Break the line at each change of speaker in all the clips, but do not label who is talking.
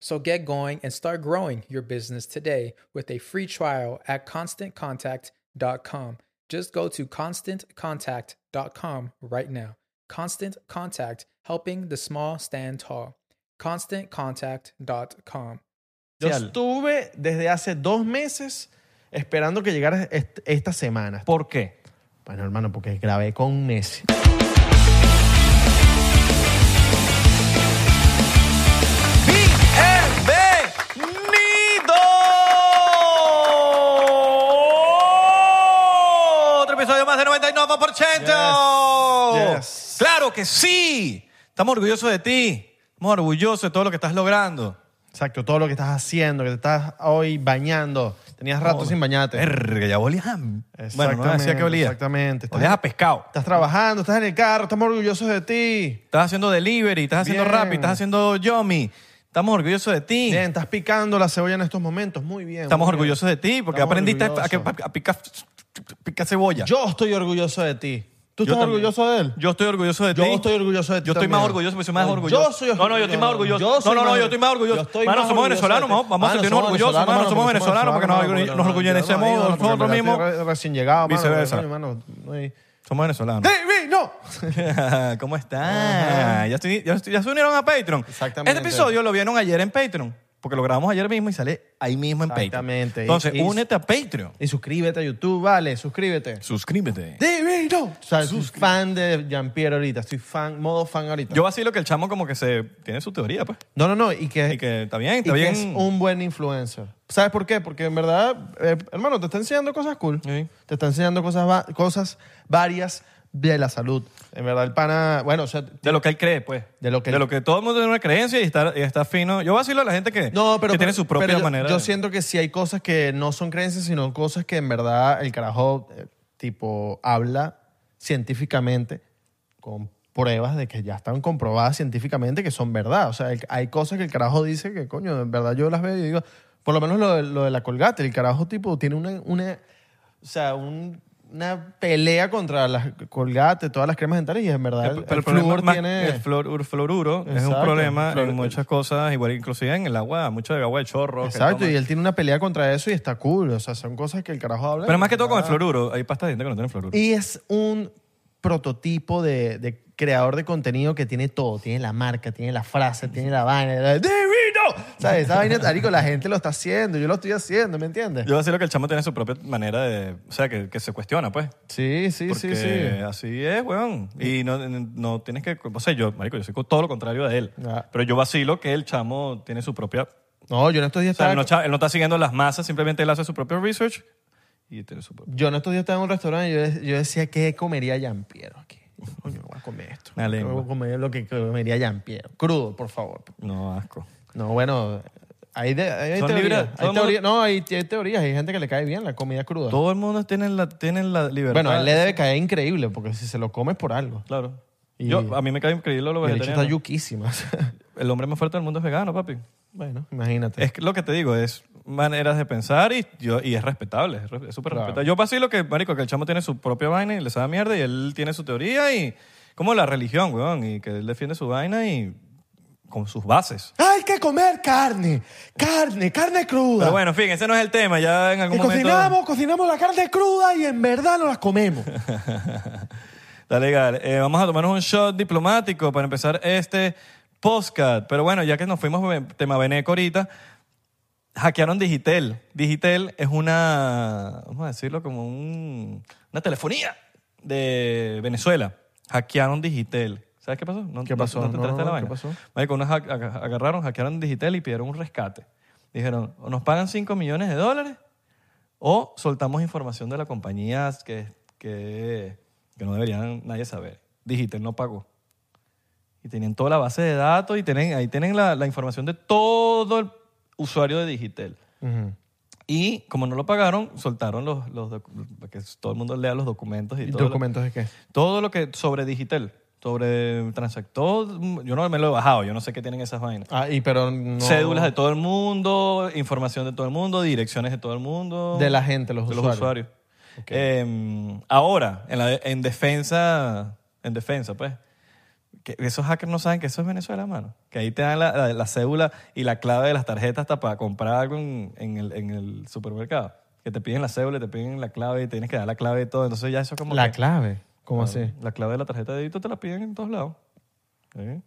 So get going and start growing your business today with a free trial at constantcontact.com. Just go to constantcontact.com right now. Constant Contact, helping the small stand tall. ConstantContact.com.
Yo
Social.
estuve desde hace dos meses esperando que llegara est- esta semana.
¿Por qué?
Bueno, hermano, porque grabé con Messi.
¡Bienvenido! Otro episodio más de 99%.
Yes, yes.
Claro que sí. Estamos orgullosos de ti. Estamos orgullosos de todo lo que estás logrando.
Exacto, todo lo que estás haciendo, que te estás hoy bañando. Tenías rato sin bañarte.
Verga, ya olías. a- Bueno, no decía que
Exactamente,
olía.
exactamente. Estás-
Olías a pescado.
Estás trabajando, estás en el carro, estamos orgullosos de ti.
Estás haciendo delivery, estás haciendo
Bien.
rap, estás haciendo yomi. Estamos orgullosos de ti.
Bien, estás picando la cebolla en estos momentos. Muy bien.
Estamos
muy bien.
orgullosos de ti porque
Estamos
aprendiste a,
orgullosos.
a- a picar, picar cebolla.
Yo estoy orgulloso de ti. ¿Tú
Yo
estás
también.
orgulloso de él?
Yo estoy orgulloso de
Yo
ti.
estoy orgulloso de ti
Yo estoy
también.
más orgulloso, porque soy más
No,
orgulloso.
yo soy
no, no, yo estoy más
orgulloso.
orgulloso.
Yo soy
no, no, no,
más-
yo estoy más
yo
orgulloso.
estoy más
Mano, somos
orgulloso
venezolanos,
de ti.
vamos, vamos a
Mano,
sentirnos
somos
orgullosos, mano,
venezolanos,
somos
mano,
venezolanos porque
venezolanos,
nos,
mano,
nos orgullecemos
porque
nosotros
me
mismos.
re- Recién llegado, mano,
Viceversa.
coño, mano, no hay-
Somos venezolanos.
¡David, no!
¿Cómo están? Ya, estoy- ya estoy- ya se unieron a Patreon.
Exactamente.
Este episodio lo vieron ayer en Patreon, porque lo grabamos ayer mismo y sale ahí mismo en Patreon.
Exactamente.
Entonces,
Y- y-
únete a Patreon.
Y suscríbete a YouTube, vale, suscríbete.
Suscríbete.
¡David, no! O sea, soy fan de Jean-Pierre ahorita, estoy fan, modo fan ahorita.
Yo vacilo que el chamo como que se tiene su teoría, pues.
No, no, no, y que,
Y que está bien,
y
está
que
bien.
es un buen influencer. ¿Sabes por qué? Porque en verdad, eh, hermano, te está enseñando cosas cool.
Sí.
Te está enseñando cosas, va- cosas varias de la salud. En verdad, el pana, bueno, o sea,
De lo que él cree, pues.
De lo que-
todo el mundo tiene una creencia y está, y está fino. Yo vacilo a la gente que,
No, pero,
que tiene
pero-
su propia
pero yo-
manera.
Yo
de-
siento que sí hay cosas que no son creencias, sino cosas que en verdad el carajo, eh, tipo, habla científicamente con pruebas de que ya están comprobadas científicamente que son verdad. O sea, el- hay cosas que el carajo dice que, coño, en verdad yo las veo y digo, Por lo menos lo, de- lo de la colgate. El carajo, tipo, tiene una. una o sea, un- una pelea contra las colgate, todas las cremas dentales y en verdad el,
El- Eh, pero
el
el problema
flúor
más-
tiene...
el flor- ur- fluoruro es un
Exacto,
problema
flor-
en muchas cosas, igual inclusive en el agua, mucho de agua de chorro. que
Exacto,
toma.
y él tiene una pelea contra eso y está cool. O sea, son cosas que el carajo habla.
Pero más que todo con el
Ah.
fluoruro, hay pastas de dientes que no tienen fluoruro.
Y es un prototipo de, de creador de contenido que tiene todo. Tiene la marca, tiene la frase, tiene la vaina. la- ¡Divino! ¿Sabes? Esa vaina, marico, la gente lo está haciendo. Yo lo estoy haciendo, ¿me entiendes?
Yo decirlo que el chamo tiene su propia manera de, o sea, que, que se cuestiona, pues.
sí, sí,
Porque
sí, sí.
así es, weón. Y no, no tienes que, o sea, yo, marico, yo soy co- todo lo contrario de él.
Ah.
Pero yo vacilo que el chamo tiene su propia,
No, yo en estos días
o sea,
estaba...
él no, cha- él no está siguiendo las masas, simplemente él hace su propio research y tiene su propio.
Yo en estos días estaba en un restaurante y yo, de- yo decía, ¿qué comería Jean-Pierre aquí? Coño, voy a comer esto.
Una lengua.
Voy a comer lo que comería Jean-Pierre. Crudo, por favor.
No, asco.
No, bueno, hay, de- hay
Son
teorías.
libres,
Hay
todo el mundo-
teorías- No, hay, hay teorías. Hay gente que le cae bien la comida cruda.
Todo el mundo tiene la, tiene la libertad.
bueno, a él le debe caer increíble porque si se lo come es por algo.
Claro.
Y-
Yo, a mí me cae increíble lo
Y el hecho está
vegetariano.
yuquísima. o sea,
El hombre más fuerte del mundo es vegano, papi.
bueno, imagínate.
Es que lo que te digo, es maneras de pensar y, yo, y es respetable, es re- es súper
Claro.
respetable. Yo vacilo que, marico, que el chamo tiene su propia vaina y le sabe mierda y él tiene su teoría y como la religión, weón, y que él defiende su vaina y con sus bases.
Hay que comer carne, carne, carne cruda.
Pero bueno, en fin, ese no es el tema, ya en algún
y
momento...
cocinamos, cocinamos la carne cruda y en verdad no la comemos.
Dale, legal. vamos a tomarnos un shot diplomático para empezar este podcast. Pero bueno, ya que nos fuimos be- tema Beneco ahorita, hackearon Digitel. Digitel es una, vamos a decirlo, como un- una telefonía de Venezuela. Hackearon Digitel. ¿Sabes qué pasó? No,
¿Qué
no-
pasó?
No, te
No,
enteraste de la
¿qué
vaina.
pasó?
Marico, unos hack- aga- agarraron, hackearon Digitel y pidieron un rescate. Dijeron, o nos pagan 5 millones de dólares o soltamos información de la compañía que, que, que no deberían nadie saber. Digital no pagó. Y tenían toda la base de datos y tienen, ahí tienen la, la información de todo el usuario de Digital.
Ujú.
Y como no lo pagaron, soltaron los, los docu- para que todo el mundo lea los documentos y,
¿Y
todo. lo-
documentos de qué?
todo lo que sobre Digital, sobre transactor, yo no me lo he bajado, yo no sé qué tienen esas vainas.
Ah, y pero no...
Cédulas de todo el mundo, información de todo el mundo, direcciones de todo el mundo.
De la gente, los
de
usuarios.
Eh, ahora, en, la- en defensa, en defensa, pues, que esos hackers no saben que eso es Venezuela, mano. Que ahí te dan la, la- la cédula y la clave de las tarjetas hasta para comprar algo en, en el, en el supermercado. Que te piden la cédula, y te piden la clave y tienes que dar la clave y todo. Entonces ya eso es como
La
que-
clave. ¿Cómo así?
la clave de la tarjeta de débito te la piden en todos lados. ¿Sí?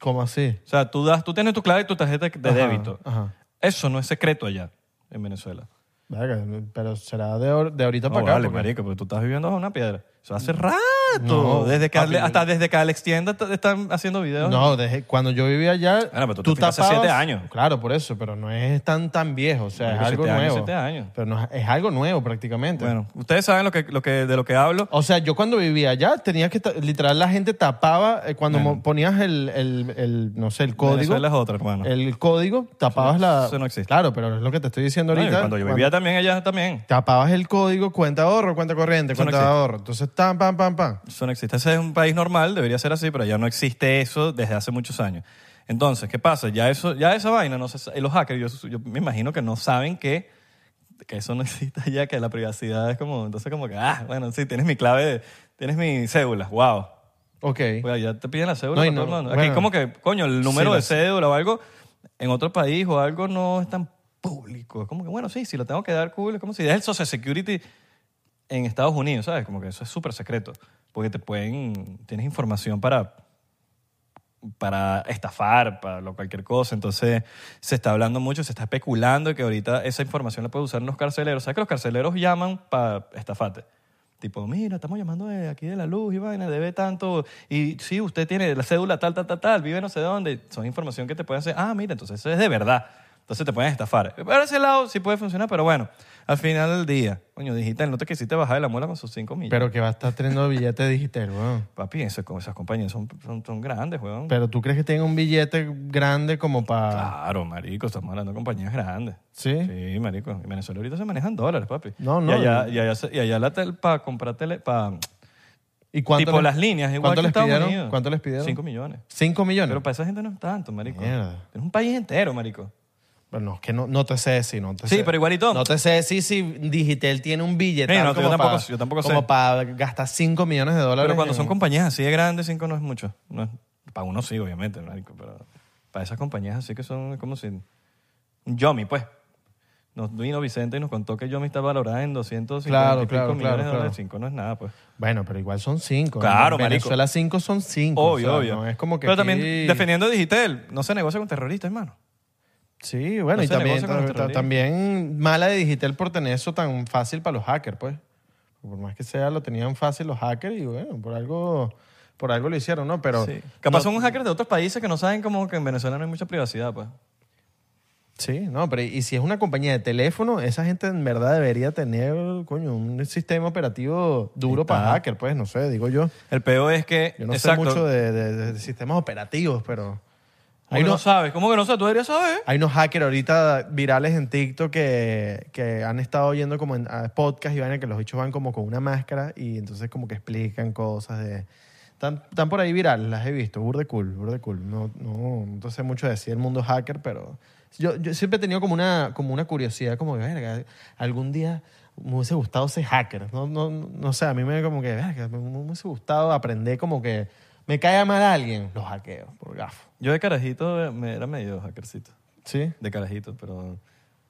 ¿Cómo así?
O sea, tú, das, tú tienes tu clave y tu tarjeta de
Ajá,
débito.
ajá.
Eso no es secreto allá en Venezuela.
Verga, pero será de, or- de ahorita
No,
para acá.
vale,
porque- Mm.
marico, pero tú estás viviendo bajo una piedra. Eso hace rato.
No,
desde que
papi,
Ale-
yo-
hasta desde que Alex Tienda t- están haciendo videos.
No, desde- cuando yo vivía allá.
Bueno, pero tú te fuiste hace siete años.
Claro, por eso, pero no es tan tan viejo, o sea, es algo
Marico, siete años,
nuevo.
siete años.
Pero no es, es algo nuevo prácticamente.
Bueno, ustedes saben lo que, lo que, de lo que hablo.
O sea, yo cuando vivía allá tenía que ta- literal la gente tapaba eh, cuando mo- ponías el, el- el, no sé, el código.
Venezuela es otra, hermano.
El código tapabas
Eso no-
la
eso no existe.
Claro, pero es lo que te estoy diciendo
No, y
ahorita.
cuando yo vivía también, allá también.
tapabas el código, cuenta de ahorro, cuenta corriente,
Eso no
cuenta de
existe.
ahorro. Entonces, tan, pam, pam, pam.
Eso no existe. Ese es un país normal, debería ser así, pero ya no existe eso desde hace muchos años. Entonces, ¿qué pasa? Ya, eso, ya esa vaina, no se sa- y los hackers, yo, yo me imagino que no saben que, que eso no existe allá, que la privacidad es como, entonces como que, ah, bueno, sí, tienes mi clave, de- tienes mi cédula, wow.
Ok.
ya Pues te piden la cédula
No, y
para todo el
no-
mundo. Aquí
bueno.
como que, coño, el número
Sí,
de
la-
cédula o algo, en otro país o algo no es tan público. Es como que, bueno, sí, si lo tengo que dar, cool, es como si es el Social Security en Estados Unidos, ¿sabes? Como que eso es súper secreto. Porque te pueden. Tienes información para. Para estafar, para lo- cualquier cosa. Entonces, se está hablando mucho, se está especulando que ahorita esa información la pueden usar los carceleros. ¿Sabes que los carceleros llaman para estafarte? Tipo, mira, estamos llamando de aquí de la luz y vaina, debe tanto. Y sí, usted tiene la cédula tal, tal, tal, tal, vive no sé dónde. Son información que te pueden hacer. Ah, mira, entonces eso es de verdad. Entonces te pueden estafar. Para ese lado sí puede funcionar, pero bueno, al final del día, coño, digital, no te quisiste bajar de la muela con sus 5 millones.
Pero que va a estar teniendo billete digital, weón.
Papi, eso- con esas compañías son, son, son grandes, weón.
Pero tú crees que tienen un billete grande como para.
Claro, marico, estamos hablando de compañías grandes.
¿Sí?
Sí, marico. En Venezuela ahorita se manejan dólares, papi.
No, no.
Y allá, y allá, se- y allá la tel, para comprar tele, para
¿Y cuánto
tipo
les-
las líneas, igual
¿Cuánto
que
les
Estados
pidieron?
Unidos.
¿Cuánto les pidieron?
5 millones.
¿Cinco millones.
Pero para esa gente no es tanto, marico.
Mierda.
Es un país entero, marico.
Pero no, es que no, no te sé decir, no te
Sí,
sé.
pero igualito.
No te sé decir si Digitel tiene un billete
Sí, no, yo
como,
tampoco-
para,
yo tampoco sé.
como para gastar 5 millones de dólares.
Pero cuando
en-
son compañías así de grandes, cinco no es mucho. No es- para uno sí, obviamente, marico, pero para esas compañías así que son como si... Un Yomi, pues. Nos vino Vicente y nos contó que Yomi está valorada en 250 y
Claro,
pico
claro,
millones
claro,
de dólares.
claro.
Cinco no es nada, pues.
Bueno, pero igual son 5.
Claro,
en
marico.
Venezuela 5 son 5.
Obvio, obvio.
No es como que
pero también,
aquí-
defendiendo a Digitel, no se negocia con terroristas, hermano.
Sí, bueno,
No
y
se
también,
negocia con los
ta- ta-
terroristas.
también mala de Digitel por tener eso tan fácil para los hackers, pues. Por más que sea, lo tenían fácil los hackers y bueno, por algo, por algo lo hicieron, ¿no? Pero
Sí. Capaz son hackers de otros países que no saben como que en Venezuela no hay mucha privacidad, pues.
Sí, no, pero y- y si es una compañía de teléfono, esa gente en verdad debería tener, coño, un sistema operativo duro para hacker, pues, no sé, digo yo.
El peor es que...
Yo no
exacto,
sé mucho de, de- de- de sistemas operativos, pero
¿Cómo
hay
que no
unos,
sabes? ¿Cómo que no sabes? Tú deberías saber.
hay unos hackers ahorita virales en TikTok que, que han estado oyendo como en a podcast y van que los bichos van como con una máscara y entonces como que explican cosas de... Están, están por ahí virales, las he visto, burde cool, burde cool. No, no, no sé mucho de decir el mundo hacker, pero yo, yo siempre he tenido como una, como una curiosidad, como que, verga, algún día me hubiese gustado ser hacker. No, no, no sé, a mí me como que, verga, me me hubiese gustado aprender como que me cae mal a alguien, los hackeo, por gafo.
Yo de carajito eh, me era medio hackercito.
¿Sí?
de carajito, pero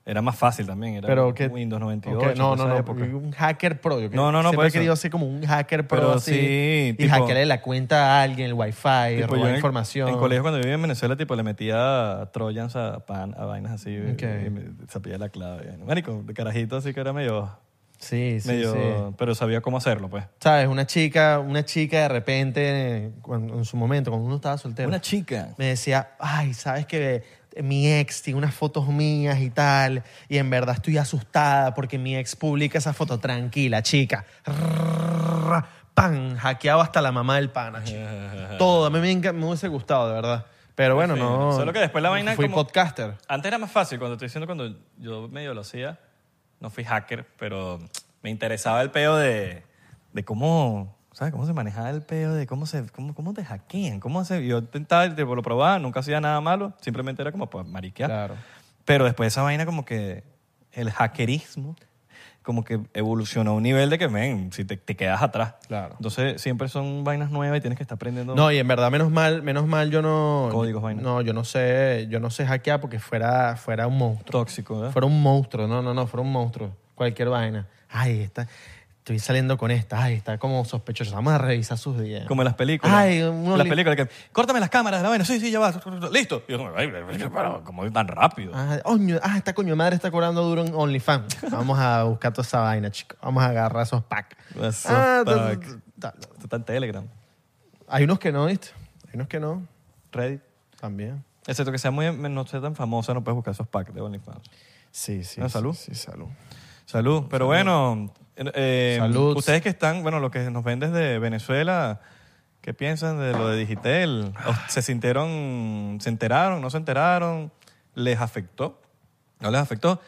era más fácil también. Era
pero que
Windows 98.
ok, no
en
no
esa
no
época.
un hacker pro yo que
No, no, no,
siempre
por
he
eso.
querido ser como un hacker pro
Pero
así,
sí,
y
tipo-
hackearle la cuenta a alguien el wifi
Tipo, yo
robar
en-
información
En colegio, cuando vivía en Venezuela, tipo, le metía trojans a pan, a vainas así. y-
Ok.
Y me sabía la clave. y vaina. Marico, de carajito, así que era medio.
sí sí
medio
sí
Pero sabía cómo hacerlo, pues.
sabes una chica una chica de repente cuando- en su momento cuando uno estaba soltero
Una chica.
me decía, ay, sabes que mi ex tiene unas fotos mías y tal, y en verdad estoy asustada porque mi ex publica esa foto tranquila, chica. Rrrr, Pan, hackeado hasta la mamá del pana. chico. Todo, a mí me, enca- me hubiese gustado, de verdad. Pero bueno,
Sí,
no.
solo que después la vaina
Fui
como-
podcaster.
Antes era más fácil, cuando estoy diciendo, cuando yo medio lo hacía, no fui hacker, pero me interesaba el peo de, de cómo, ¿sabes? Cómo se manejaba el peo, de cómo, se, cómo, cómo te hackean, cómo se... Yo intentaba, tipo, lo probaba, nunca hacía nada malo, simplemente era como, pues, mariquear.
Claro.
Pero después esa vaina como que el hackerismo como que evolucionó a un nivel de que, ven, si te, te quedas atrás.
Claro.
Entonces siempre son vainas nuevas y tienes que estar aprendiendo.
No, y en verdad, menos mal, menos mal yo no.
Códigos, vainas.
No, yo no sé, yo no sé hackear porque fuera, fuera un monstruo.
Tóxico, ¿verdad?
¿Ah? Fuera un monstruo, no, no, no, fuera un monstruo. Cualquier vaina. Ay, está, estoy saliendo con esta, ay, está como sospechosa. Vamos a revisar sus días.
Como en las películas.
Ay, uno
las
li-
películas que. Córtame las cámaras, la vaina. Sí, sí, ya va. Listo. Y yo, como, ay, pero, como tan rápido.
Ah, oño, ah, esta coño madre está cobrando duro en OnlyFans. Vamos a buscar toda esa vaina, chico. Vamos a agarrar esos packs.
Esos
ta-
packs.
ta- ta-
Esto está en Telegram,
Hay unos que no, ¿viste? Hay unos que no,
Reddit.
también.
Excepto que sea muy, no sea tan famosa, no puedes buscar esos packs de OnlyFans.
Sí, sí.
Ah, salud.
Sí, sí, salud.
Salud. Pero bueno, eh,
Salud.
ustedes que están, bueno, los que nos ven desde Venezuela, ¿qué piensan de lo de Digitel? ¿O ¿Se sintieron, se enteraron, no se enteraron? ¿Les afectó? ¿No les afectó?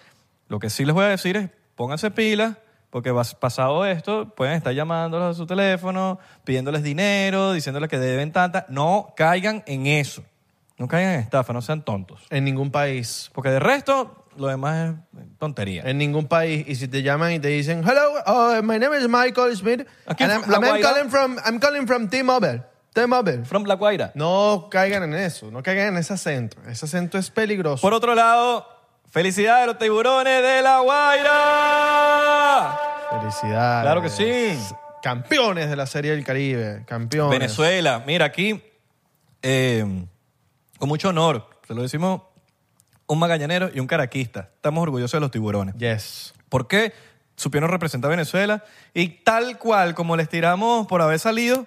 Lo que sí les voy a decir es, pónganse pilas, porque vas- pasado esto, pueden estar llamándolos a su teléfono, pidiéndoles dinero, diciéndoles que deben tanta. No caigan en eso. No caigan en estafa, no sean tontos.
En ningún país
Porque de resto, lo demás es tontería.
En ningún país. Y si te llaman y te dicen, hello, uh, my name is Michael Smith.
Aquí
and
en
I'm,
La
I'm
Guaira.
calling from, I'm calling from T-Mobile. T-Mobile.
From La Guaira.
No caigan en eso. No caigan en ese acento. Ese acento es peligroso.
Por otro lado, felicidades a los tiburones de la Guaira.
Felicidades.
Claro que sí.
Campeones de la Serie del Caribe. Campeones.
Venezuela, mira aquí, eh, con mucho honor, se lo decimos un magallanero y un caraquista. Estamos orgullosos de los tiburones.
Yes.
¿Por qué? Supieron representar a Venezuela y tal cual como les tiramos por haber salido,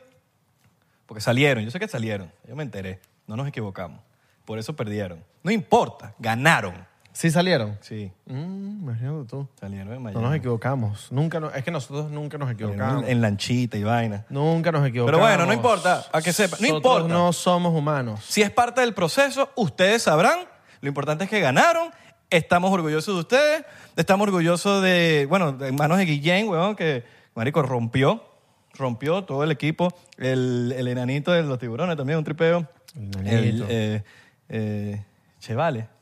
porque salieron, yo sé que salieron, yo me enteré, no nos equivocamos, por eso perdieron. No importa, ganaron.
Sí salieron.
Sí,
Mm, imagínate tú.
salieron en
No
Miami.
nos equivocamos. Nunca nos- es que nosotros nunca nos equivocamos.
en, en lanchita y vaina.
Nunca nos equivocamos.
Pero bueno, no importa, a que sepa, no
Nosotros
importa.
no somos humanos.
Si es parte del proceso, ustedes sabrán. Lo importante es que ganaron. Estamos orgullosos de ustedes. Estamos orgullosos de, bueno, de manos de Guillén, weón, que Marico rompió. Rompió todo el equipo. El, el enanito de los tiburones también, un tripeo.
El enanito.
eh, eh, Chevale.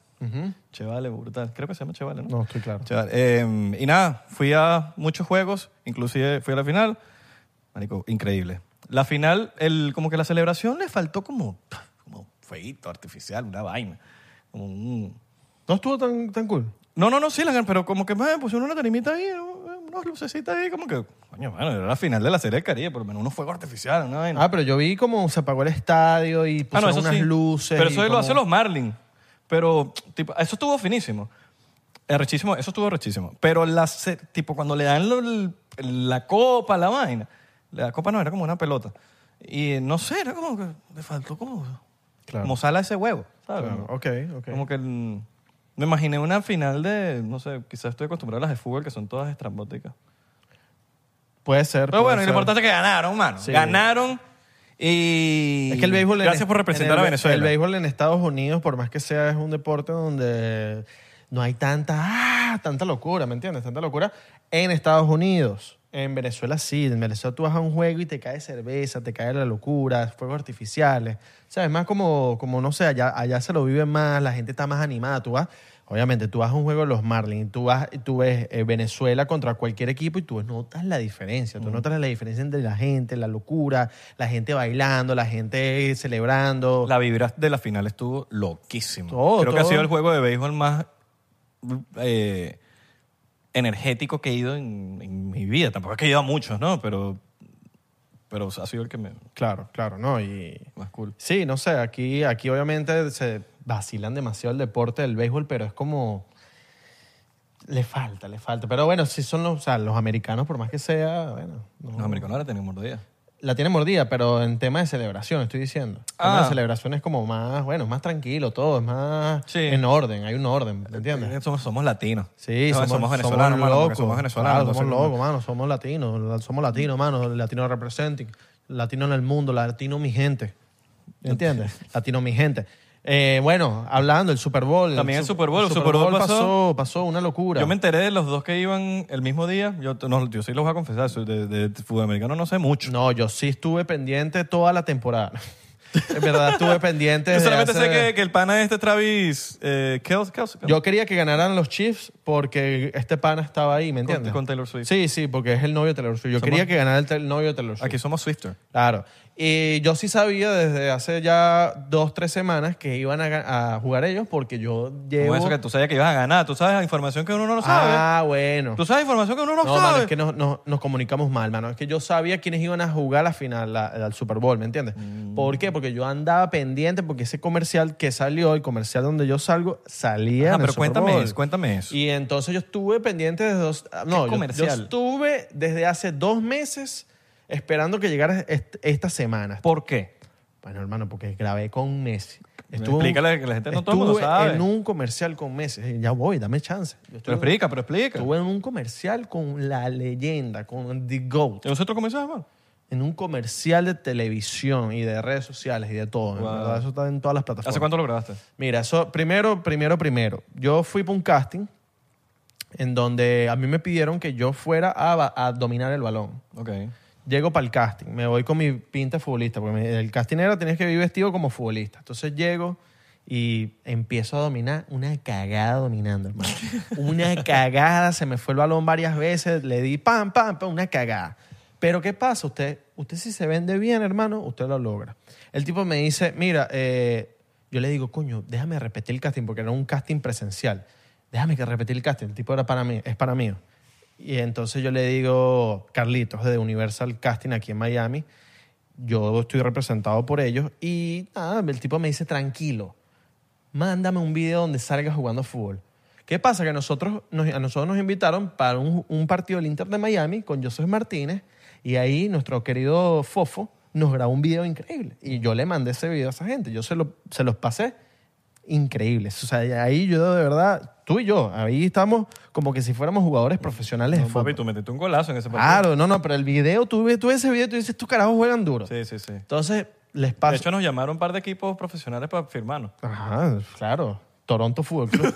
Chevale, brutal. Creo que se llama Chevale, ¿no?
No, estoy claro.
Chaval, eh, y nada, fui a muchos juegos, inclusive fui a la final. Marico, increíble. La final, el, como que la celebración le faltó como, como feito, artificial, una vaina. Como un-
No estuvo tan, tan cool.
No, no, no, sí, la gan- pero como que me pusieron una tarimita ahí, eh, unas lucecitas ahí, como que, coño, bueno, era la final de la Serie del Caribe, por lo menos unos fuegos artificiales, una vaina.
Ah, pero yo vi como se apagó el estadio y
Ah,
pusieron unas luces.
Pero
y
eso lo
como-
hacen los Marlin. Pero, tipo, eso estuvo finísimo. Rechísimo, eso estuvo rechísimo. Pero, la, se- tipo, cuando le dan lo- la copa, la vaina, la copa no era como una pelota. Y no sé, era como que le faltó como,
Claro.
como sal a ese huevo, ¿sabes?
Claro,
Como-
ok, ok.
Como que mm, me imaginé una final de, no sé, quizás estoy acostumbrado a las de fútbol que son todas estrambóticas.
Puede ser. puede
Pero bueno,
ser.
lo importante es que ganaron, mano.
Sí.
Ganaron y.
Es que el béisbol. en-
Gracias por
en
representar
el-
a Venezuela.
El béisbol en Estados Unidos, por más que sea, es un deporte donde no hay tanta, ah, tanta locura, ¿me entiendes? Tanta locura en Estados Unidos. En Venezuela sí, en Venezuela tú vas a un juego y te cae cerveza, te cae la locura, fuegos artificiales. O sea, es más como, como no sé, allá, allá se lo vive más, la gente está más animada. Tú vas, obviamente, tú vas a un juego de los Marlins, tú, vas, tú ves eh, Venezuela contra cualquier equipo y tú notas la diferencia. Tú notas la diferencia entre la gente, la locura, la gente bailando, la gente celebrando.
La vibra de la final estuvo loquísima.
Todo,
Creo que ha
todo.
sido el juego de béisbol más eh, energético que he ido en, en mi vida. Tampoco es que he ido a muchos, ¿no? Pero, pero ha sido el que me...
Claro, claro, ¿no? Y,
más cool.
Sí, no sé, aquí, aquí obviamente se vacilan demasiado el deporte del béisbol, pero es como... Le falta, le falta. Pero bueno, sí son los, o sea, los americanos, por más que sea, bueno... no-
Los americanos ahora tienen mordida.
La tienen mordida, pero en tema de celebración, estoy diciendo. En tema
Ah.
de celebración es como más, bueno, es más tranquilo todo, es más
Sí. Eh,
en orden, hay un orden, ¿me entiendes?
Somos, somos latinos.
Sí,
No,
somos,
venezolanos,
somos
mano, porque
locos.
somos venezolanos.
Claro, somos
entonces,
locos, mano. Somos latinos. Somos latinos, mano. Latino representing. Latino en el mundo. Latino mi gente. ¿Entiendes? latino mi gente. Eh, bueno, hablando, el Super Bowl.
También el
Sup-
Super Bowl. El Super Bowl pasó-
pasó, pasó una locura.
Yo me enteré de los dos que iban el mismo día. Yo, no, yo sí los voy a confesar. soy De, de, fútbol americano no sé mucho.
No, yo sí estuve pendiente toda la temporada. en verdad, estuve pendiente.
yo
desde
solamente sé
hace-
que, que el pana de este Travis eh, Kelce- Kelce-
Yo quería que ganaran los Chiefs porque este pana estaba ahí, ¿me
Con-
entiendes?
con Taylor Swift.
Sí, sí, porque es el novio de Taylor Swift. Yo
Somos-
quería que ganara el, tel- novio de Taylor Swift.
Aquí somos Swifter.
Claro. Y yo sí sabía desde hace ya dos, tres semanas que iban a, ga- a jugar ellos porque yo llevo...
Como eso que tú sabías que ibas a ganar. Tú sabes la información que uno no sabe.
Ah, bueno.
Tú sabes información que uno no,
No,
sabe. Ah,
mano, es que nos, nos- nos comunicamos mal, mano. Es que yo sabía quiénes iban a jugar la final, la- al Super Bowl, ¿me entiendes?
Mm.
¿Por qué? Porque yo andaba pendiente porque ese comercial que salió, el comercial donde yo salgo, salía
Ajá,
en el
pero
Super
cuéntame
Bowl.
eso, cuéntame eso.
Y entonces yo estuve pendiente desde dos... ah, No, yo- yo,
comercial?
estuve desde hace dos meses esperando que llegara est- esta semana.
¿Por qué?
Bueno, hermano, porque grabé con Messi.
Explícale que la gente no todo el mundo
estuve
sabe.
en un comercial con Messi. Eh, Ya voy, dame chance. Yo
Pero
estuve,
explica, pero explica.
estuve en un comercial con la leyenda, con The GOAT.
Nosotros comenzamos, hermano.
En un comercial de televisión y de redes sociales y de todo. en
Wow.
verdad, eso está en todas las plataformas.
¿Hace cuánto lo grabaste?
Mira, eso, primero, primero, primero. Yo fui para un casting en donde a mí me pidieron que yo fuera a, ba- a dominar el balón.
Ok.
Llego para el casting, me voy con mi pinta de futbolista, porque me- el casting era tenías que ir vestido como futbolista. Entonces llego y empiezo a dominar, una cagada dominando, hermano. una cagada, se me fue el balón varias veces, le di pam, pam, pam, una cagada. Pero ¿qué pasa? Usted, usted si se vende bien, hermano, usted lo logra. El tipo me dice, mira, eh, yo le digo, coño, déjame repetir el casting, porque era un casting presencial. Déjame que repetir el casting, el tipo era para mí, es para mí. Y entonces yo le digo, Carlitos, de Universal Casting aquí en Miami, yo estoy representado por ellos y nada, el tipo me dice, tranquilo, mándame un video donde salgas jugando fútbol. ¿Qué pasa? Que nosotros, nos- a nosotros nos invitaron para un, un partido del Inter de Miami con Joseph Martínez y ahí nuestro querido Fofo nos grabó un video increíble. Y yo le mandé ese video a esa gente, yo se, lo- se los pasé increíbles. O sea, ahí yo de verdad, tú y yo, ahí estamos como que si fuéramos jugadores profesionales de
No,
fútbol.
papi, tú metiste un golazo en ese partido.
Claro, no, no, pero el video, tú ves, tú ves ese video y tú dices, estos carajos juegan duro.
Sí, sí, sí.
Entonces, les
De
pasa.
hecho, nos llamaron un par de equipos profesionales para firmarnos.
Ajá, claro. Toronto Fútbol Club,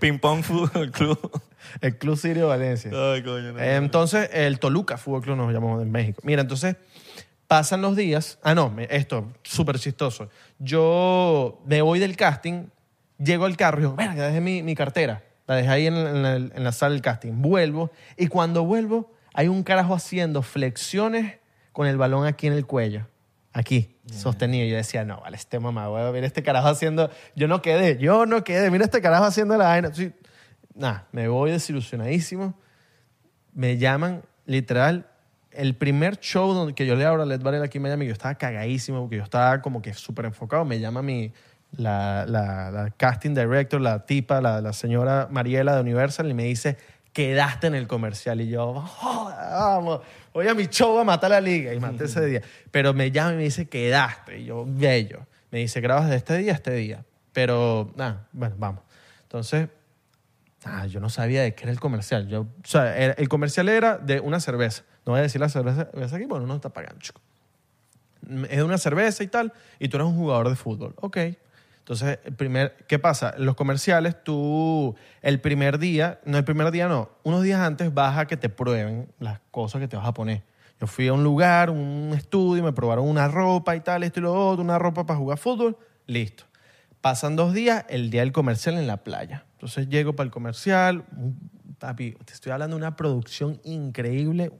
Ping Pong Fútbol Club.
el Club Sirio Valencia.
Ay, coño. no.
Entonces, el Toluca Fútbol Club nos llamó en México. Mira, entonces pasan los días. Ah, no, me- esto, súper chistoso. Yo me voy del casting, Llego al carro y digo, verga, dejé mi, mi cartera. La dejé ahí en, en la, en la sala del casting. Vuelvo y cuando vuelvo hay un carajo haciendo flexiones con el balón aquí en el cuello. Aquí, sostenido. Yo decía, no, vale, este mamá, mira este carajo haciendo... Yo no quedé, yo no quedé. Mira este carajo haciendo la vaina. Sí. Nada, me voy desilusionadísimo me llaman literal el primer show donde que yo le abro a Led Varela aquí en Miami que yo estaba cagadísimo porque yo estaba como que súper enfocado me llama mi la, la- la casting director la tipa la, la señora Mariela de Universal y me dice quedaste en el comercial y yo "Joda, vamos voy a mi show a matar la liga y maté ese día pero me llama y me dice quedaste y yo bello me dice grabas de este día a este día pero nada bueno vamos entonces Ah, yo no sabía de qué era el comercial. Yo, o sea, era- el comercial era de una cerveza. No voy a decir la cerveza, cerveza aquí, bueno, no está pagando, chico. Mm, Es de una cerveza y tal, y tú eres un jugador de fútbol. Ok. Entonces, el primer, ¿qué pasa? En los comerciales, tú, el primer día, no, el primer día no, unos días antes vas a que te prueben las cosas que te vas a poner. Yo fui a un lugar, un estudio, me probaron una ropa y tal, esto y lo otro, una ropa para jugar fútbol, listo. Pasan dos días, el día del comercial en la playa. Entonces llego para el comercial, mm, papi, te estoy hablando de una producción increíble,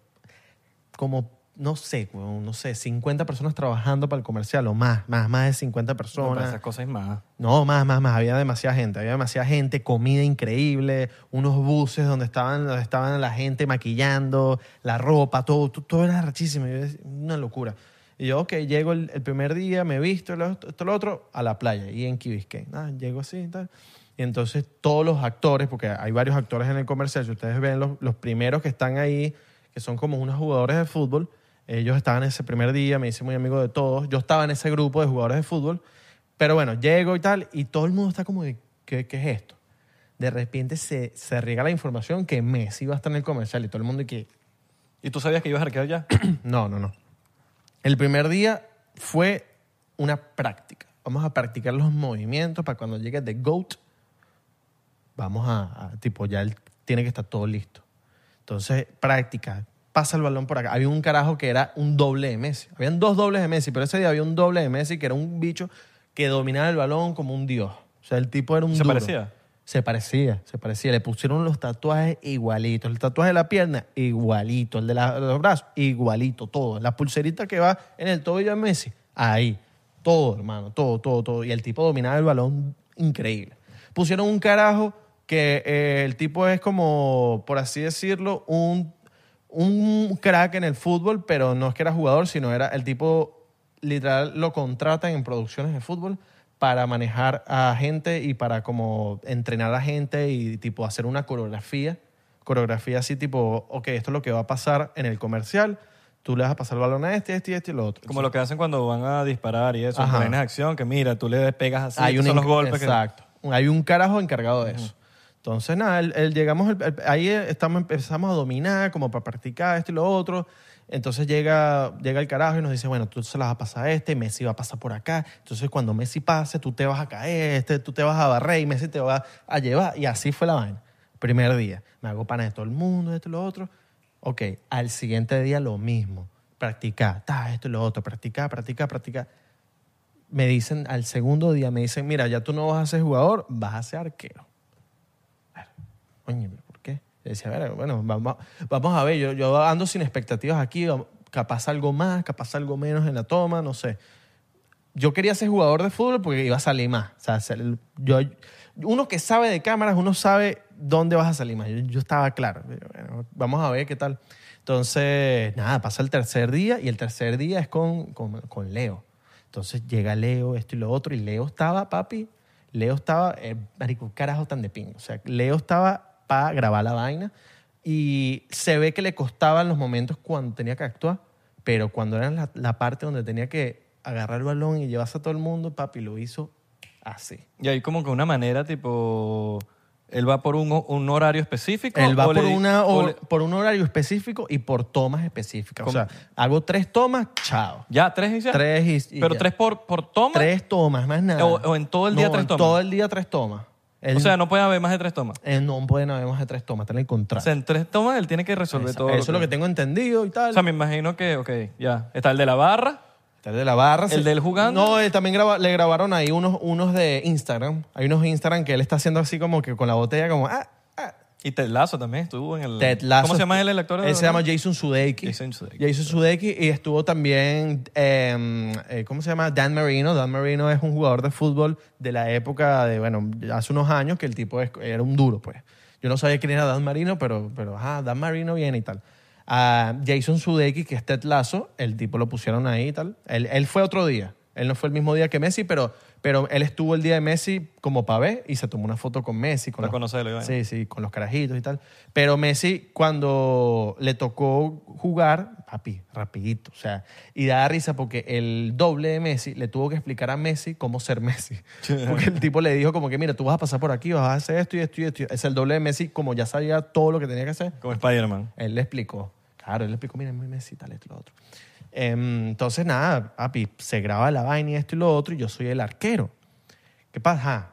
como, no sé, como, no sé, 50 personas trabajando para el comercial o más, más, más de 50
No, para
personas.
esas cosas es más.
No, más, más, más. Había demasiada gente. Había demasiada gente, comida increíble, unos buses donde estaban, donde estaban la gente maquillando, la ropa, todo. Todo, todo era rachísimo. Yo decía, Una locura. Y yo, ok, llego el, el primer día, me visto, lo- esto, lo otro, a la playa. Y en Key Biscayne. Ah, llego así y tal. Y entonces todos los actores, porque hay varios actores en el comercial, si ustedes ven los, los primeros que están ahí, que son como unos jugadores de fútbol, ellos estaban ese primer día, me hice muy amigo de todos. Yo estaba en ese grupo de jugadores de fútbol. Pero bueno, llego y tal, y todo el mundo está como, que, ¿qué, qué es esto? De repente se, se riega la información que Messi va a estar en el comercial y todo el mundo y que,
¿Y tú sabías que ibas a arquear ya?
no, no, no. El primer día fue una práctica. Vamos a practicar los movimientos para cuando llegue The GOAT, vamos a, a- tipo, ya él tiene que estar todo listo. Entonces, práctica. Pasa el balón por acá. Había un carajo que era un doble de Messi. Habían dos dobles de Messi, pero ese día había un doble de Messi que era un bicho que dominaba el balón como un dios. O sea, el tipo era un
¿Se
duro.
parecía?
Se parecía, se parecía. Le pusieron los tatuajes igualitos. El tatuaje de la pierna, igualito. El de la- los brazos, igualito. Todo. La pulserita que va en el tobillo de Messi, ahí. Todo, hermano. Todo, todo, todo. Y el tipo dominaba el balón increíble. Pusieron un carajo que eh, el tipo es como, por así decirlo, un, un crack en el fútbol, pero no es que era jugador, sino era el tipo literal lo contratan en producciones de fútbol para manejar a gente y para como entrenar a gente y tipo hacer una coreografía. Coreografía así tipo, ok, esto es lo que va a pasar en el comercial. Tú le vas a pasar el balón a este, este, este y lo otro.
Como lo que hacen cuando van a disparar y eso.
Ajá.
Planes de acción, que mira, tú le pegas así,
hay un
estos son los
enc-
golpes. que-
Exacto. Hay un carajo encargado de eso. Entonces, nada, el- el- llegamos, al- al- ahí eh, estamos, empezamos a dominar, como para practicar esto y lo otro. Entonces llega, llega el carajo y nos dice, bueno, tú se las vas a pasar a este, Messi va a pasar por acá. Entonces, cuando Messi pase, tú te vas a caer, este, tú te vas a barrer y Messi te va a llevar. Y así fue la vaina. Primer día, me hago pana de todo el mundo, esto y lo otro. Ok, al siguiente día lo mismo. Practicar, ta, esto y lo otro, practicar, practicar, practicar me dicen al segundo día, me dicen, mira, ya tú no vas a ser jugador, vas a ser arquero. Oye, ¿pero ¿por qué? Yo decía, "Verga, bueno, vamos, vamos a ver, yo, yo ando sin expectativas aquí, vamos- capaz algo más, capaz algo menos en la toma, no sé. Yo quería ser jugador de fútbol porque iba a salir más. O sea, ser- yo, uno que sabe de cámaras, uno sabe dónde vas a salir más. Yo, yo estaba claro. Yo, bueno, vamos a ver qué tal. Entonces, nada, pasa el tercer día y el tercer día es con, con, con Leo. Entonces llega Leo, esto y lo otro, y Leo estaba, papi, Leo estaba, eh, marico, carajo tan de pingo. O sea, Leo estaba para grabar la vaina y se ve que le costaban los momentos cuando tenía que actuar, pero cuando era la, la parte donde tenía que agarrar el balón y llevarse a todo el mundo, papi, lo hizo así.
Y hay como que una manera tipo... Él va por un, un horario específico.
Él va
o le
por,
di-
una,
o
hor-
le-
por un horario específico y por tomas específicas. O sea, hago tres tomas, chao.
Ya, tres y ya.
Tres y- y
Pero
ya.
tres por, por toma.
Tres tomas, más nada.
O- o en todo el día
No,
tres
en
tomas.
todo el día tres tomas. Él-
O sea, no puede haber más de tres tomas.
Eh, no pueden haber más de tres tomas, está en el
O
contrato.
sea, en tres tomas él tiene que resolver
Esa-
todo.
eso es lo que tengo entendido y tal.
O sea, me imagino que, ok, ya. Está el de la barra,
Está el de la barra.
¿El del jugando?
No, él también graba- le grabaron ahí unos, unos de Instagram. Hay unos Instagram que él está haciendo así como que con la botella como... Ah, ah.
Y Ted Lasso también estuvo en el...
Ted Lasso.
¿Cómo se llama él, el actor?
Él se llama Jason Sudeikis.
Jason Sudeikis.
Jason Sudeikis y estuvo también, eh, eh, ¿cómo se llama? Dan Marino. Dan Marino es un jugador de fútbol de la época de, bueno, hace unos años que el tipo es- era un duro, pues. Yo no sabía quién era Dan Marino, pero, pero ajá, Dan Marino viene y tal. A Jason Sudeikis, que es Ted Lasso, el tipo lo pusieron ahí y tal. Él, él fue otro día. Él no fue el mismo día que Messi, pero, pero él estuvo el día de Messi como pavé y se tomó una foto con Messi. Con
Para conocerlo, Iván.
Sí, sí, con los carajitos y tal. Pero Messi, cuando le tocó jugar, papi, rapidito, o sea, y da risa porque el doble de Messi le tuvo que explicar a Messi cómo ser Messi. Porque el tipo le dijo como que, mira, tú vas a pasar por aquí, vas a hacer esto y esto y esto. Es el doble de Messi, como ya sabía todo lo que tenía que hacer,
Como Spider-Man.
él le explicó. Claro, él le explicó, mira, es muy Messi, tal, esto y lo otro. Em, Entonces, nada, papi, se graba la vaina y esto y lo otro, y yo soy el arquero. ¿Qué pasa?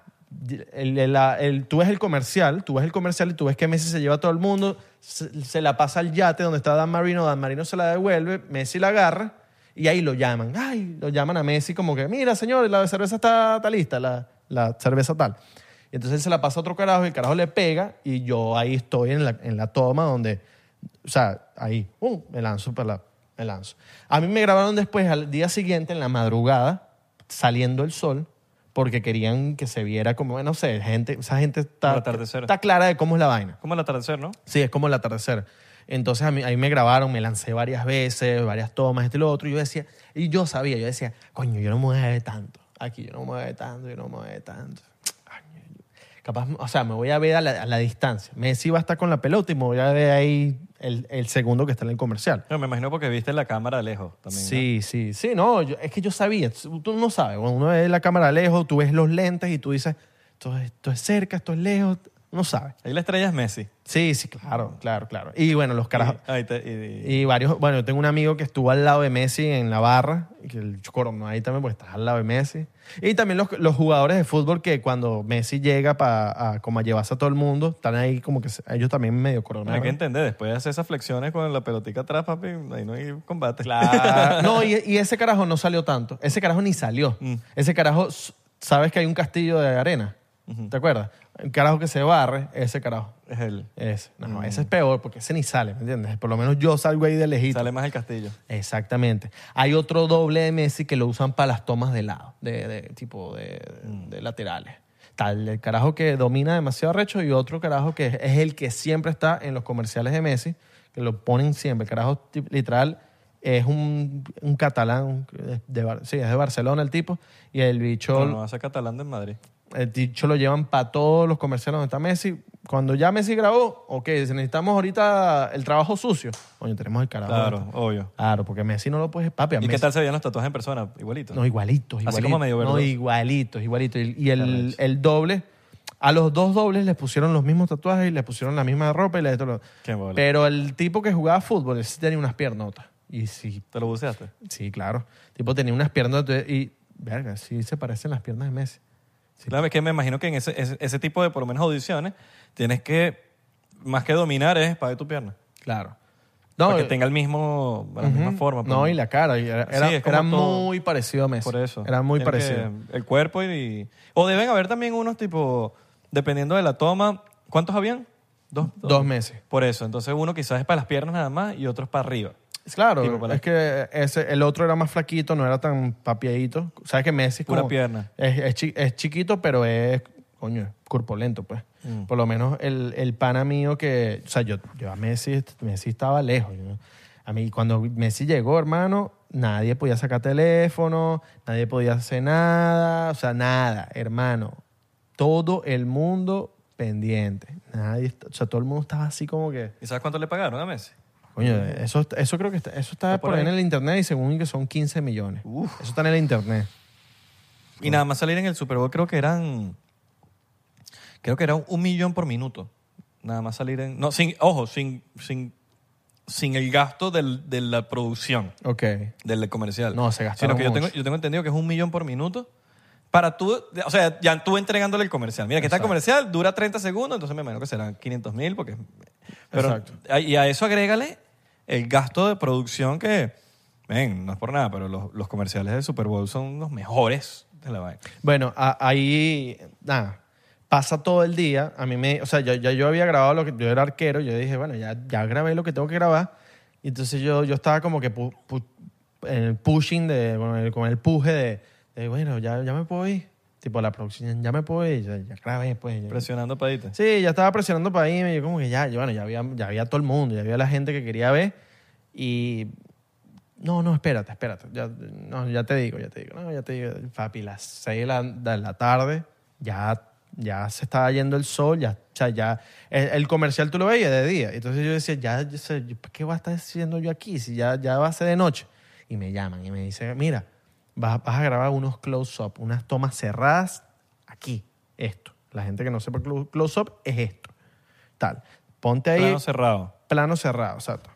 El- el- la- el- tú ves el comercial, tú ves el comercial y tú ves que Messi se lleva a todo el mundo, se, se la pasa al yate donde está Dan Marino, Dan Marino se la devuelve, Messi la agarra y ahí lo llaman. Ay, lo llaman a Messi como que, mira, señor, la cerveza está, está lista, la, la cerveza tal. Y entonces él se la pasa a otro carajo y el carajo le pega y yo ahí estoy en la, en la toma donde, o sea, ahí, uh, me lanzo para la, me lanzo. A mí me grabaron después, al día siguiente, en la madrugada, saliendo el sol, porque querían que se viera como, no sé, gente, esa gente está,
El atardecer.
está clara de cómo es la vaina.
Como el atardecer, ¿no?
Sí, es como el atardecer. Entonces a mí, a mí me grabaron, me lancé varias veces, varias tomas, esto y lo otro. Y yo decía, y yo sabía, yo decía, coño, yo no me voy a ver tanto. Aquí yo no me voy a ver tanto, yo no me voy a ver tanto. Coño, yo- Capaz, o sea, me voy a ver a la, a la distancia. Messi va a estar con la pelota y me voy a ver ahí el, el segundo que está en el comercial.
No, me imagino porque viste la cámara de lejos también. ¿no?
Sí, sí, sí, no, yo- es que yo sabía, tú tú no sabes, cuando uno ve la cámara lejos, tú ves los lentes y tú dices, esto, esto es cerca, esto es lejos, no sabes.
Ahí la estrella es Messi.
Sí, sí, claro, claro, claro. Y bueno, los carajos.
Y- ahí te- y- y-
Y varios, bueno, yo tengo un amigo que estuvo al lado de Messi en la barra, que el coronó ahí también porque estás al lado de Messi. Y también los, los jugadores de fútbol que cuando Messi llega para a, como a llevarse a todo el mundo, están ahí como que se- ellos también medio
Bueno, hay que
coronados.
entender, después de hacer esas flexiones con la pelotica atrás, papi, ahí no hay combate.
Ah, no, y, y ese carajo no salió tanto. Ese carajo ni salió. Ese carajo, s- sabes que hay un castillo de arena, ¿te acuerdas? Un carajo que se barre, ese carajo.
Es él.
Ese, no, ese es peor porque ese ni sale, ¿me entiendes? Por lo menos yo salgo ahí de lejito.
Sale más el castillo.
Exactamente. Hay otro doble de Messi que lo usan para las tomas de lado, de, de- tipo de,
Mm.
de laterales. Tal el carajo que domina demasiado recho y otro carajo que es, es el que siempre está en los comerciales de Messi, que lo ponen siempre. El carajo ti- literal es un, un catalán, un- de, de Bar- sí, es de Barcelona el tipo, y el bicho...
No, no hace catalán de Madrid.
El dicho lo llevan para todos los comerciales donde está Messi. Cuando ya Messi grabó, ok, si necesitamos ahorita el trabajo sucio, coño, tenemos el carajo.
Claro, obvio.
Claro, porque Messi no lo puedes, papi. a
¿Y qué
Messi-
tal se veían los tatuajes en persona? Igualito.
No, igualitos, igualitos.
Así como medio
No,
verdoso.
igualitos, igualitos. Y, y el, el doble, a los dos dobles les pusieron los mismos tatuajes y les pusieron la misma ropa y les- esto, lo-
Qué bola.
Pero el tipo que jugaba fútbol, él sí tenía unas piernotas. Y sí,
¿Te lo buceaste?
sí, claro. tipo tenía unas piernotas y, verga, sí se parecen las piernas de Messi. Sí.
Claro, es que me imagino que en ese, ese, ese tipo de, por lo menos, audiciones, tienes que, más que dominar, es para ver tu pierna.
Claro. No,
para que
eh,
tenga el mismo, la misma
ujú.
forma. pues.
No, y la cara. y era era-
Sí, es como
era
todo.
muy parecido a Messi.
Por eso.
Era muy
Tiene que-
parecido.
el cuerpo y, O deben haber también unos tipo, dependiendo de la toma, ¿cuántos habían? Dos.
Dos Messi.
Por eso. Entonces uno quizás es para las piernas nada más y otro es para arriba. Tipo
Claro,
para-
es que ese, el otro era más flaquito, no era tan papiadito. Sabes que Messi es
Pura
como-
pierna.
Es, es chi- es chiquito, pero es, coño, es corpulento, pues.
Mm.
Por lo menos el, el pana mío que... O sea, yo, yo a Messi, este, Messi estaba lejos. yo- A mí, cuando Messi llegó, hermano, nadie podía sacar teléfono, nadie podía hacer nada, o sea, nada, hermano. Todo el mundo pendiente. Nadie, está- o sea, todo el mundo estaba así como que...
¿Y sabes cuánto le pagaron a Messi?
Coño, eso, eso creo que está, eso está,
Está por
por ahí en
ahí.
el internet y según que son 15 millones. Eso está en el internet.
Y nada más salir en el Super Bowl creo que eran. Creo que era un millón por minuto. Nada más salir en. No, sin, ojo, sin, sin, sin el gasto del- de la producción,
Ok.
del comercial.
No, se gastaron
Sino que yo tengo,
mucho.
yo tengo entendido que es un millón por minuto. Para tú, o sea, ya tú entregándole el comercial. Mira, que está el comercial, dura 30 segundos, entonces me imagino que serán 500 mil, porque. Pero,
Exacto.
a- Y a eso agrégale el gasto de producción que. ven, no es por nada, pero los, los comerciales del Super Bowl son los mejores de la vaina.
Bueno, a- ahí, nada, pasa todo el día. A mí me, o sea, ya, ya yo había grabado lo que, yo era arquero, yo dije, bueno, ya, ya grabé lo que tengo que grabar. Y entonces yo, yo estaba como que pu- pu- en el pushing, de, con, el, con el puje de, de, bueno, ya, ya me puedo ir. Tipo, la producción, ya me puedo ir, ya, ya grabé, pues. ya-
Presionando padita.
Sí, ya estaba presionando para irme. Yo como que ya, yo, bueno, ya había, ya había todo el mundo, ya había la gente que quería ver. Y no, no, espérate, espérate. Ya, no, ya te digo, ya te digo. No, ya te digo. Papi, las seis de la, de la tarde ya, ya se estaba yendo el sol. Ya, o sea, ya el, el comercial tú lo veías de día. Entonces yo decía, ya, yo sé, yo, ¿qué voy a estar haciendo yo aquí si ya, ya va a ser de noche? Y me llaman y me dicen, mira, vas, vas a grabar unos close-up, unas tomas cerradas aquí, esto. La gente que no sepa clo- close-up es esto. Tal. Ponte ahí
Plano cerrado.
plano cerrado, exacto.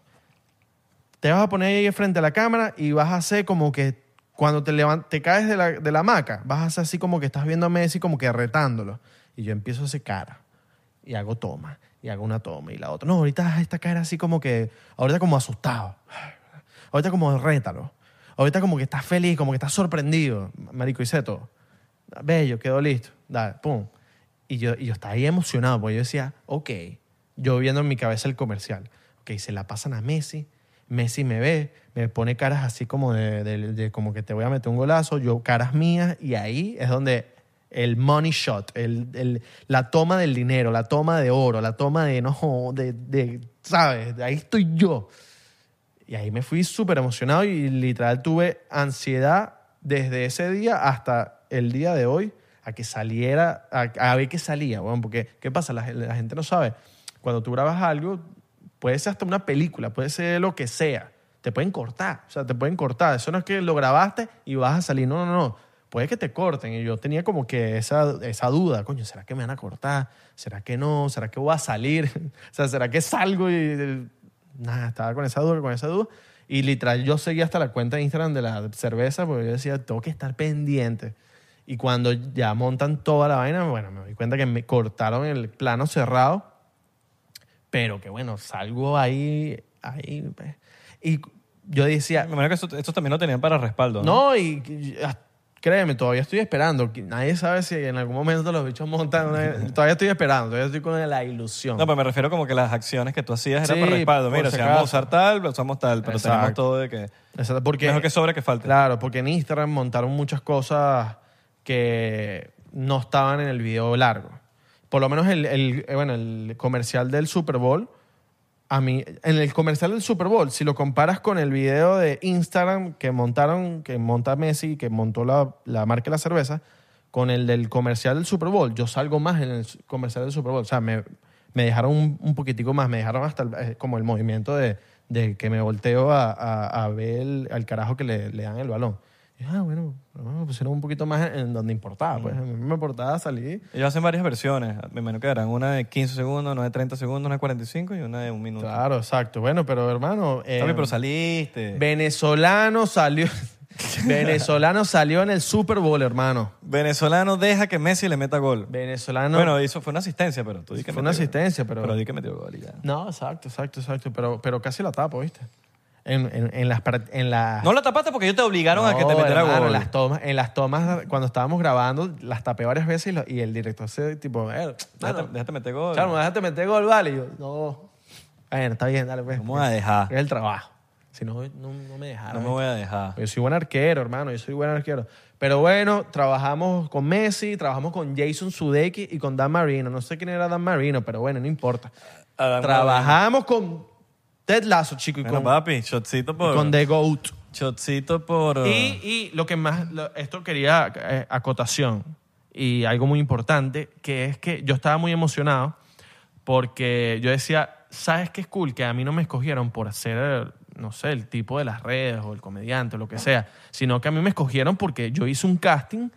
Te vas a poner ahí frente a la cámara y vas a hacer como que cuando te, levan- te caes de la, de la hamaca, vas a hacer así como que estás viendo a Messi como que retándolo. Y yo empiezo a hacer cara y hago toma y hago una toma y la otra. No, ahorita esta cara así como que, ahorita como asustado. Ahorita como rétalo. Ahorita como que estás feliz, como que estás sorprendido. Marico, hice todo. Bello, quedó listo. Dale, pum. Y yo, y yo estaba ahí emocionado porque yo decía, ok, yo viendo en mi cabeza el comercial. Ok, se la pasan a Messi. Messi me ve, me pone caras así como de, de- de como que te voy a meter un golazo, yo caras mías y ahí es donde el money shot, el, el- la toma del dinero, la toma de oro, la toma de, no, de, de, ¿sabes? Ahí estoy yo. Y ahí me fui súper emocionado y literal tuve ansiedad desde ese día hasta el día de hoy a que saliera, a, a ver qué salía, weón, porque ¿qué pasa? La, gen- la gente no sabe. Cuando tú grabas algo, puede ser hasta una película, puede ser lo que sea. Te pueden cortar, o sea, te pueden cortar. Eso no es que lo grabaste y vas a salir. No, no, no. Puede que te corten. Y yo tenía como que esa, esa duda. Coño, ¿será que me van a cortar? ¿Será que no? ¿Será que voy a salir? o sea, ¿será que salgo y nada, estaba con esa duda, con esa duda. Y literal, yo seguía hasta la cuenta de Instagram de la cerveza porque yo decía, tengo que estar pendiente. Y cuando ya montan toda la vaina, bueno, me doy cuenta que me cortaron el plano cerrado. Pero que bueno, salgo ahí, ahí. pues. Y yo decía,
Me imagino que esto, esto también lo tenían para respaldo. ¿no?
no, y, y, ah, créeme, todavía estoy esperando. Que Nadie sabe si en algún momento los bichos montan. una- todavía estoy esperando, todavía estoy con la ilusión.
No, pero me refiero como que las acciones que tú hacías eran
Sí,
para respaldo.
por
Mira,
si
si vamos a
acaso.
usar tal, usamos tal, pero
Exacto.
tenemos todo de que...
Exacto, porque
Mejor que sobre que falte.
Claro, porque en Instagram montaron muchas cosas que no estaban en el video largo. Por lo menos el, el- eh, bueno, el comercial del Super Bowl, a mí, en el comercial del Super Bowl, si lo comparas con el video de Instagram que montaron, que monta Messi, que montó la, la marca de la cerveza, con el del comercial del Super Bowl, yo salgo más en el su- comercial del Super Bowl. O sea, me, me dejaron un, un poquitico más, me dejaron hasta el- eh, como el movimiento de, de que me volteo a, a- a ver el- al carajo que le, le dan el balón. Y, ah, bueno, no, me pusieron un poquito más en, en donde importaba. Pues a mí me importaba salir.
Ellos hacen varias versiones. Me imagino que harán una de 15 segundos, una de 30 segundos, una de 45 y una de un minuto.
Claro, exacto. Bueno, pero hermano... eh,
Está bien, pero saliste.
Venezolano salió. Venezolano salió en el Super Bowl, hermano.
Venezolano deja que Messi le meta gol.
Venezolano.
Bueno, eso fue una asistencia, pero tú di que
Fue una
metió gol.
asistencia, pero-
Pero di que metió gol y ya.
no, exacto, exacto, exacto. Pero, pero casi la tapo, ¿viste? En, en, en las. par- En las
No la tapaste porque ellos te obligaron a que te
Ah. No,
metiera
hermano,
gol.
En las tomas, en las tomas cuando estábamos grabando, las tapé varias veces y, lo- y el director se tipo, eh,
Déjate,
mano,
déjate meter gol.
Chamo, déjate meter gol, vale. Y yo, no. Bueno, está bien, dale, pues.
¿Cómo vas a dejar?
Es el trabajo. Si no, no, no me dejaron.
No me voy a dejar.
Yo soy buen arquero, hermano. Yo soy buen arquero. Pero bueno, trabajamos con Messi, trabajamos con Jason Sudeikis y con Dan Marino. No sé quién era Dan Marino, pero bueno, no importa.
A Dan
Trabajamos con Ted Lasso, chico, y
Bueno,
con,
papi, shotcito
y
por... Ah.
con The Goat.
Shotcito por...
Y, y lo que más, lo- esto quería eh, acotación y algo muy importante, que es que yo estaba muy emocionado porque yo decía, ¿sabes qué es cool? Que a mí no me escogieron por hacer, no sé, el tipo de las redes o el comediante o lo que sea, sino que a mí me escogieron porque yo hice un casting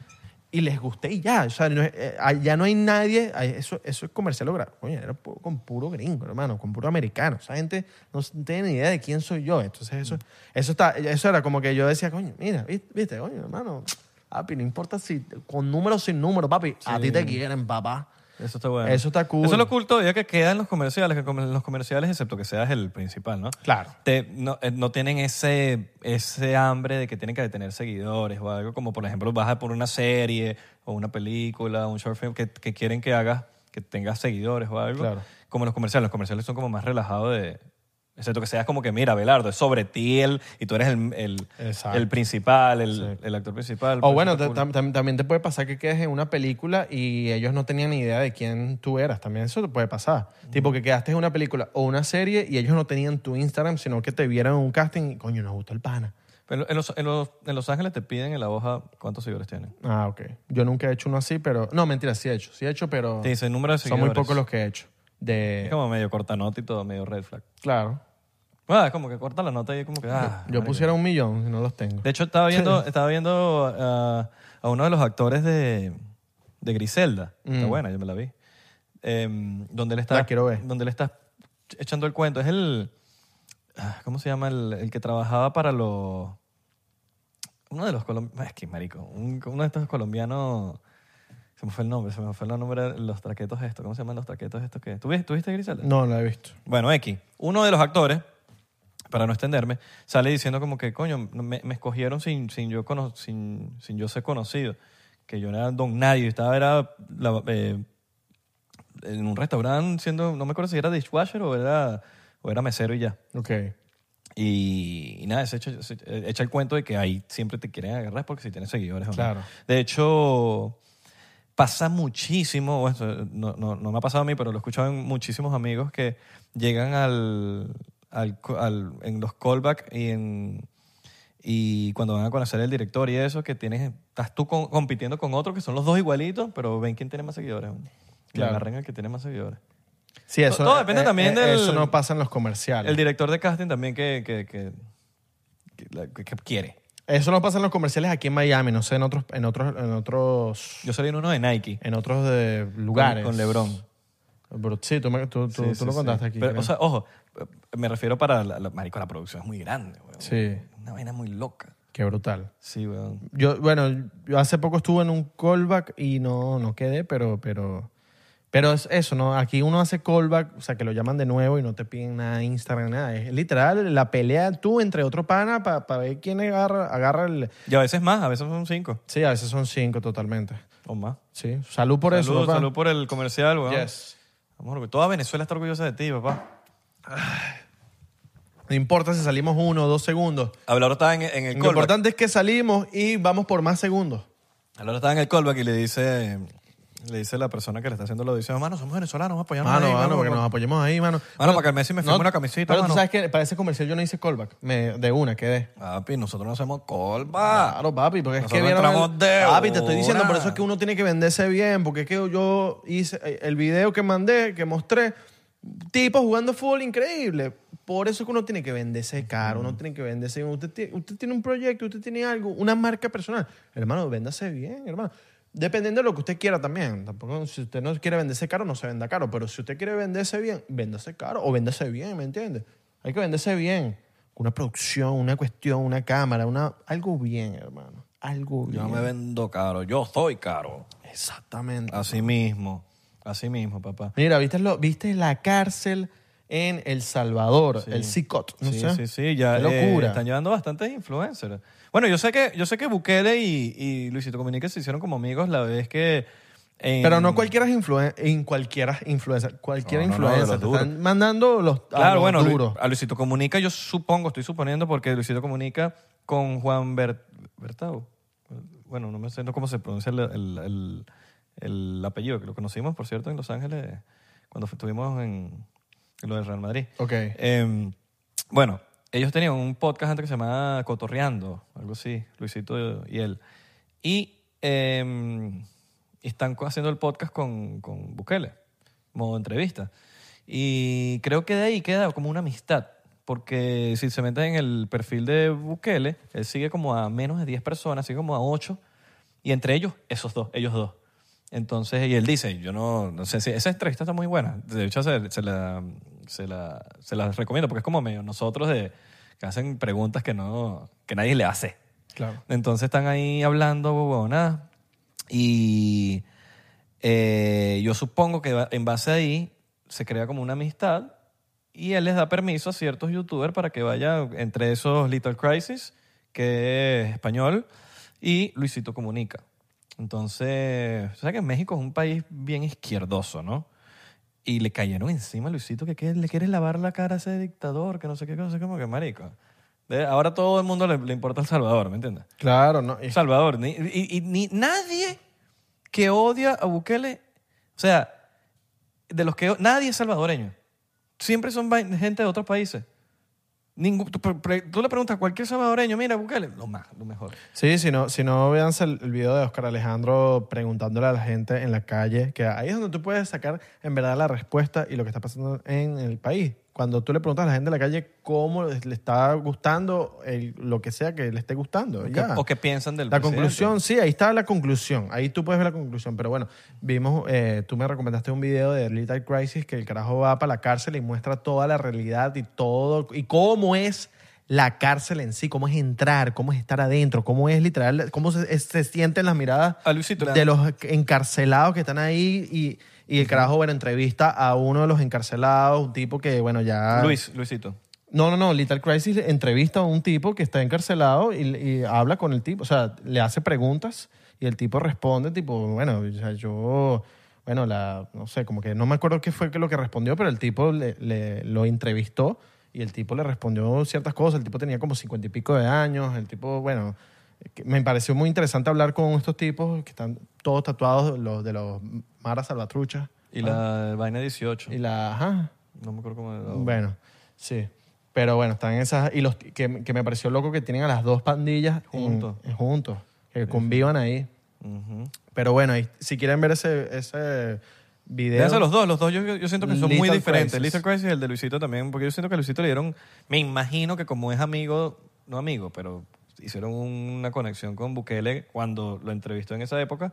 y les gusté y ya. O sea, no es- eh, ah, ya no hay nadie. ah, Eso, eso es comercial logrado. Coño, era pu- con puro gringo, hermano, con puro americano. Esa gente no s- tiene ni idea de quién soy yo. Entonces, eso, eso, está, eso era como que yo decía, coño, mira, vi- viste, coño, hermano, papi, no importa si con número o sin número, papi, a ti te quieren, papá.
uh, Eso está bueno.
Eso está cool.
Eso es lo cool todavía que queda en los comerciales, que como en los comerciales, excepto que seas el principal, ¿no?
Claro.
Te- no, eh, no tienen ese, ese hambre de que tienen que tener seguidores o algo, como por ejemplo vas a por una serie o una película, un short film, que, que quieren que hagas, que tengas seguidores o algo.
Claro.
Como los comerciales. Los comerciales son como más relajados de... Excepto que seas como que, mira, Belardo, es sobre ti el, y tú eres el, el,
Exacto.
el principal, el, el actor principal.
O
Pero
bueno,
eso está
ta-
cool.
tam- tam- también te puede pasar que quedes en una película y ellos no tenían ni idea de quién tú eras. También eso te puede pasar.
Mm.
Tipo que quedaste en una película o una serie y ellos no tenían tu Instagram, sino que te vieron en un casting y, coño, nos gustó el pana.
Pero en los, en, los, en Los Ángeles te piden en la hoja cuántos seguidores tienen.
Ah, ok. Yo nunca he hecho uno así, pero... No, mentira, sí he hecho. Sí he hecho, pero
Te dice el número de
Ah. son muy
seguidores.
pocos los que he hecho.
Es
De...
como medio corta nota y todo, medio red flag.
Claro.
Ah, es como que corta la nota y es como que. Ah,
Yo
marico.
pusiera un millón y no los tengo.
De hecho, estaba viendo, estaba viendo ah, a uno de los actores de, de Griselda. Está buena, yo me la vi. Em, donde él está.
Mm. La quiero ver.
Donde le está echando el cuento. Es el. ah, ¿Cómo se llama? El, el que trabajaba para los. Uno de los colombianos. Es que, marico. un- uno de estos colombianos. Se me fue el nombre, se me fue el nombre de los traquetos estos. ¿Cómo se llaman los traquetos estos? Que... ¿Tú, ves- tú viste Griselda?
No, lo he visto.
Bueno, X, uno de los actores, para no extenderme, sale diciendo como que, coño, me, me escogieron sin, sin, yo cono- sin, sin yo ser conocido, que yo no era don nadie, estaba era la- eh, en un restaurante siendo, no me acuerdo si era dishwasher o era, o era mesero y ya.
Ok.
Y, y nada, se echa, se echa el cuento de que ahí siempre te quieren agarrar porque si tienes seguidores. o no.
Claro.
De hecho, pasa muchísimo, bueno, eso no, no, no me ha pasado a mí, pero lo he escuchado en muchísimos amigos que llegan al, al, co- al- en los callbacks y en... Y cuando van a conocer el director y eso, que tienes, estás tú con- compitiendo con otro que son los dos igualitos, pero ven quién tiene más seguidores. Y
Claro.
agarran el que tiene más seguidores.
Sí, eso... eh,
todo depende también del-
Eso no pasa en los comerciales.
El director de casting también que, que, que- que la- que- que quiere.
Eso no pasa en los comerciales aquí en Miami, no sé en otros, en otros, en otros,
Yo salí en uno de Nike.
en otros de lugares.
Con, con LeBron.
Bro, sí, tú, me- tú, tú-
Sí,
tú
sí,
lo
sí.
contaste aquí.
Pero,
creo.
o sea, ojo, me refiero para. La, la- marico, la producción es muy grande, weón.
sí,
Una vaina muy loca.
qué brutal.
Sí, weón.
Yo, bueno, yo hace poco estuve en un callback y no, no quedé, pero, pero, pero es eso, ¿no? Aquí uno hace callback, o sea, que lo llaman de nuevo y no te piden nada de Instagram, nada. Es literal la pelea tú entre otro pana para ver quién agarra, agarra el...
Y a veces más, a veces son cinco
Sí, a veces son cinco totalmente.
o más.
Sí, salud por
salud,
eso, papá.
salud por el comercial, weón.
Yes.
Vamos, orgu- toda Venezuela está orgullosa de ti, papá.
No importa si salimos uno o dos segundos.
Hablar estaba en, en el
Lo
callback.
importante es que salimos y vamos por más segundos.
Hablar estaba en el callback y le dice. Le dice la persona que le está haciendo la audición, mano, somos venezolanos, vamos a apoyarnos.
Mano,
ahí,
mano,
vamos,
porque nos
vamos".
apoyemos ahí, mano.
Mano, para que el Messi me firme una camisita,
Pero
mano.
tú sabes que para ese comercial yo no hice callback. Me- de una, quedé.
Papi, nosotros no hacemos callback.
Claro, papi, porque es que
Ah. Nosotros
vieron.
entramos de
papi, te estoy diciendo,
una.
por eso es que uno tiene que venderse bien, porque es que yo hice eh, el video que mandé, que mostré, tipos jugando fútbol increíble. Por eso es que uno tiene que venderse caro, uno tiene que venderse bien. Usted, ti- usted tiene un proyecto, usted tiene algo, una marca personal. Hermano, véndase bien, hermano. Dependiendo de lo que usted quiera también. Tampoco, si usted no quiere venderse caro, no se venda caro. Pero si usted quiere venderse bien, véndase caro o véndase bien, ¿me entiende? Hay que venderse bien. Una producción, una cuestión, una cámara, una, algo bien, hermano. Algo bien.
Yo me vendo caro, yo soy caro.
Exactamente.
Así mismo, así mismo, papá.
Mira, ¿viste, lo, ¿viste la cárcel en El Salvador? El CICOT. No
sí,
sé.
sí, sí,
Qué
ya eh,
locura.
están llevando bastantes influencers. Bueno, yo sé que yo sé que Bukele y, y Luisito Comunica se hicieron como amigos la vez que en-
Pero no cualquiera es influen- en cualquiera influencia, cualquier
No, no, no, de
influencia.
los
Te
duros.
están mandando los, a
Claro,
los
bueno, ah, Lu-
duros.
a Luisito Comunica yo supongo, estoy suponiendo porque Luisito Comunica con Juan Bert, Bertau. Bueno, no me sé no cómo se pronuncia el, el- el- el apellido, que lo conocimos, por cierto, en Los Ángeles cuando fu- estuvimos en, en lo del Real Madrid.
Ok.
Eh, bueno, ellos tenían un podcast antes que se llamaba Cotorreando, algo así, Luisito y él. Y eh, están co- haciendo el podcast con, con Bukele, modo entrevista. Y creo que de ahí queda como una amistad, porque si se meten en el perfil de Bukele, él sigue como a menos de 10 personas, sigue como a 8, y entre ellos, esos dos, ellos dos. Entonces, y él dice, yo no, no sé si esa entrevista está muy buena. De hecho, se, se la, se, la, se la recomiendo porque es como medio nosotros de, que hacen preguntas que, no, que nadie le hace.
Claro.
Entonces están ahí hablando, huevonadas. Y Eh, yo supongo que va- en base ahí se crea como una amistad y él les da permiso a ciertos youtubers para que vaya entre esos Little Crisis, que es español, y Luisito Comunica. Entonces, o sea que México es un país bien izquierdoso, ¿no? Y le cayeron encima a Luisito que, que le quiere lavar la cara a ese dictador, que no sé qué, que no sé cómo, que marico. De- ahora todo el mundo le, le importa El Salvador, ¿me entiendes?
Claro, no.
El Eh. Salvador. Ni, y, y ni nadie que odia a Bukele, o sea, de los que nadie es salvadoreño. Siempre son vain- gente de otros países. Ningún- tú, pre- pre- tú le preguntas a cualquier salvadoreño, mira, Bukele, lo más, lo mejor.
Sí, si no, si no véanse el, el video de Oscar Alejandro preguntándole a la gente en la calle, que ahí es donde tú puedes sacar en verdad la respuesta y lo que está pasando en el país. Cuando tú le preguntas a la gente en la calle cómo les- le está gustando el- lo que sea que le esté gustando.
O
ya.
que- o que piensan del
La
presidente.
conclusión, sí, ahí está la conclusión. Ahí tú puedes ver la conclusión. Pero bueno, vimos, eh, tú me recomendaste un video de Little Crisis que el carajo va para la cárcel y muestra toda la realidad y todo, y cómo es la cárcel en sí, cómo es entrar, cómo es estar adentro, cómo es literal, cómo se, es- se sienten las miradas
A Luisito le
de
han-
los encarcelados que están ahí y, y el carajo, bueno, entrevista a uno de los encarcelados, un tipo que, bueno, ya...
Luis, Luisito.
No, no, no. Little Crisis entrevista a un tipo que está encarcelado y, y habla con el tipo. O sea, le hace preguntas y el tipo responde, tipo, bueno, o sea, yo. Bueno, la, no sé, como que no me acuerdo qué fue que lo que respondió, pero el tipo le, le- lo entrevistó y el tipo le respondió ciertas cosas. El tipo tenía como cincuenta y pico de años. El tipo, bueno, que me pareció muy interesante hablar con estos tipos que están todos tatuados, los de los Maras Salvatruchas.
Y la vaina 18.
Ah. Y la. ajá.
No me acuerdo cómo era.
Bueno, sí. Pero bueno, están esas. Y los que, que me pareció loco que tienen a las dos pandillas en-
Juntos.
en- juntos, que convivan ahí.
Ujú.
Pero bueno, ahí- si quieren ver ese, ese video.
Véanse los dos, los dos yo, yo siento que son muy
Little
diferentes.
Crisis.
Little Crisis y el de Luisito también, porque yo siento que a Luisito le dieron, me imagino que como es amigo, no amigo, pero hicieron una conexión con Bukele cuando lo entrevistó en esa época.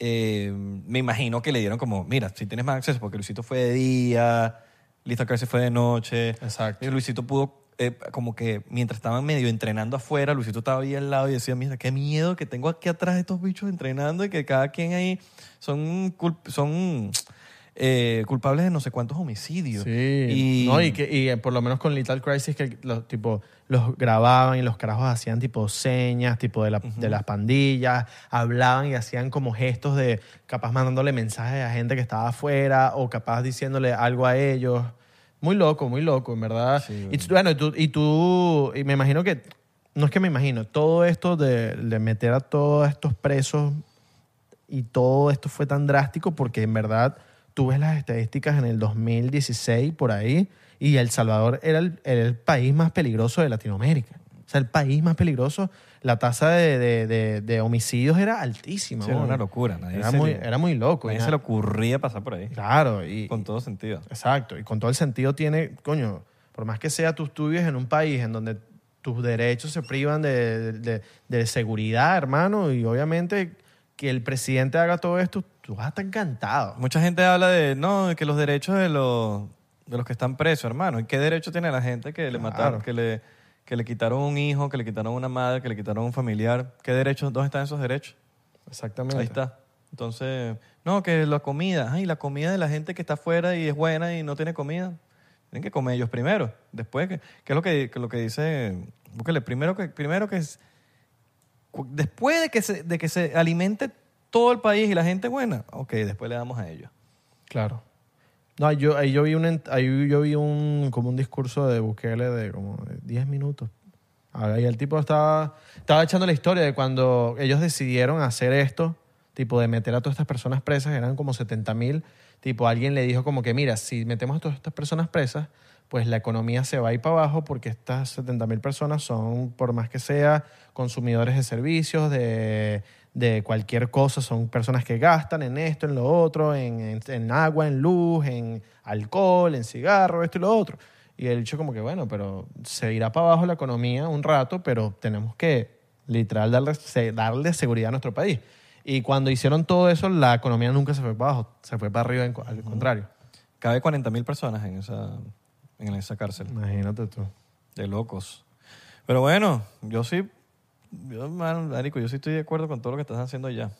Eh, me imagino que le dieron como, mira, si tienes más acceso, porque Luisito fue de día, Little Crisis fue de noche.
Exacto.
Y Luisito pudo, eh, como que mientras estaban medio entrenando afuera, Luisito estaba ahí al lado y decía, mira, qué miedo que tengo aquí atrás de estos bichos entrenando y que cada quien ahí son, culp- son eh, culpables de no sé cuántos homicidios.
Sí.
Y-
No, y, que, y eh, por lo menos con Little Crisis, que los, tipo, los grababan y los carajos hacían tipo señas, tipo de, la- de las pandillas, hablaban y hacían como gestos de capaz mandándole mensajes a gente que estaba afuera o capaz diciéndole algo a ellos. Muy loco, muy loco, en verdad. y tú- bueno, y tú, y tú- y me imagino que, no es que me imagino, todo esto de, de meter a todos estos presos y todo esto fue tan drástico porque en verdad tú ves las estadísticas en el 2016 por ahí y El Salvador era el, era el país más peligroso de Latinoamérica. O sea, el país más peligroso, la tasa de, de- de- de homicidios era altísima.
Sí, era
weón.
una locura, nadie
Era
se
muy,
le-
era muy loco.
A
y
ella se
na-
le ocurría pasar por ahí,
Claro, y,
con todo sentido.
Exacto, y con todo el sentido tiene, coño, por más que sea tú tú vives en un país en donde tus derechos se privan de, de- de seguridad, hermano, y obviamente que el presidente haga todo esto, tú vas a estar encantado.
Mucha gente habla de, no, de que los derechos de los, de los que están presos, hermano. ¿Y qué derecho tiene la gente que le mataron, que le, que le quitaron un hijo, que le quitaron una madre, que le quitaron un familiar? ¿Qué derechos? ¿Dónde están esos derechos?
Exactamente.
Ahí está. Entonces, no, que la comida, ay, la comida de la gente que está afuera y es buena y no tiene comida. Tienen que comer ellos primero. Después, que, que es lo que, que lo que dice Bukele? Primero que, primero que es- cu- después de que, se, de que se alimente todo el país y la gente buena, ok, después le damos a ellos.
Claro. No, yo, ahí yo vi un, ent- ahí yo vi un, como un discurso de Bukele de como de 10 minutos. Ahora, Y el tipo estaba, estaba echando la historia de cuando ellos decidieron hacer esto, tipo de meter a todas estas personas presas, eran como 70 mil, tipo alguien le dijo como que, mira, si metemos a todas estas personas presas, pues la economía se va a ir para abajo porque estas 70 mil personas son, por más que sea, consumidores de servicios, de, de cualquier cosa, son personas que gastan en esto, en lo otro, en, en- en agua, en luz, en alcohol, en cigarro, esto y lo otro. Y el dicho como que, bueno, pero se irá para abajo la economía un rato, pero tenemos que literal darle, se- darle seguridad a nuestro país. Y cuando hicieron todo eso, la economía nunca se fue para abajo, se fue para arriba, en co- al contrario.
Cabe 40 mil personas en esa, en esa cárcel.
Imagínate tú.
De locos. Pero bueno, yo sí, yo, man, marico, yo sí estoy de acuerdo con todo lo que estás haciendo allá.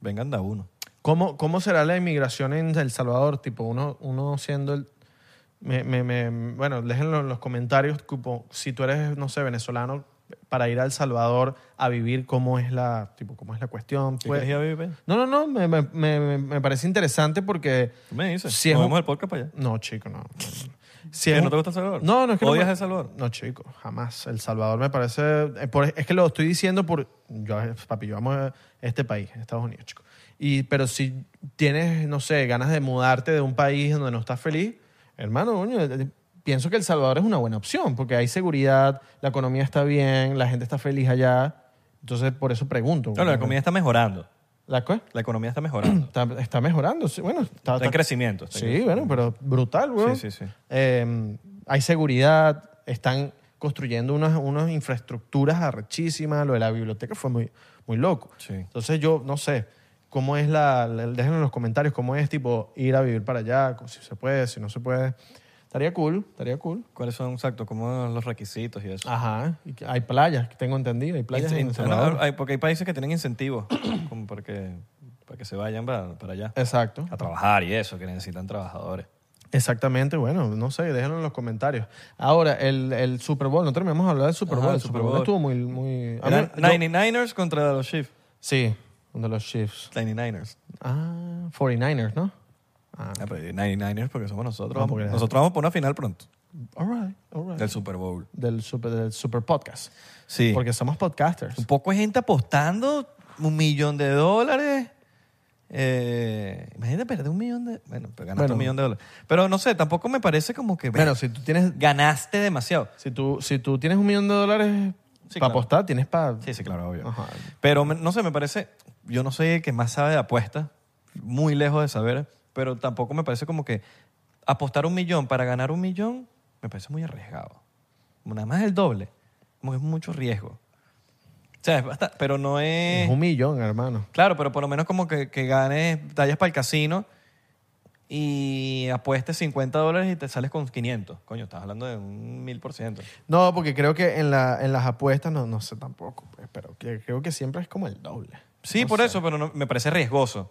Vengan de a uno.
¿Cómo, ¿Cómo será la inmigración en El Salvador? Tipo, uno, uno siendo el... me- me- me- bueno, déjenlo en los comentarios, tipo, si tú eres, no sé, venezolano, para ir a El Salvador a vivir, ¿cómo es la, tipo, cómo es la cuestión?
¿Qué
Pues-
quieres ir a vivir, pues?
no, no, no, me, me- me- me parece interesante porque...
¿Tú me dices?
Si es
Nos
un-
vemos el podcast para allá.
No, chico, no. no, no. Si
¿Qué,
es
¿No
un-
te gusta El Salvador?
No, no es que no
¿Odias
me-
El Salvador?
No, chico, jamás. El Salvador me parece. eh, por- Es que lo estoy diciendo por. Yo, papi, yo amo eh, este país, Estados Unidos, chico. Y, pero si tienes, no sé, ganas de mudarte de un país donde no estás feliz, hermano, coño, eh, pienso que El Salvador es una buena opción porque hay seguridad, la economía está bien, la gente está feliz allá. Entonces, por eso pregunto.
No, la economía está mejorando.
¿La qué?
La economía está mejorando.
Está, está mejorando. sí, Bueno, está,
Está en
está-
crecimiento. está en
Sí,
crecimiento.
bueno, pero brutal, güey.
Sí, sí, sí.
Eh, hay seguridad, están construyendo unas, unas infraestructuras arrechísimas, lo de la biblioteca fue muy, muy loco.
Sí.
Entonces yo no sé cómo es la, la- déjenlo en los comentarios, cómo es tipo ir a vivir para allá, si se puede, si no se puede. Estaría cool, estaría cool.
¿Cuáles son exacto? ¿Cómo los requisitos y eso?
Ajá, y que hay playas, que tengo entendido, hay playas
Ince-
en El
no,
Salvador.
hay- porque hay países que tienen incentivos como para que, para que se vayan para, para allá
Exacto.
a trabajar y eso, que necesitan trabajadores.
Exactamente, bueno, no sé, déjenlo en los comentarios. Ahora, el, el Super Bowl, no terminamos de hablar del Super
Ajá,
Bowl. el
el
Super
Super
Bowl
Bowl.
estuvo muy... muy a
Eran
mí- yo-
99ers contra los Chiefs.
Sí, uno de los Chiefs.
99ers.
Ah, 49ers, ¿no? Ah,
Ah, pero 99ers porque Ah, somos nosotros.
Ah,
Vamos-
porque-
nosotros vamos por una final pronto
all right, all right.
del
Del,
Super Bowl.
super, del super podcast.
Sí.
Porque somos podcasters.
un poco de gente apostando un millón de dólares. Eh, imagínate perder un millón de... Bueno, pero ganaste
Bueno.
un millón de dólares. Pero no sé, tampoco me parece como que...
Bueno, si tú tienes,
ganaste demasiado.
si tú, si tú tienes un millón de dólares para
Sí, claro.
apostar, tienes para...
Sí, sí, claro, obvio.
Ajá.
Pero me- no sé, me parece, yo no soy el que más sabe de apuestas, muy lejos de saber, pero tampoco me parece como que apostar un millón para ganar un millón me parece muy arriesgado. Como Nada más el doble, como que es mucho riesgo. O sea, es basta- pero no es...
Es un millón, hermano.
Claro, pero por lo menos como que, que ganes, tallas para el casino y apuestes 50 dólares y te sales con 500. Coño, estás hablando de un 1000%.
No, porque creo que en, la, en las apuestas, no, no sé tampoco, pues, pero que- creo que siempre es como el doble.
Sí,
No
por
sé.
eso, pero no- me parece riesgoso.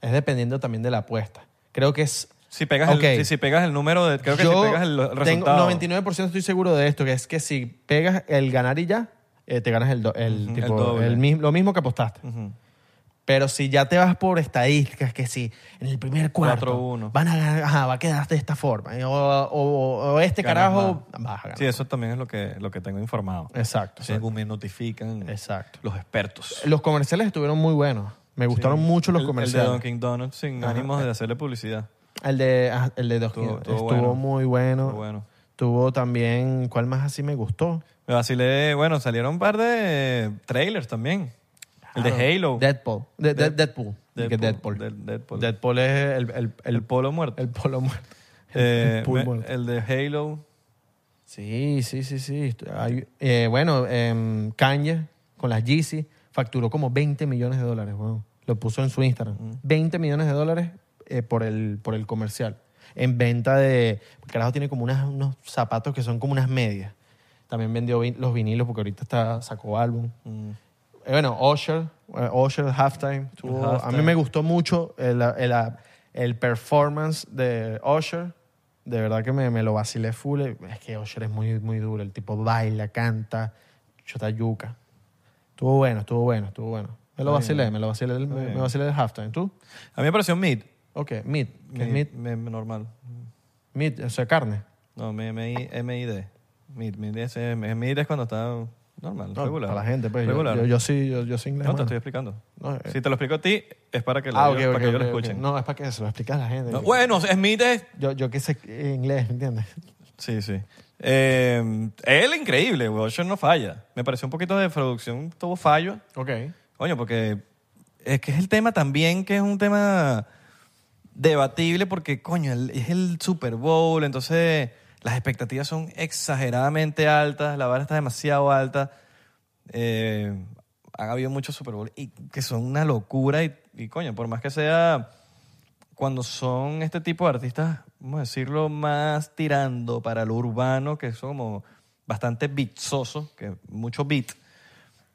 Es dependiendo también de la apuesta. Creo que es...
Si pegas,
Ok.
el, si, si pegas el número, de, creo que
Yo
si pegas el
tengo-
resultado.
99% estoy seguro de esto, que es que si pegas el ganar y ya, eh, te ganas el, do- el,
Ujú, el
tipo,
doble.
el mi- lo mismo que apostaste.
Ujú.
Pero si ya te vas por estadísticas, que si en el primer cuarto
4-1.
van a ganar, ajá, va a quedarte de esta forma. eh, O, o- o este
Ganas
carajo vas a ganar.
Sí, eso también es lo que, lo que tengo informado.
Exacto. exacto.
Según me notifican
Exacto.
los expertos.
Los comerciales estuvieron muy buenos. Me gustaron mucho los
El-
comerciales.
El de Dunkin' Donuts sin
Ajá.
ánimos de hacerle publicidad.
El de, ajá, el de Dunkin'
Estuvo-
estuvo,
estuvo bueno.
muy bueno.
Pero bueno.
Tuvo también, ¿cuál más así me gustó?
Me vacilé, bueno, salieron un par de eh, trailers también. El de Halo.
Deadpool. De- de-
Dead-
Deadpool. Dije que Deadpool.
Deadpool. Del- Deadpool.
Deadpool es el, el,
el
el,
polo muerto.
el polo muerto. El,
Eh,
pool
me-
muerto.
el de Halo.
Sí, sí, sí, sí. Esto- hay- eh, bueno, em, Kanye con las Yeezy facturó como 20 millones de dólares. weón. Lo puso en su Instagram. 20 millones de dólares eh, por, el, por el comercial. En venta de... el Carajo tiene como unas- unos zapatos que son como unas medias. También vendió vin- los vinilos porque ahorita está, sacó álbum.
Mm.
Eh, bueno, Usher, eh, Usher Halftime. tuvo-
El halftime.
A mí me gustó mucho el, el- el performance de Usher. De verdad que me, me lo vacilé full. Es que Usher es muy, muy duro. El tipo baila, canta, chota yuca. Estuvo bueno, estuvo bueno, estuvo bueno. Me lo vacilé, me lo vacilé, el- me,
bien.
me vacilé el halftime. ¿Tú?
A mí me pareció Mid.
Ok, meat. ¿Qué es meat?
Mid, normal.
Meat, o sea, carne.
No, M- M- M-I-D. Mid, mid, es, eh, mid es cuando está normal,
No,
regular.
Para la gente, pues. yo-
Regular.
Yo, yo, sí, yo, yo soy inglés.
no, te
mano.
estoy explicando.
No, eh.
Si te lo explico a ti, es para que, lo-
Ah, ok,
para
ok,
que ellos lo
ok, ok.
escuchen.
No, es para que se lo explique a la gente.
No, bueno, Smith es...
Yo, yo que sé inglés, ¿me entiendes?
Sí, sí. Eh, él increíble, güey. Usher no falla. Me pareció un poquito de producción, tuvo fallo.
Ok.
Coño, porque es que es el tema también que es un tema debatible porque, coño, el- es el Super Bowl, entonces las expectativas son exageradamente altas, la vara está demasiado alta. Eh, han habido muchos Super Bowl y que son una locura y, y, coño, por más que sea cuando son este tipo de artistas, vamos a decirlo, más tirando para lo urbano, que son como bastante beatsosos, que mucho beat,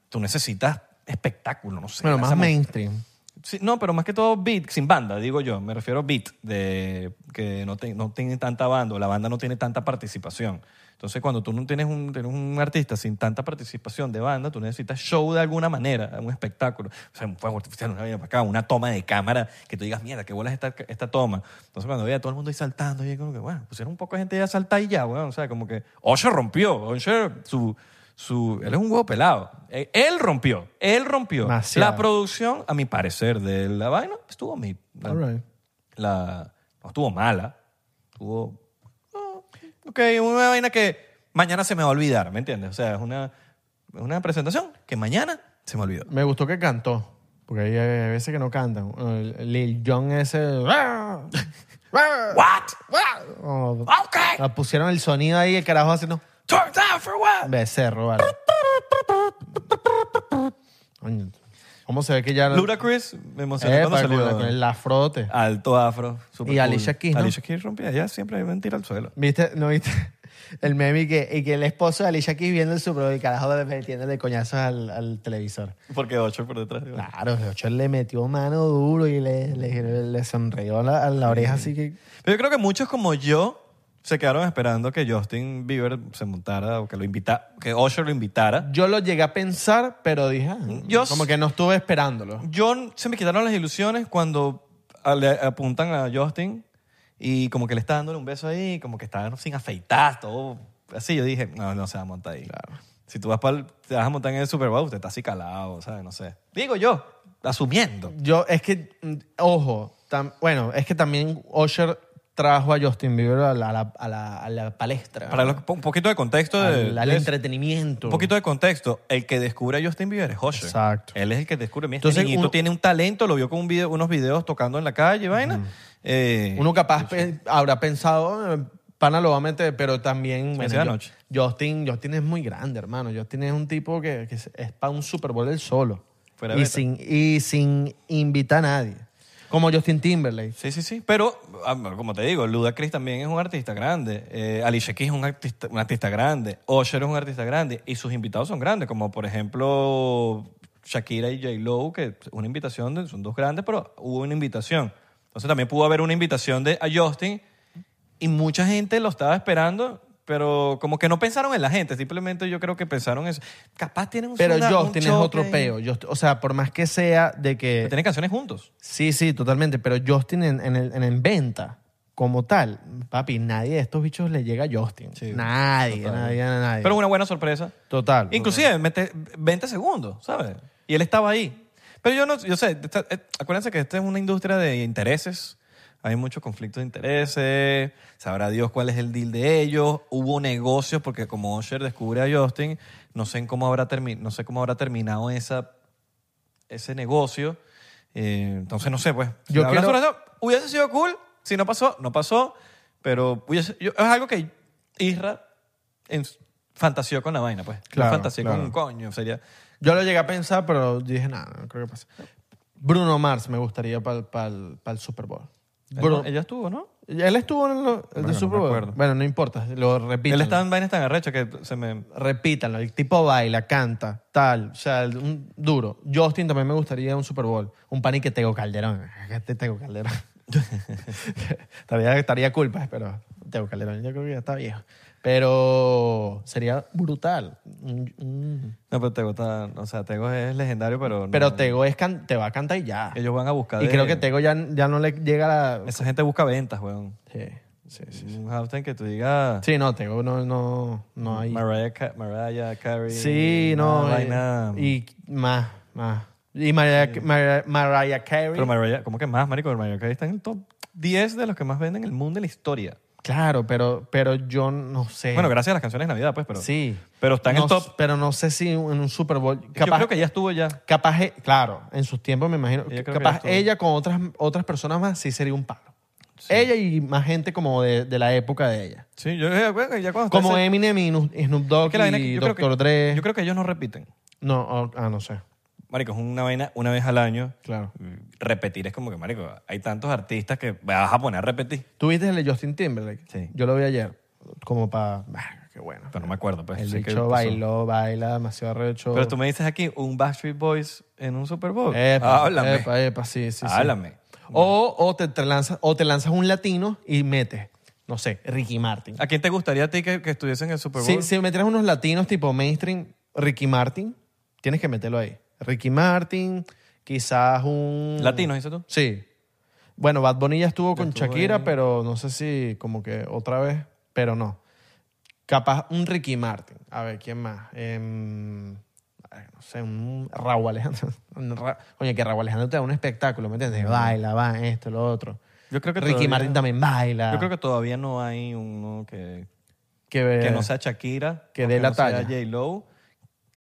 tú necesitas espectáculo, no sé.
Bueno,
la-
más
esa mu-
mainstream.
Sí, no, pero más que todo beat, sin banda, digo yo. Me refiero a beat, de que no, te- no tiene tanta banda, o la banda no tiene tanta participación. Entonces, cuando tú no tienes un, tienes un artista sin tanta participación de banda, tú necesitas show de alguna manera, un espectáculo. O sea, un fuego artificial, una vaina para acá, una toma de cámara que tú digas, mierda, qué bola es esta, esta toma. Entonces, cuando veía a todo el mundo ahí saltando, y como que, bueno, pusieron un poco de gente ahí a saltar y ya, weón. O sea, como que Osher rompió. Osher, su, su, él es un huevo pelado. Eh, Él rompió, él rompió.
Demasiado.
La producción, a mi parecer, de la vaina estuvo mi. La,
All right.
la- no estuvo mala. Estuvo. ah, ok, una vaina que mañana se me va a olvidar, ¿me entiendes? O sea, es una, una presentación que mañana se me olvidó.
Me gustó que cantó, porque hay, hay veces que no cantan. El- Lil Jon ese... ¡Ah!
¿What?
Oh,
Ok.
la pusieron el sonido ahí, el carajo haciendo...
Turns out for what?
Becerro, vale. Coño, ¿Cómo se ve que ya...
Ludacris, me emocioné
Eh,
cuando
para
salió. Ah.
con el afrote.
Alto afro. super
Y
cool.
Alicia Keys, ¿no?
Alicia Keys rompía. Ella siempre hay mentira al suelo.
¿Viste? ¿No viste? El meme y que, y que el esposo de Alicia Keys viendo el Super Bowl y el carajo de metiéndole coñazos al, al televisor.
Porque ocho por detrás.
Claro, el ocho le metió mano duro y le, le, le sonrió la, a la oreja así que...
Pero yo creo que muchos como yo se quedaron esperando que Justin Bieber se montara o que lo invita, que Usher lo invitara.
Yo lo llegué a pensar, pero dije, ah,
Yo
como
s-
que no estuve esperándolo.
Yo se me quitaron las ilusiones cuando a- le apuntan a Justin y como que le está dándole un beso ahí, como que está sin afeitar, todo así. Yo dije, no, no se va a montar ahí. Si tú vas para te vas a montar en el Super Bowl, te estás así calado, ¿sabes? No sé. Digo yo, asumiendo.
Yo, es que, mm, ojo, tam- bueno, es que también Usher trajo a Justin Bieber a la, a la- a la- a la palestra.
Para los- un poquito de contexto de,
al, al
de eso.
entretenimiento.
Un poquito de contexto. El que descubre a Justin Bieber es Usher.
Exacto.
Él es el que descubre. Mira,
Entonces,
este niñito
uno-
tiene un talento, lo vio con un video- unos videos tocando en la calle, vaina. Eh,
Uno capaz pe- habrá pensado, eh, pana lo va a meter, pero también...
me hace
yo-
la noche.
Justin, Justin es muy grande, hermano. Justin es un tipo que, que es es para un Super Bowl él solo.
Fuera
y,
beta.
sin, y sin invitar a nadie. Como Justin Timberlake.
Sí, sí, sí. Pero, ah, como te digo, Ludacris también es un artista grande. Eh, Alicia Keys es un artista, un artista grande. Usher es un artista grande. Y sus invitados son grandes, como por ejemplo Shakira y J. Lowe, que una invitación, de- son dos grandes, pero hubo una invitación. Entonces también pudo haber una invitación de, a Justin y mucha gente lo estaba esperando. Pero como que no pensaron en la gente, simplemente yo creo que pensaron en eso. Capaz tienen un
Pero
una- un
Justin es
choque
otro
ahí.
peo. Justin- o sea, por más que sea de que...
Pero tienen canciones juntos.
Sí, sí, totalmente. Pero Justin en, en, el- en, en venta, como tal, papi, nadie de estos bichos le llega a Justin.
Sí.
nadie, nadie, nadie.
Pero una buena sorpresa.
total.
Inclusive, mete 20 segundos, ¿sabes? Y él estaba ahí. Pero yo no, yo sé, esta- eh, acuérdense que esta es una industria de intereses. Hay muchos conflictos de intereses. Sabrá Dios cuál es el deal de ellos. Hubo negocios porque como Usher descubre a Justin, no sé en cómo habrá termi- no sé cómo habrá terminado esa ese negocio. Eh, entonces no sé, pues.
Yo
Habrá
quiero-
sorpresa. hubiese sido cool. Si no pasó, no pasó. Pero hubiese- yo- es algo que Isra en- fantaseó con la vaina, pues.
Claro,
No fantaseó
claro.
con un coño. Sería.
Yo lo llegué a pensar, pero dije, nada, no creo que pase. Bruno Mars me gustaría para el Super Bowl. Bruno-
Ella estuvo, ¿no?
él estuvo en lo- el
Bueno,
de
no
Super
me
Bowl.
acuerdo.
bueno, no importa, lo repito.
Él estaba en vainas tan arrechas que se me.
Repítanlo, el tipo baila, canta, tal, o sea, el- un duro. Justin también me gustaría un Super Bowl, un panique Tego Calderón, este Tego Calderón. estaría, estaría culpa, pero Tego Calderón yo creo que ya está viejo. Pero sería brutal. Mm, Un- un-
No, pero Tego está. O sea, Tego es legendario, pero. no-
Pero Tego es can- te va a cantar y ya.
Ellos van a buscar.
Y
de-
creo que Tego ya, ya no le llega la...
Esa gente busca ventas, weón.
Sí, sí, sí.
Un Halftime que tú digas.
Sí, no, Tego no, no, no hay...
Mariah, Ca- Mariah Carey.
Sí,
una
no. eh,
vaina-
Y más, más. Y Mariah, Mariah- Mariah Carey.
Pero Mariah, ¿cómo que más, marico? Mariah Carey está en el top 10 de los que más venden en el mundo de la historia.
claro, pero, pero yo no sé.
Bueno, gracias a las canciones de Navidad, pues, pero...
Eh. Sí.
Pero está en
No
el
s-
top...
Pero no sé si en un Super Bowl.
yo
Capaz,
creo que ya estuvo ya.
capaz, eh, claro, en sus tiempos me imagino.
Ella creo que ya
capaz
estuvo.
ella con otras, otras personas más sí sería un palo. Ella y más gente como de, de la época de ella.
Sí, yo creo que ya cuando... está
Como
ese-
Eminem y Nu- y Snoop Dogg
que la vaina que
y
yo creo que-
Dr. Dre.
Yo creo que ellos no repiten.
No, oh, ah, no sé.
Marico, es una vaina una vez al año.
Claro.
Repetir es como que, marico, hay tantos artistas que vas a poner a repetir.
¿Tú viste el de Justin Timberlake?
Sí.
Yo lo vi ayer. Como para... Qué bueno.
Pero no me acuerdo, pues.
El
sé que
bicho
pasó.
bailó, baila demasiado recho.
Pero tú me dices aquí un Backstreet Boys en un Super Bowl. Ah,
Epa,
Háblame.
epa, epa, sí, sí, sí.
Háblame.
O, o, te, te lanzas, o te lanzas un latino y metes, no sé, Ricky Martin.
¿A quién te gustaría a ti que, que estuviese en el Super Bowl?
Si, si metieras unos latinos tipo mainstream, Ricky Martin, tienes que meterlo ahí. Ricky Martin, quizás un...
¿Latinos, dices tú?
Sí. Bueno, Bad Bunny ya estuvo con
estuvo
Shakira,
ahí.
pero no sé si como que otra vez, pero no. Capaz un Ricky Martin. A ver, ¿quién más? Em, ay, no sé, un Raúl Alejandro. Un Ra- Oye, que Raúl Alejandro te da un espectáculo, ¿me entiendes? Baila, va, esto, lo otro.
Yo creo que
Ricky
todavía-
Martin también baila.
Yo creo que todavía no hay uno que,
que,
que no sea Shakira,
que
o
dé la
no sea
talla.
J-Lo.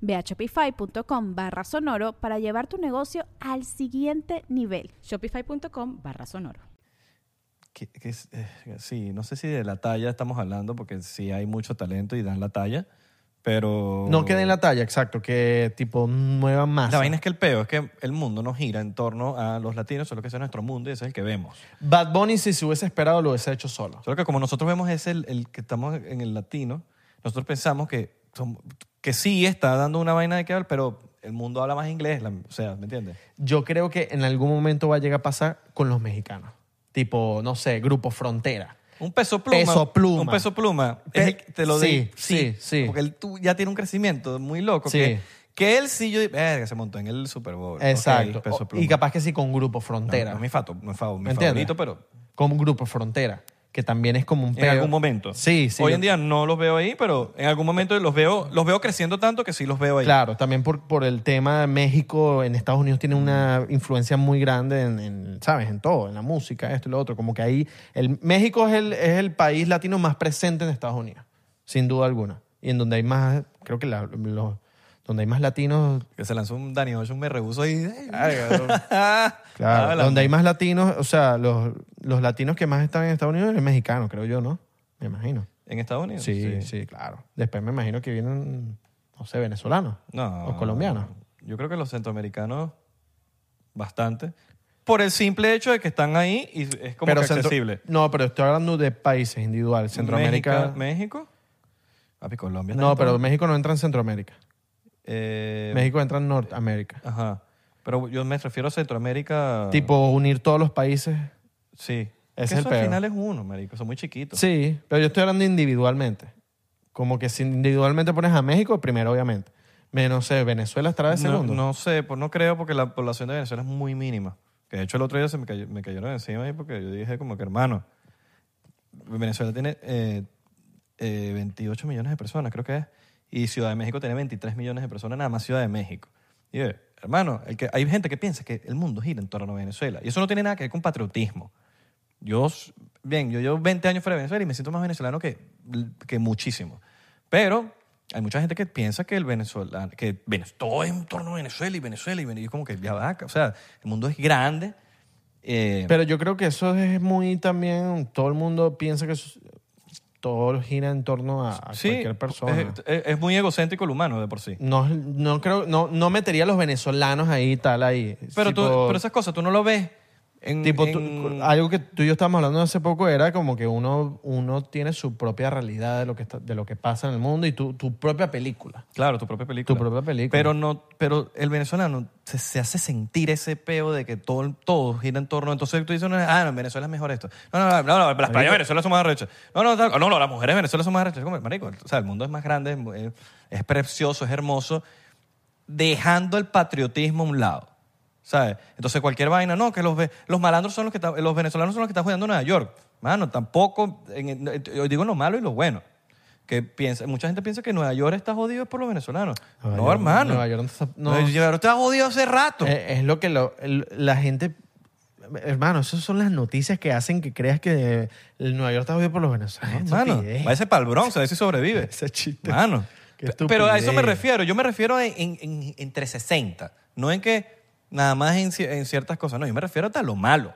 Ve a shopify.com barra sonoro para llevar tu negocio al siguiente nivel.
Shopify.com barra sonoro.
que- que es- eh, sí, no sé si de la talla estamos hablando, porque sí hay mucho talento y dan la talla, pero...
No quede en la talla, exacto, que tipo muevan más.
La vaina es que el peo es que el mundo no gira en torno a los latinos, solo que ese es nuestro mundo y ese es el que vemos.
Bad Bunny, si se hubiese esperado, lo hubiese hecho solo.
Solo que como nosotros vemos es el, el que estamos en el latino, nosotros pensamos que, som- que sí está dando una vaina de que hablar, pero el mundo habla más inglés, la- o sea, ¿me entiendes?
Yo creo que en algún momento va a llegar a pasar con los mexicanos. Tipo, no sé, Grupo Frontera.
Un peso pluma.
Peso pluma.
Un peso pluma. es el que te lo
Sí,
di-
sí, sí.
Porque él tú- ya tiene un crecimiento muy loco.
Sí.
Que, que él sí, yo. eh, que se montó en el Super Bowl.
Exacto.
Ok, peso
O-
pluma.
y capaz que sí con Grupo
No,
Frontera.
no es mi, fato, mi, fa- mi
¿Me entiendes?
favorito, pero
Con Grupo Frontera, que también es como un
en
peo.
algún momento.
Sí, sí.
Hoy en día no los veo ahí, pero en algún momento los veo, los veo creciendo tanto que sí los veo ahí.
Claro, también por, por el tema de México, en Estados Unidos tiene una influencia muy grande en, en, ¿sabes? En todo, en la música, esto y lo otro. Como que ahí, el, México es el, es el país latino más presente en Estados Unidos, sin duda alguna. Y en donde hay más, creo que la- los- donde hay más latinos
Que se lanzó un Dani Ocean, me rehuso ahí. eh,
Claro,
Háblame.
donde hay más latinos, o sea, los, los latinos que más están en Estados Unidos es mexicano, creo yo, ¿no? Me imagino.
¿En Estados Unidos?
Sí, sí, claro. Después me imagino que vienen, no sé, venezolanos
No.
o colombianos.
Yo creo que los centroamericanos, bastante. Por el simple hecho de que están ahí y es como que
centro-
accesible.
No, pero estoy hablando de países individuales. Centroamérica.
México. México. Papi, Colombia.
no,
también.
pero México no entra en Centroamérica.
Eh,
México entra en Norteamérica.
Ajá. Pero yo me refiero a Centroamérica.
Tipo, unir todos los países.
Sí.
Ese
Que
es el
eso
peo.
al final es uno, marico. Son muy chiquitos.
Sí, pero yo estoy hablando individualmente. Como que si individualmente pones a México, primero, obviamente. Me- No sé, Venezuela estará de
No,
segundo.
no sé, pues no creo porque la población de Venezuela es muy mínima. Que de hecho el otro día se me, cayó- me cayeron encima ahí porque yo dije como que hermano, Venezuela tiene eh, eh, 28 millones de personas, creo que es, y Ciudad de México tiene 23 millones de personas, nada más Ciudad de México. Y yo, hermano, el que, hay gente que piensa que el mundo gira en torno a Venezuela y eso no tiene nada que ver con patriotismo. Yo, s- bien, yo llevo 20 años fuera de Venezuela y me siento más venezolano que, que muchísimo. Pero hay mucha gente que piensa que el venezolano, que Vene- todo es en torno a Venezuela y Venezuela y Vene- y como que ya va, o sea, el mundo es grande. eh,
Pero yo creo que eso es muy también. Todo el mundo piensa que eso- todo gira en torno a, a
sí, eh,
cualquier persona.
Es, es- es muy egocéntrico el humano de por sí.
no, no creo, no, no metería a los venezolanos ahí y tal ahí.
Pero, tú,
Tipo-
pero esas cosas tú no lo ves en...
tipo, tú-
en-
algo que tú y yo estábamos hablando hace poco era como que uno, uno tiene su propia realidad de lo que está- de lo que pasa en el mundo y tu, tu propia película.
Claro, tu propia película.
Tu propia película.
Pero, no, pero el venezolano se, se hace sentir ese peo de que todo, todo gira en torno. Entonces tú dices, no, ah, no, en Venezuela es mejor esto. No, no, no, no, no, las playas de Venezuela son más arrechas. No, no, tal- no, no, las mujeres de Venezuela son más arrechas. Como, Marico, o sea, el mundo es más grande, es mu- es, es precioso, es hermoso, dejando el patriotismo a un lado. ¿sabes? Entonces cualquier vaina, no, que los, ve- los malandros son los que están, los venezolanos son los que están jodiendo Nueva York. Mano, tampoco, en- en- yo digo lo malo y lo bueno. Que piensa, mucha gente piensa que Nueva York está jodido es por los venezolanos.
Nueva
no,
York-
hermano.
Nueva York no está- no.
Nueva York está jodido hace rato.
Eh, Es, lo que lo- el- la gente... Hermano, esas son las noticias que hacen que creas que el Nueva York está jodido por los venezolanos.
Mano,
Estupidez.
váyase para el Bronx, a ver si sobrevive.
eh. Ese chiste.
Mano.
Qué
Pe-
estupidez.
Pero a eso me refiero. Yo me refiero en, en- en- entre 60. No en que nada más en, ci- en ciertas cosas. No, yo me refiero hasta lo malo.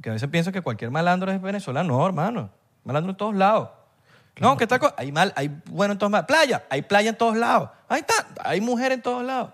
Que a veces pienso que cualquier malandro es venezolano. No, hermano. Malandro en todos lados. No, que está... co- Hay mal, hay bueno en todos lados. Playa. Hay playa en todos lados. Ahí está. Hay mujer en todos lados.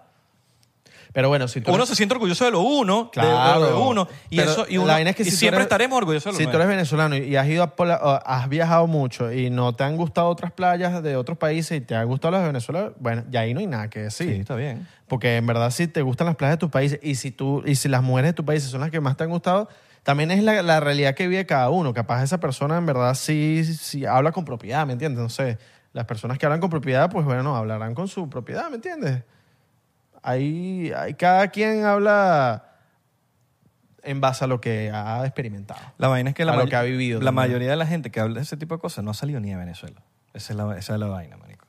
Pero bueno, si tú...
Uno se siente orgulloso de lo uno, de- de
Claro.
lo de uno, y,
Pero
eso, y, uno-
la vaina es que
y
si tú
siempre
eres-
estaremos orgullosos de lo
Si tú
nuestro.
eres venezolano y has ido a Pola- o has viajado mucho y no te han gustado otras playas de otros países y te han gustado las de Venezuela, bueno, ya ahí no hay nada que decir.
Sí, está bien.
Porque en verdad si te gustan las playas de tu país y si tú y si las mujeres de tu país son las que más te han gustado, también es la, la realidad que vive cada uno. Capaz esa persona en verdad sí, sí habla con propiedad, ¿me entiendes? No sé, las personas que hablan con propiedad, pues bueno, hablarán con su propiedad, ¿me entiendes? Ahí, ahí cada quien habla en base a lo que ha experimentado.
La vaina es que la,
A lo
may-
que ha vivido
la
también.
mayoría de la gente que habla de ese tipo de cosas no ha salido ni de Venezuela. Esa es la, esa es la vaina, marico.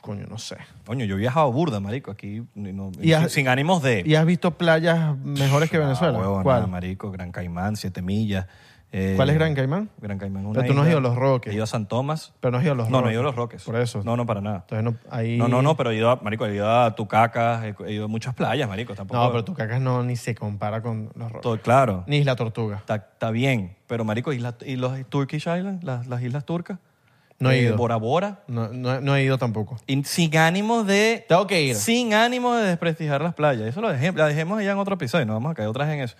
Coño, no sé.
Coño, yo he viajado burda, marico, aquí y no-
Y
sin,
has-
sin ánimos de...
¿Y has visto playas mejores que
Ah,
Venezuela?
huevo,
¿Cuál?
nada, marico, Gran Caimán, Siete Millas. eh,
¿Cuál es Gran Caimán?
Gran Caimán es
Pero
una
tú no has ido
isla.
a Los Roques.
He ido a San Tomás.
Pero no has ido a Los
No, no he
Roques.
ido a Los Roques.
Por eso.
No, no, para nada.
Entonces no, ahí...
No, no, no, pero he ido a, marico, he ido a Tucacas, he, he ido a muchas playas, marico, tampoco...
No, pero tu cacas no ni se compara con los roques.
Todo, claro.
Ni la tortuga.
Está, está bien, pero marico, ¿y, las- y los Turkish Islands, las, las islas turcas?
No he
Eh,
ido.
Bora Bora.
No, no- no he ido tampoco.
Y sin ánimo de.
Tengo que ir.
Sin ánimo de desprestigiar las playas. Eso lo dejé, la dejemos allá en otro episodio. No vamos a caer otras en eso.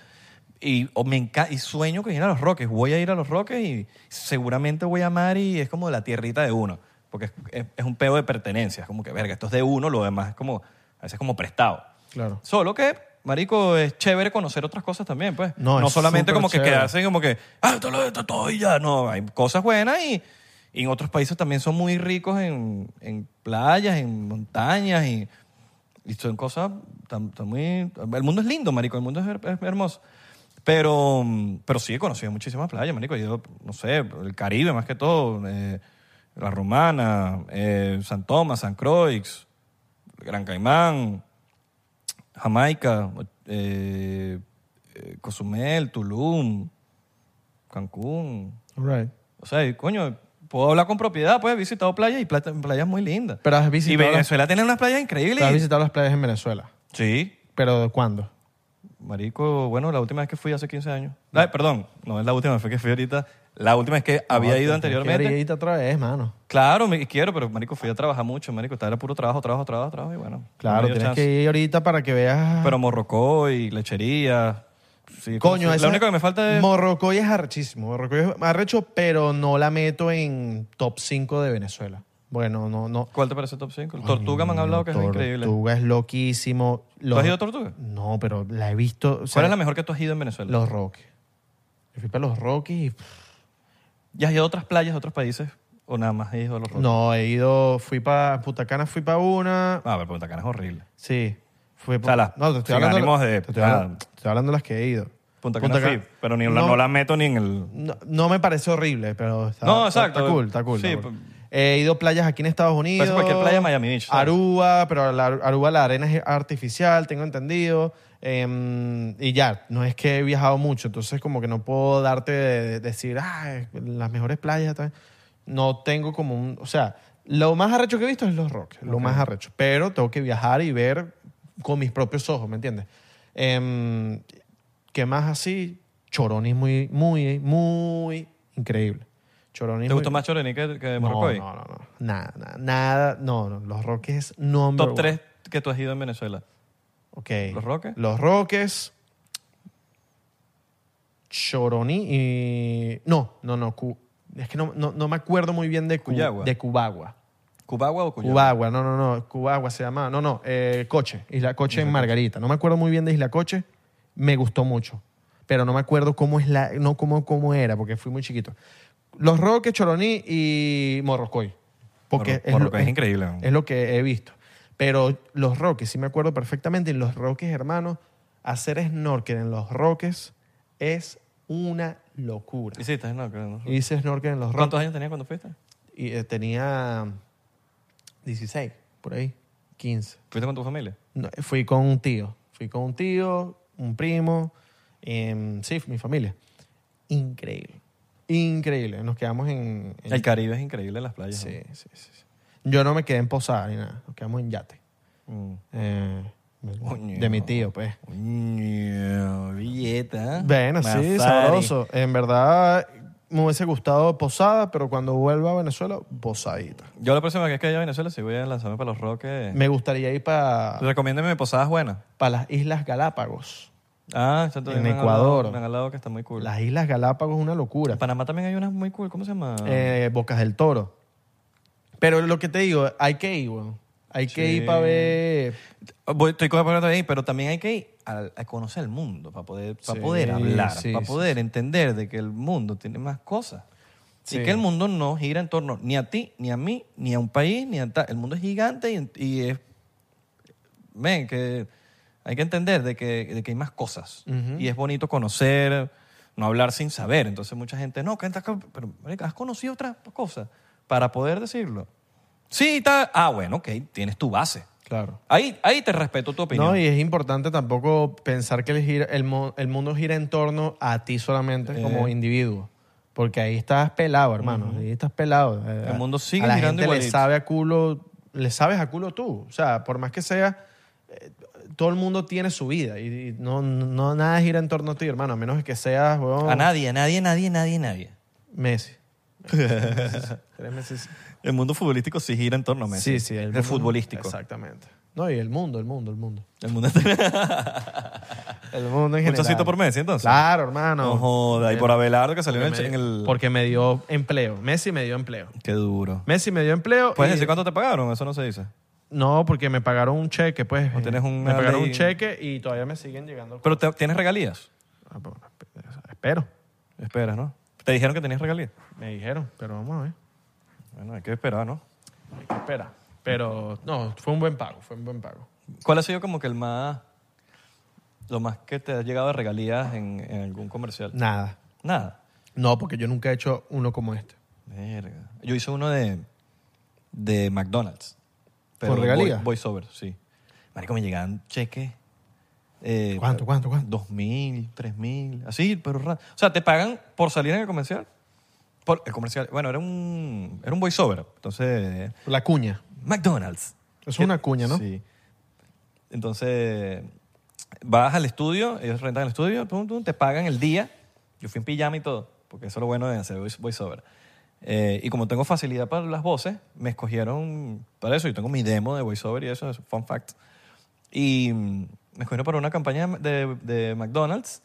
Y, o me enca- y sueño con ir a los roques. Voy a ir a los roques y seguramente voy a amar y es como la tierrita de uno. Porque es, es- es un peo de pertenencia. Es como que, verga, esto es de uno, lo demás es como. A veces es como prestado.
Claro.
Solo que, marico, es chévere conocer otras cosas también, pues.
No,
No,
es
solamente
súper
como que
chévere.
quedarse como que, ah, esto lo esto todo y ya. No, hay cosas buenas y, y en otros países también son muy ricos en, en playas, en montañas y, y son cosas tan, tan muy... El mundo es lindo, marico, el mundo es, her- es hermoso. Pero, mm, pero sí he conocido muchísimas playas, marico. Yo, no sé, el Caribe más que todo, eh, La Romana, eh, San Tomás, San Croix, Gran Caimán, Jamaica, eh, eh, Cozumel, Tulum, Cancún.
All right.
O sea, y, coño, puedo hablar con propiedad, pues he visitado playas y plata- playas muy lindas.
Pero has
y
visitado, las,
Venezuela tiene unas
pero
playas
has
increíbles.
visitado las playas en Venezuela.
Sí,
¿Pero de cuándo?
marico, bueno, la última vez que fui hace 15 años. Ay, perdón, no es la última vez que fui ahorita. La última vez que había
No,
ido
tienes que
anteriormente.
ir otra vez, mano.
Claro, me quiero, pero marico, fui a trabajar mucho, marico, estaba era puro trabajo, trabajo, trabajo, trabajo y bueno. no
Claro,
me dio
tienes
chance.
que ir ahorita para que veas...
Pero Morrocoy, lechería. sí,
Coño,
conocí-
esa-
lo único que me falta es.
Morrocoy es arrechísimo. Morrocoy es arrecho, pero no la meto en top 5 de Venezuela. Bueno, no, no. Mm,
¿Cuál te parece top 5? Tortuga me han hablado que es increíble.
Tortuga es loquísimo.
¿Tú has ido a Tortuga?
No, pero la he visto. o sea,
¿Cuál es la mejor que tú has ido en Venezuela?
Los Roques. Yo fui para los Roques y...
¿Ya has ido a otras playas, a otros países? ¿O nada más has ido a los Roques?
No, he ido, fui para Punta Cana, fui para una.
Ah, pero Punta Cana es horrible.
Sí. Fui
sea, las-
no, te
sin
estoy hablando.
ánimos de-
te, estoy hablando
nada.
te estoy hablando de las que he ido.
Punta Cana,
Cana-
sí, pero ni la-
no,
no la meto ni en el...
no, no me parece horrible, pero está,
No,
está-
exacto.
está cool, está cool.
Sí,
está cool.
pues-
He ido a playas aquí en Estados Unidos.
Parece Pues cualquier playa de Miami Beach, ¿sabes?
Aruba, pero la, Aruba la arena es artificial, tengo entendido. Em, y ya, no es que he viajado mucho, entonces como que no puedo darte de, de- decir, ah, las mejores playas. tal". No tengo como un... O sea, lo más arrecho que he visto es Los Roques, lo más arrecho. Pero tengo que viajar y ver con mis propios ojos, ¿me entiendes? Em, ¿Qué más así? Choroni es muy, muy, muy increíble. Choroni
¿Te
es muy-
gustó más Chorení que,
no,
que Morrocoy?
No, no, no. Nada, nada, nada. No, no. Los Roques es number
Top
one.
3 que tú has ido en Venezuela.
Ok.
¿Los Roques?
Los Roques. Choroní y... No, no, no. Cu- Es que no, no, no me acuerdo muy bien de, Cu-
Cuyagua.
de Cubagua.
¿Cubagua o Cuyagua?
Cubagua, no, no, no. Cubagua se llama. No, no. eh, Coche. Isla Coche en Margarita. No me acuerdo muy bien de Isla Coche. Me gustó mucho. Pero no me acuerdo cómo es la. No, cómo, cómo era, porque fui muy chiquito. Los Roques, Choroní y Morrocoy. Porque
Morro-
es, lo-
Morrocoy es increíble, ¿no?
Es lo que he visto. Pero los Roques, sí me acuerdo perfectamente. En los Roques, hermanos, hacer snorkel en los roques es una locura.
Hiciste snorkel, ¿no?
Hice snorkel en los
¿Cuántos
roques
años tenías cuando fuiste?
y eh, tenía 16, por ahí, 15.
¿Fuiste con tu familia?
No, fui con un tío. Fui con un tío, un primo, em, sí, mi familia. Increíble. Increíble. Nos quedamos en... en-
El Caribe es increíble las playas.
sí, sí, sí, sí. Yo no me quedé en posada ni nada. Nos quedamos en yate.
¿no?
Eh,
Coño.
de mi tío, pues.
Mm. Billeta.
Bueno, sí,
Mafari.
sabroso. En verdad me hubiese gustado posada, pero cuando vuelva a Venezuela, posadita.
Yo la próxima vez que vaya a Venezuela, si voy a lanzarme para los roques.
Me gustaría ir para
Recomiéndeme posadas buenas.
las Islas Galápagos.
Ah, exacto.
En
me han
Ecuador.
hablado- Me han hablado que está muy cool.
Las Islas Galápagos es una locura.
En Panamá también hay unas muy cool. ¿Cómo se llama?
Eh, Bocas del Toro. Pero lo que te digo, hay que ir, weón. Hay que
Sí.
ir para ver.
Voy- estoy poniendo ahí, pero también hay que ir a, a conocer el mundo para poder, para
Sí,
poder hablar,
sí,
para
sí,
poder entender de que el mundo tiene más cosas.
Sí.
Y que el mundo no gira en torno ni a ti, ni a mí, ni a un país, ni a tal. El mundo es gigante y, y es... Ven, que hay que entender de que, de que hay más cosas. Y es bonito conocer, no hablar sin saber. Entonces mucha gente, no, que estás con- pero marica, has conocido otras cosas para poder decirlo. Sí, tal. Ah, bueno, ok, tienes tu base.
Claro.
Ahí, ahí te respeto tu opinión.
No, y es importante tampoco pensar que el, gira- el, mo- el mundo gira en torno a ti solamente
Eh.
como individuo. Porque ahí estás pelado, hermano. Ahí estás pelado. Eh,
El mundo sigue
a la gente
girando
le
igualito.
sabe a culo, le sabes a culo tú. O sea, por más que sea, eh, todo el mundo tiene su vida. Y, y no, no nada gira en torno a ti, hermano. A menos que seas, weón,
A nadie, a nadie, a nadie, a nadie, a nadie.
Messi. Tres meses.
El mundo futbolístico sí gira en torno a Messi.
Sí, sí.
el,
mundo-
futbolístico.
Exactamente. No, y el mundo, el mundo, el mundo.
El mundo
El mundo en
Un
general.
chocito por Messi, entonces.
Claro, hermano.
No joda. Y por Abelardo que salió en el, en el-
Eh, Porque me dio empleo. Messi me dio empleo.
Qué duro.
Messi me dio empleo.
¿Puedes
y-
decir cuánto te pagaron? Eso no se dice.
No, porque me pagaron un cheque, pues.
O tienes un-
me pagaron
ahí-
un cheque y todavía me siguen llegando.
Pero te- tienes regalías.
Ah, bueno, esp- espero.
Esperas, ¿no? Te dijeron que tenías regalías.
Me dijeron, pero vamos a ver.
Bueno, hay que esperar, ¿no?
Hay que esperar. Pero no, fue un buen pago, fue un buen pago.
¿Cuál ha sido como que el más... Lo más que te ha llegado de regalías en, en algún comercial?
Nada.
Nada.
No, porque yo nunca he hecho uno como este.
Verga. Yo hice uno de, de McDonald's.
¿Con regalías?
Voy sobre, sí. Marico, me llegaban cheques. eh,
¿Cuánto, cuánto, cuánto?
Dos mil, tres mil, así, pero ra- O sea, te pagan por salir en el comercial. Por el comercial, bueno, era un, era un voiceover. Entonces,
La cuña.
McDonald's.
Es una cuña, ¿no?
Sí. Entonces, vas al estudio, ellos rentan el estudio, tum, tum, te pagan el día. Yo fui en pijama y todo, porque eso es lo bueno de hacer voice- voiceover. Eh, y como tengo facilidad para las voces, me escogieron para eso. Yo tengo mi demo de voiceover y eso es fun fact. Y mm, me escogieron para una campaña de, de McDonald's.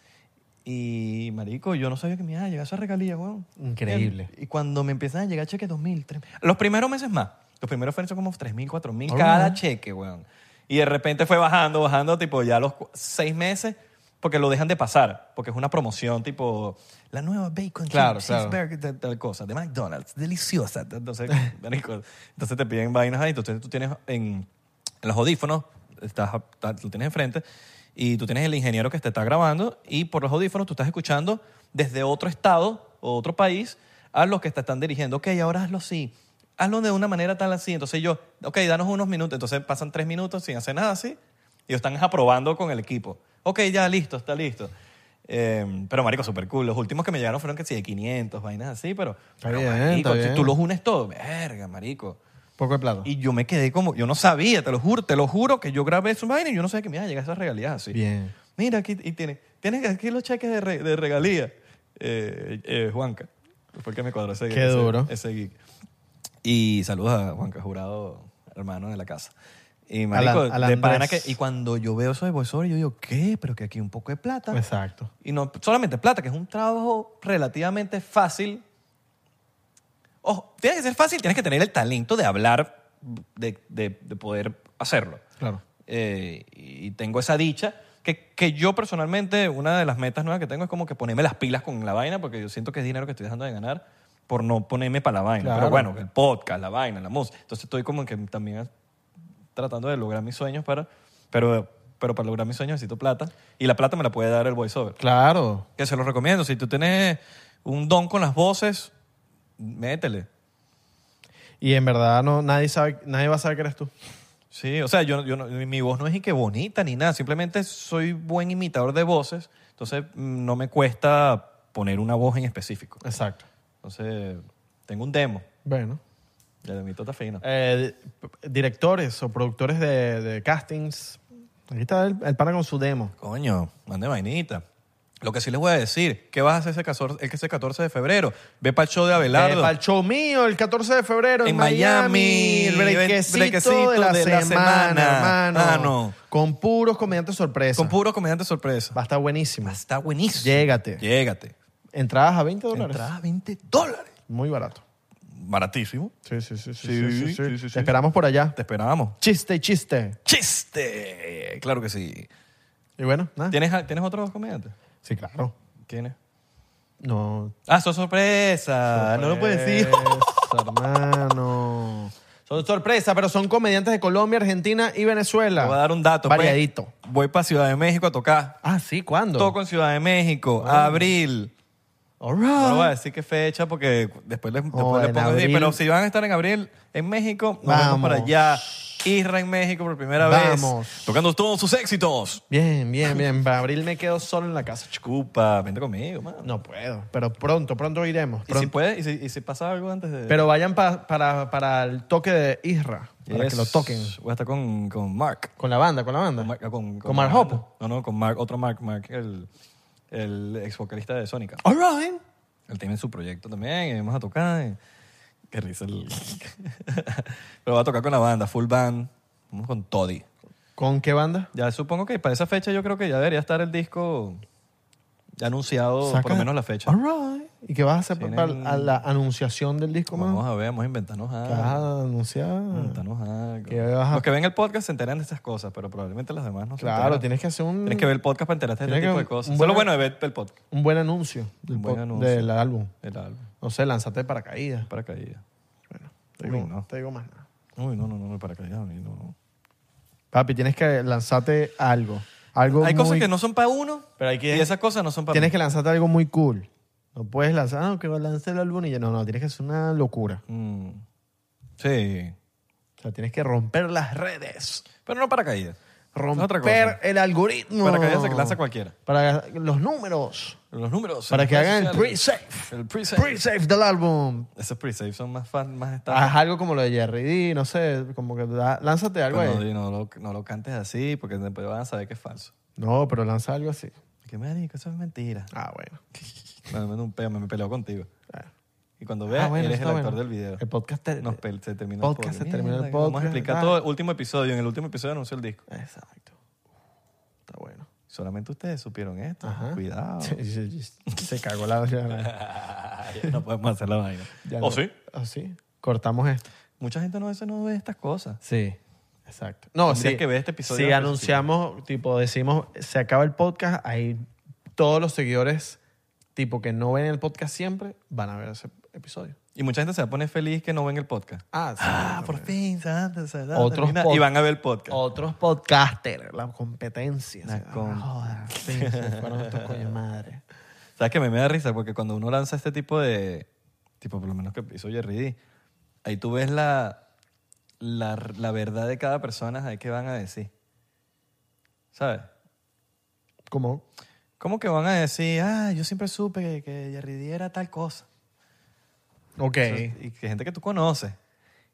Y, marico, yo no sabía que me iba a llegar esa regalía, weón.
Increíble.
Y cuando me empiezan a llegar cheques 2.000, 3.000. Los primeros meses más. Los primeros fueron como 3.000, 4.000
All
cada
right.
cheque, weón. Y de repente fue bajando, bajando, tipo ya los cu- seis meses, porque lo dejan de pasar, porque es una promoción tipo la nueva bacon
Claro,
chips,
claro.
cheeseburger, tal, tal cosa, de McDonald's, deliciosa. tal, Entonces, marico, entonces te piden vainas ahí, entonces tú tienes en, en los audífonos, estás, estás- lo tienes enfrente, y tú tienes el ingeniero que te está grabando, y por los audífonos tú estás escuchando desde otro estado o otro país a los que te están dirigiendo. Ok, ahora hazlo así, hazlo de una manera tal así. Entonces yo, ok, danos unos minutos. Entonces pasan tres minutos sin hacer nada así, y están aprobando con el equipo. Ok, ya listo, está listo. Eh, pero marico, súper cool. Los últimos que me llegaron fueron que sí, de 500, vainas así, pero...
Está
pero,
bien,
marico,
está bien.
Si tú los unes todos, verga, marico.
Poco de plata.
Y yo me quedé como, yo no sabía, te lo juro, te lo juro que yo grabé su vaina y yo no sabía que me iba a llegar esa regalía así.
Bien.
Mira, aquí y tiene, tienes aquí los cheques de, re- de regalía, eh, eh, Juanca. Fue el que me cuadró ese
Qué
ese-
duro.
Ese geek. Y saludos a Juanca Jurado, hermano de la casa. Y marico,
Alan- Alan
de pana que,
Andrés.
y cuando yo veo eso de voiceover, yo digo, ¿qué? Pero que aquí un poco de plata.
Exacto.
Y no solamente plata, que es un trabajo relativamente fácil. Ojo, tiene que ser fácil, tienes que tener el talento de hablar, de, de- de poder hacerlo.
Claro.
Eh, y tengo esa dicha que, que yo personalmente, una de las metas nuevas que tengo es como que ponerme las pilas con la vaina, porque yo siento que es dinero que estoy dejando de ganar por no ponerme para la vaina.
Claro.
Pero bueno, el podcast, la vaina, la música. Entonces estoy como que también tratando de lograr mis sueños para... Pero pero para lograr mis sueños necesito plata y la plata me la puede dar el voiceover.
Claro.
Que se lo recomiendo. Si tú tienes un don con las voces, métele.
Y en verdad no, nadie, sabe, nadie va a saber que eres tú.
Sí, o sea, yo, yo no- mi voz no es ni que bonita ni nada, simplemente soy buen imitador de voces, entonces mm, no me cuesta poner una voz en específico.
Exacto.
Entonces, tengo un demo,
Bueno.
ya de mi tota fina.
Eh, p- directores o productores de, de castings. Aquí está el, el pana con su demo.
Coño, mande vainita. Lo que sí les voy a decir, ¿qué vas a hacer ese 14, el que ese 14 de febrero? Ve para el show de Abelardo.
Eh, para el show mío, el 14 de febrero en,
En Miami.
El brequecito,
Brequecito
de la,
de la
semana,
semana,
hermano.
mano.
Con puros comediantes sorpresa.
con puro comediante sorpresa.
Va a estar buenísimo.
Está buenísimo.
Llégate.
Llégate.
Entradas a 20 dólares.
Entrada 20 dólares.
Muy barato.
Baratísimo.
Sí, sí, sí. sí, sí,
Sí,
sí, sí.
sí, sí, sí.
Te esperamos por allá.
Te esperábamos.
Chiste, chiste.
¡Chiste! Claro que sí.
Y bueno, nada.
¿Tienes, a- ¿tienes otros comediantes?
Sí, claro.
¿Quiénes?
No.
Ah, son
Ah,
sorpresa. No lo puedes decir.
Sorpresa,
Pues,
hermano. Son sorpresa, pero son comediantes de Colombia, Argentina y Venezuela.
Te voy a dar un dato. pues.
Variadito.
Voy para Ciudad de México a tocar.
Ah, sí, ¿cuándo?
Toco en Ciudad de México. Abril.
All
No les voy a
right.
decir qué fecha porque después les, después
Oh,
les
en
pongo. sí,
abril.
pero si van a estar en abril en México, nos vemos
Vamos.
para allá. Isra en México por primera
Vamos.
vez. Tocando todos sus éxitos.
Bien, bien, bien. Para abril me quedo solo en la casa.
Chucupa, vente conmigo, mano.
No puedo, pero pronto, pronto iremos.
¿Y si,
pronto.
puede, y, si, y si pasa algo antes de.
Pero vayan pa- para, para el toque de Isra, para
Yes.
que lo toquen.
Voy a estar con, con Mark.
Con la banda, con la banda.
Con Mark, con, con
Con Mark
la
Hoppus.
banda. No, no, con Mark, otro Mark, Mark, el, el ex vocalista de Sónica.
All right.
Él tiene su proyecto también y vamos a tocar. y- Qué risa. el- Pero va a tocar con la banda, full band. Vamos con Toddy.
¿Con qué banda?
Ya supongo que para esa fecha yo creo que ya debería estar el disco ya anunciado, por
Saca-
lo menos la fecha.
All right. ¿Y qué vas a hacer
Tienen-
para a la anunciación del disco,
Vamos
mano?
a ver, vamos a inventarnos
¿Qué vas
algo.
a anunciar?
Inventarnos algo.
¿Qué vas a-
Los que ven el podcast se enteran de estas cosas, pero probablemente los demás no se
Claro,
enteran.
tienes que hacer un,
Tienes que ver el podcast para enterarte de
Tienes
este
que
tipo
ver
de cosas.
un
Eso es lo
buen-
bueno de ver el podcast.
un buen anuncio del,
Un buen
pod-
anuncio.
del álbum.
El álbum.
No sé, lánzate de paracaídas.
Paracaídas.
Te digo,
Uy, no.
te digo más nada.
Uy, no, no, no, el paracaídas. a mí no, no.
Papi, tienes que lanzarte algo. Algo
Hay cosas
muy-
que no son para uno
Pero hay que-
y esas cosas no son para
Tienes que lanzarte algo muy cool. No puedes lanzar, ah, que lance el álbum y ya. No, no, tienes que hacer una locura.
Mm. Sí.
O sea, tienes que romper las redes.
Pero no paracaídas. Es otra
Romper
cosa.
el algoritmo.
Paracaídas se lanza cualquiera.
Para los números.
Los números.
Para
las
que
redes
hagan el
sociales.
pre-save.
El pre-save.
Pre-save del álbum.
Esos pre-save son más fan, más
Haz
estables.
algo como lo de Jerry D, no sé, como que da- lánzate algo
Pero no,
ahí.
y no lo, no lo cantes así porque después van a saber que es falso.
No, pero lanza algo así.
Que me dicho eso es mentira.
Ah, bueno.
Me mando un peo, me, me peleo contigo. Y cuando
Ah,
veas,
bueno,
eres el
está
actor
bueno.
del video.
El podcast te-
Nos pel- se terminó
podcast,
el podcast.
se terminó el
Mierda, Vamos a
podcast, Ah.
explicar
dale.
todo el último episodio. En el último episodio anunció el disco.
Exacto. Está bueno.
Solamente ustedes supieron esto.
Ajá.
Cuidado.
Se, se- se cagó la... ya-
Ya no podemos hacer la vaina.
ya
¿O
no.
¿Oh, sí?
¿O sí? Cortamos esto.
Mucha gente no, a veces no ve estas cosas.
Sí. Exacto. No,
Tendrías
sí.
que ver este episodio
Si
en
anunciamos, tipo, decimos, se acaba el podcast, ahí todos los seguidores, tipo, que no ven el podcast siempre, van a ver ese episodio.
Y mucha gente se va a poner feliz que no ven el podcast.
Ah, sí.
Ah, por fin, Santa, se da,
Otros
termina.
pod-
Y van a ver el podcast.
Otros podcasters, la competencia.
La
se da,
com-
joda, sí, se fueron estos coño madre.
¿Sabes que me, me da risa? Porque cuando uno lanza este tipo de... Tipo, por lo menos que hizo Jerry D. Ahí tú ves la, la, la verdad de cada persona, de qué van a decir. ¿Sabes?
¿Cómo?
¿Cómo que van a decir, ah, yo siempre supe que, que Jerry D era tal cosa?
Ok.
Eso- y que gente que tú conoces.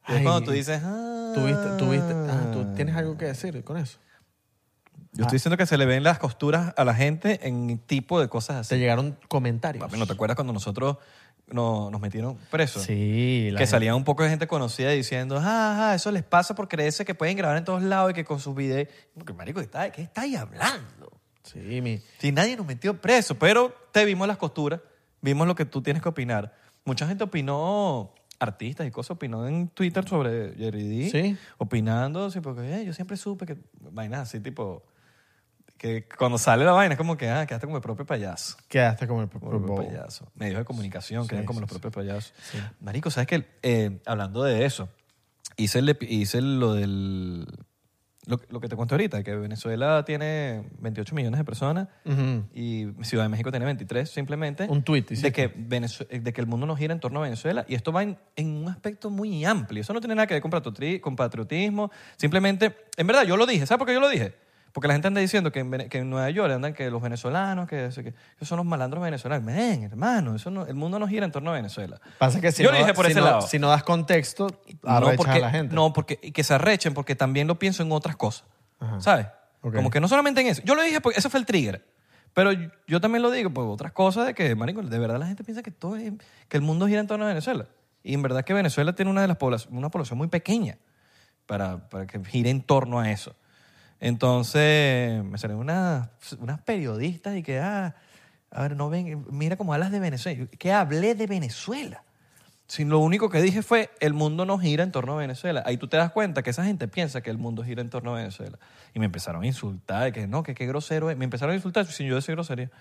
Y es
Ay.
cuando tú dices, ah...
¿Tuviste, tuviste, ah, ¿tú tienes algo que ah. decir con eso?
Yo estoy diciendo que se le ven las costuras a la gente en tipo de cosas
Te
así.
llegaron comentarios.
Papi, ¿no te acuerdas cuando nosotros no- nos metieron presos?
Sí. la
Que
gente-
salía un poco de gente conocida diciendo, ah, ah, eso les pasa por creerse que pueden grabar en todos lados y que con sus videos... Porque, marico, ¿qué está- ¿qué estáis hablando?
Sí, mi...
Si nadie nos metió preso, pero te vimos las costuras, vimos lo que tú tienes que opinar. Mucha gente opinó, artistas y cosas, opinó en Twitter sobre Jerry D.
Sí.
Opinando, sí, porque eh, yo siempre supe que vainas así, tipo, que cuando sale la vaina es como que, ah, quedaste como el propio payaso.
Quedaste como el
Como el
Pro
propio
Bowl.
payaso. Medios de comunicación que
Sí,
eran como
sí,
los
sí.
propios payasos. Marico, ¿sabes qué? Eh, hablando de eso, hice, el epi- hice lo del lo, lo que te cuento ahorita, que Venezuela tiene 28 millones de personas y Ciudad de México tiene 23, simplemente.
Un tuit, hiciste.
de que, Venezue- de que el mundo nos gira en torno a Venezuela. Y esto va en, en un aspecto muy amplio. Eso no tiene nada que ver con patri- con patriotismo. Simplemente, en verdad, yo lo dije. ¿Sabes por qué yo lo dije? Porque la gente anda diciendo que en, Vene- que en Nueva York andan que los venezolanos, que, eso, que esos son los malandros venezolanos. Men, hermano, eso no- el mundo no gira en torno a Venezuela.
Pasa que si,
yo
no,
lo dije por
si
ese
no-
lado.
si no das contexto, arrechas
No porque,
a la gente.
no, porque y que se arrechen, porque también lo pienso en otras cosas. ¿Sabes?
Ok.
Como que no solamente en eso. Yo lo dije porque ese fue el trigger. Pero yo- yo también lo digo por otras cosas de que, marico, de verdad la gente piensa que todo es- que el mundo gira en torno a Venezuela. Y en verdad que Venezuela tiene una de las poblac- una población muy pequeña para, para que gire en torno a eso. Entonces, me salen unas, unas periodistas y que, ah, a ver, no ven, mira cómo hablas de Venezuela. Yo, ¿Qué hablé de Venezuela? Si lo único que dije fue, el mundo no gira en torno a Venezuela. Ahí tú te das cuenta que esa gente piensa que el mundo gira en torno a Venezuela. Y me empezaron a insultar, de que no, que qué grosero es. Me empezaron a insultar sin yo decir grosería.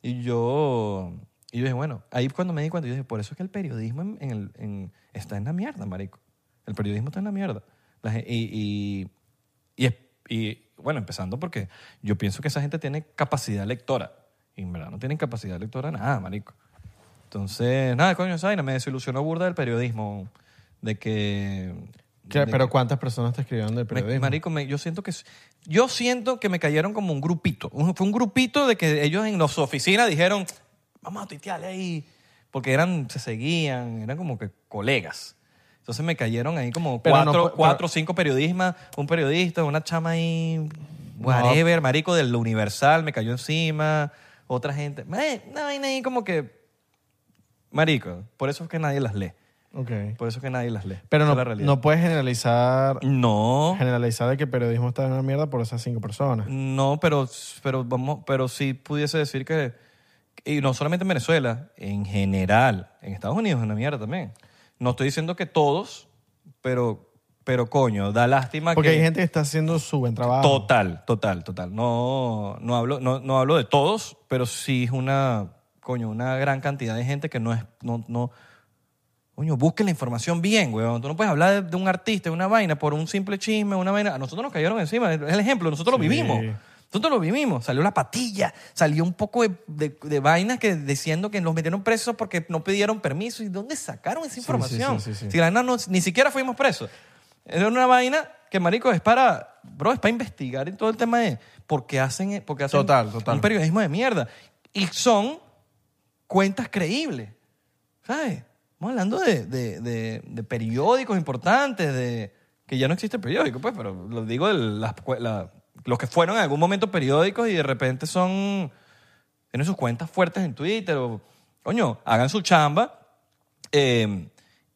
Y yo, y yo dije, bueno, ahí cuando me di cuenta, yo dije, por eso es que el periodismo en, en el- en- está en la mierda, marico. El periodismo está en la mierda. La gen- y, y, y es- y, bueno, empezando porque yo pienso que esa gente tiene capacidad lectora. Y en verdad no tienen capacidad lectora nada, marico. Entonces, nada, coño, esa vaina me desilusionó burda del periodismo. De que...
¿Qué-
de
pero
que-
¿cuántas personas te escribieron del
me-
periodismo?
marico, me- yo siento que yo siento que me cayeron como un grupito. Un- fue un grupito de que ellos en las oficinas dijeron, vamos a tuitearle ahí. Porque eran, se seguían, eran como que colegas. Entonces me cayeron ahí como
Pero no
cuatro,
fue-
cuatro
pero-
o cinco periodistas, un periodista, una chama ahí, whatever, marico del Universal, me cayó encima, otra gente. Eh, Una vaina ahí como que, marico, por eso es que nadie las lee.
Ok.
Por eso es que nadie las lee.
Pero
Esa es
no,
la realidad.
no puedes generalizar,
No.
generalizar de que el periodismo está en una mierda por esas cinco personas.
No, pero, pero, vamos, pero sí pudiese decir que, y no solamente en Venezuela, en general, en Estados Unidos es una mierda también. No estoy diciendo que todos, pero, pero coño, da lástima
Porque
que...
hay gente que está haciendo su buen trabajo.
Total, total, total. No, no, hablo, no, no hablo de todos, pero sí es una, coño, una gran cantidad de gente que no es, no, no, coño, busque la información bien, weón. Tú no puedes hablar de, de un artista, de una vaina, por un simple chisme, una vaina. A nosotros nos cayeron encima, es el ejemplo, nosotros
Sí.
lo vivimos. Nosotros lo vivimos, salió la patilla, salió un poco de, de- de vainas que diciendo que nos metieron presos porque no pidieron permiso. ¿Y dónde sacaron esa información?
sí, sí, sí.
Si la vaina no- ni siquiera fuimos presos. Era una vaina que, marico, es para, bro, es para investigar en todo el tema de por qué hacen, por qué hacen
Total, total.
un periodismo de mierda. Y son cuentas creíbles, ¿sabes? Estamos hablando de, de- de- de periódicos importantes, de que ya no existe el periódico, pues, pero lo digo, de las cue- la- los que fueron en algún momento periódicos y de repente son, tienen sus cuentas fuertes en Twitter o, coño, hagan su chamba. Eh,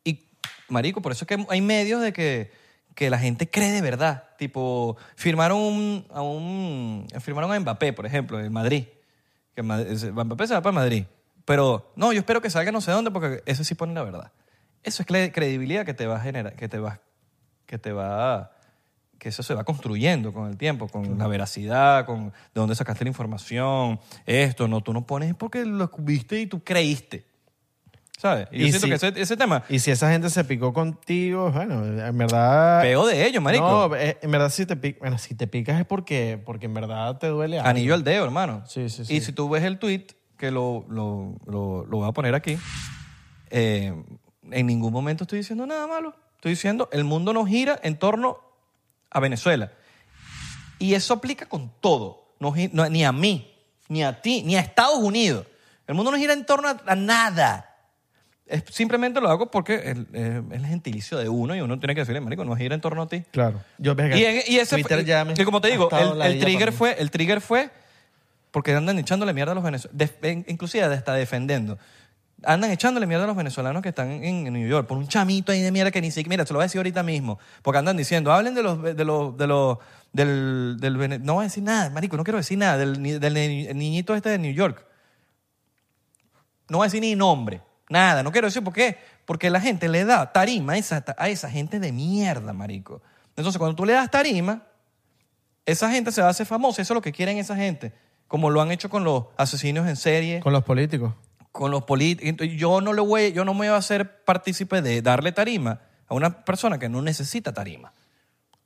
y, marico, por eso es que hay medios de que, que la gente cree de verdad. Tipo, firmaron un- a un, firmaron a Mbappé, por ejemplo, en Madrid. Que Ma- ese- Mbappé se va para Madrid. Pero, no, yo espero que salga no sé dónde porque ese sí pone la verdad. Eso es cre- credibilidad que te va a generar, que te va, que te va, que eso se va construyendo con el tiempo, con la veracidad, con de dónde sacaste la información, esto, no, tú no pones porque lo viste y tú creíste. ¿Sabes? Y yo
Y
siento
si-
que ese, ese tema,
Y si esa gente se picó contigo, bueno, en verdad...
peo de ellos, marico.
No, eh, en verdad si te, pi- bueno, si te picas es porque, porque en verdad te duele algo.
Anillo al dedo, hermano.
Sí, sí,
Y
sí.
si tú ves el tweet, que lo, lo, lo- lo voy a poner aquí, eh, en ningún momento estoy diciendo nada malo. Estoy diciendo, el mundo no gira en torno a Venezuela. Y eso aplica con todo. No gi- no- ni a mí, ni a ti, ni a Estados Unidos. El mundo no gira en torno a, a nada. Es- simplemente lo hago porque el- eh, es el gentilicio de uno y uno tiene que decirle, marico, no gira en torno a ti.
Claro. Yo, verga,
Y, en- y ese
Twitter
fue-
ya me
y como te
ha
digo,
estado
el,
la
el
vida
trigger
también.
fue, el trigger fue porque andan echándole mierda a los venezolanos, inclusive hasta defendiendo. Andan echándole mierda a los venezolanos que están en, en New York por un chamito ahí de mierda que ni siquiera, mira, te lo voy a decir ahorita mismo, porque andan diciendo, hablen de los de los de los del, del vene- no voy a decir nada, marico, no quiero decir nada del, ni- del ni- niñito este de New York. No voy a decir ni nombre, nada, no quiero decir por qué. Porque la gente le da tarima a esa, a esa gente de mierda, marico. Entonces, cuando tú le das tarima, esa gente se va a hacer famosa. Eso es lo que quieren esa gente. Como lo han hecho con los asesinos en serie, con,
Con los políticos.
los políticos. Yo no le voy, yo no me voy a hacer partícipe de darle tarima a una persona que no necesita tarima.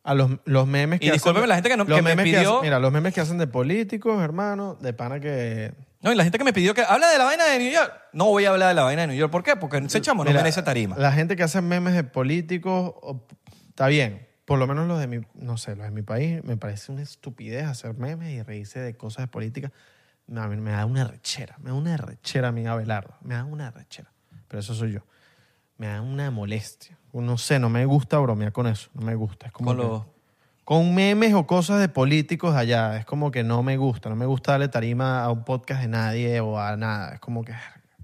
a los, los memes que
Y
hacen-
discúlpeme la gente que no-
los
que me
memes
pidió-
hacen- mira, los memes que hacen de políticos, hermano, de pana que...
No, y la gente que me pidió que habla de la vaina de New York. No voy a hablar de la vaina de New York. ¿Por qué? Porque ese chamo no
Mira,
merece tarima.
La gente que hace memes de políticos, o- está bien. Por lo menos los de mi, no sé, los de mi país, me parece una estupidez hacer memes y reírse de cosas de política. No, a mí me da una rechera, me da una rechera a mí Abelardo, me da una rechera. Pero eso soy yo. Me da una molestia. No sé, no me gusta bromear con eso, no me gusta. Es como
Con
que-
los-
con memes o cosas de políticos allá. Es como que no me gusta, no me gusta darle tarima a un podcast de nadie o a nada. Es como que...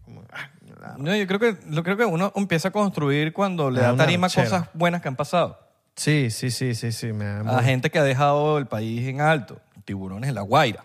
como, ah, me da
No, yo creo que, lo creo que uno empieza a construir cuando le
Me da
da
una
tarima
rechera.
cosas buenas que han pasado.
Sí, sí, sí, sí, sí. Me da
A
muy-
gente que ha dejado el país en alto. Tiburones en la Guaira.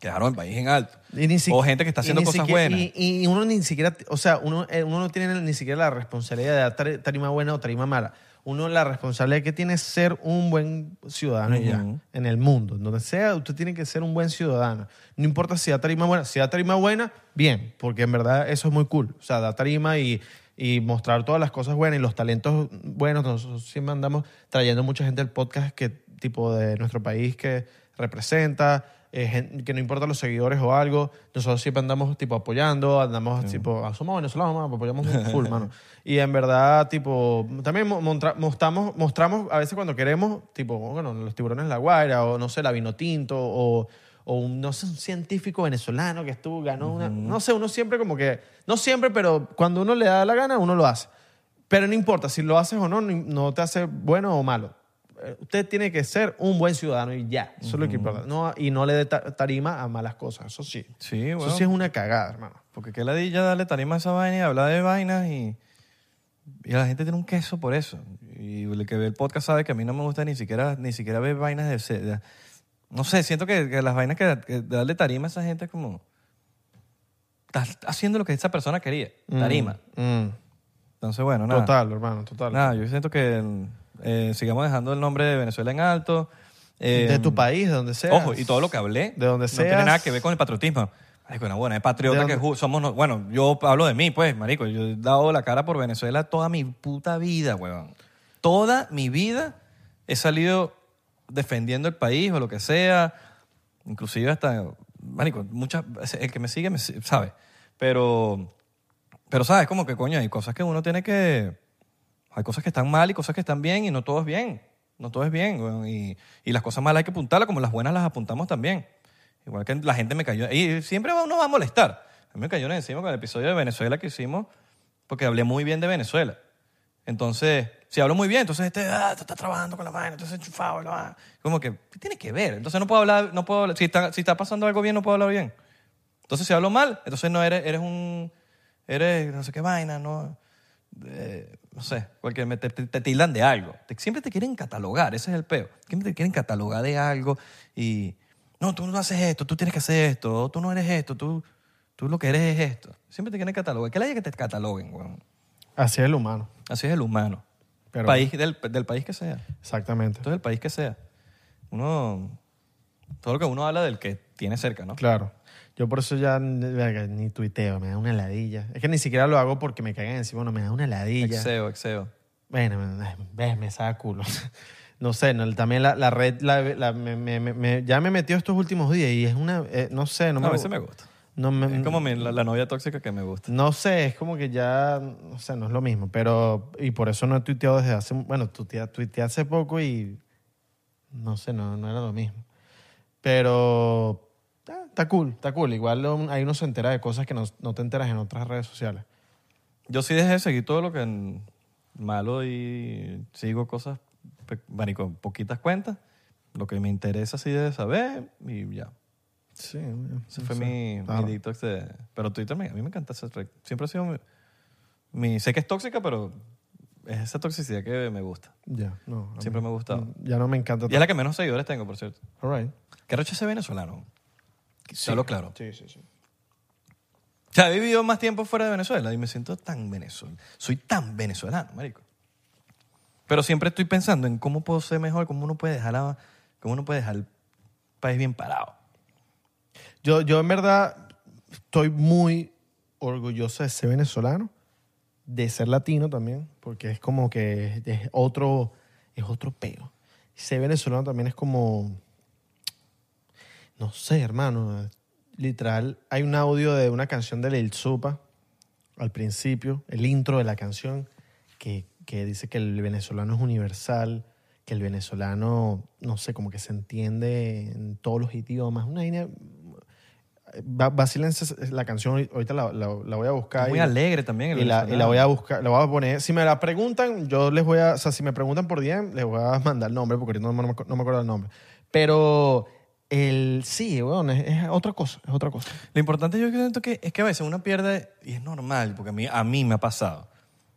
Que dejaron el país en alto.
Y ni si-
o gente que está
y
haciendo
ni
cosas
siquiera-
buenas.
Y, y uno ni siquiera, o sea, uno, eh, uno no tiene ni siquiera la responsabilidad de dar tar- tarima buena o tarima mala. Uno la responsabilidad que tiene es ser un buen ciudadano y ya
Ujú.
en el mundo. Donde sea, usted tiene que ser un buen ciudadano. No importa si da tarima buena. Si da tarima buena, bien, porque en verdad eso es muy cool. O sea, da tarima y, y mostrar todas las cosas buenas y los talentos buenos. Nosotros siempre andamos trayendo mucha gente al podcast que tipo de nuestro país que representa, eh, gen- que no importa los seguidores o algo. Nosotros siempre andamos tipo apoyando, andamos tipo, "Ah, somos venezolanos, mano, apoyamos full, mano. Y en verdad, tipo, también mo- montra- mostramos, mostramos a veces cuando queremos, tipo, bueno, los tiburones en la guaira, o no sé, la vino tinto, o, o un, no sé, un científico venezolano que estuvo, ganó una. No sé, uno siempre como que. No siempre, pero cuando uno le da la gana, uno lo hace. Pero no importa si lo haces o no, ni- no te hace bueno o malo. Eh, Usted tiene que ser un buen ciudadano y ya. Eso es lo que importa. No, y no le dé ta- tarima a malas cosas. Eso sí.
Sí,
Eso
bueno.
sí es una cagada, hermano.
Porque qué ladilla darle tarima a esa vaina y hablar de vainas y, y la gente tiene un queso por eso. Y el que ve el podcast sabe que a mí no me gusta ni siquiera, ni siquiera ver vainas de, se- de- No sé, siento que, que las vainas que, que darle tarima a esa gente es como... Estás haciendo lo que esa persona quería, tarima.
Mm.
Entonces, bueno, nada.
Total, hermano, total.
Nada, yo siento que eh, sigamos dejando el nombre de Venezuela en alto. eh,
de tu país, de donde sea.
Ojo, y todo lo que hablé
De donde
no tiene
seas.
nada que ver con el patriotismo. Marico, una buena, es patriota
De
que ju- somos. no- bueno, yo hablo de mí, pues, marico. Yo he dado la cara por Venezuela toda mi puta vida, huevón. Toda mi vida he salido defendiendo el país o lo que sea. Inclusive hasta, marico, muchas, el que me sigue me si- sabe. Pero, pero sabes, como que coño, hay cosas que uno tiene que... Hay cosas que están mal y cosas que están bien y no todo es bien. No todo es bien. weón. Y, y las cosas malas hay que apuntarlas como las buenas las apuntamos también. Igual que la gente me cayó... Y siempre uno va a molestar. A mí me cayeron encima con el episodio de Venezuela que hicimos porque hablé muy bien de Venezuela. Entonces, si hablo muy bien, entonces este, ah, tú estás trabajando con la mano, entonces enchufado, bla, bla. Como que, ¿qué tiene que ver? Entonces no puedo hablar, no puedo hablar. Si está, si está pasando algo bien, no puedo hablar bien. Entonces si hablo mal, entonces no eres, eres un, eres no sé qué vaina, no, eh, no sé, porque me- te, te- te tildan de algo. Te- siempre te quieren catalogar, ese es el peo. Siempre te quieren catalogar de algo y, no, tú no haces esto, tú tienes que hacer esto, tú no eres esto, tú, tú lo que eres es esto. Siempre te quieren catalogar. ¿Qué le haya que te cataloguen, weón?
Así es el humano.
Así es el humano.
Pero-
país, del, del país que sea.
Exactamente.
Entonces, el país que sea. Uno. Todo lo que uno habla del que tiene cerca, ¿no?
Claro. Yo por eso ya n- verga, ni tuiteo, me da una ladilla. Es que ni siquiera lo hago porque me cagan encima, no, me da una ladilla.
Exeo, exeo.
Bueno, me- ay, ves, me saca culo. No sé, no, también la, la red la- la- me- me- me- me- ya me metió estos últimos días y es una, eh, no sé, no
No,
me,
a veces me gusta.
No, me-
Es como mi- la, la novia tóxica que me gusta.
no sé, es como que ya, no sé, no es lo mismo, pero, y por eso no he tuiteado desde hace, bueno, tuitea- tuiteé hace poco y, no sé, no, no era lo mismo. Pero, ah, está cool, está cool. Igual lo- ahí uno se entera de cosas que no, no te enteras en otras redes sociales.
Yo sí dejé de seguir todo lo que en- malo y sigo cosas, pe- marico, poquitas cuentas. Lo que me interesa sí de saber y ya.
Sí, Ah,
Ese fue mi, mi
claro.
detox de... Pero Twitter me- a mí me encanta esa red. Siempre ha sido mi, mi- Sé que es tóxica, pero es esa toxicidad que me gusta.
Ya, no. a
Siempre
mí-
me ha gustado.
Ya no me encanta.
Y es la que menos seguidores tengo, por cierto.
All right.
Que rechace ese venezolano. Sí. Hablo claro.
Sí, sí, sí.
O sea, he vivido más tiempo fuera de Venezuela y me siento tan venezolano. Soy tan venezolano, marico. Pero siempre estoy pensando en cómo puedo ser mejor, cómo uno puede dejar, la- cómo uno puede dejar el país bien parado.
Yo, yo en verdad estoy muy orgulloso de ser venezolano, de ser latino también, porque es como que es otro, es otro peo. ser venezolano también es como, no sé, hermano, literal, hay un audio de una canción de Lil Supa al principio, el intro de la canción, que, que dice que el venezolano es universal, que el venezolano, no sé, como que se entiende en todos los idiomas, una vaina- va- vacílense la canción, ahorita la, la- la voy a buscar.
Muy
y-
alegre también. el
y la, y la
venezolano.
voy a buscar, la voy a poner. Si me la preguntan, yo les voy a, o sea, si me preguntan por DM, les voy a mandar el nombre, porque ahorita no, me- no me acu- no me acuerdo el nombre. Pero el sí, weón, es, es otra cosa, es otra cosa.
Lo importante yo siento que es que a veces uno pierde, y es normal, porque a mí, a mí me ha pasado,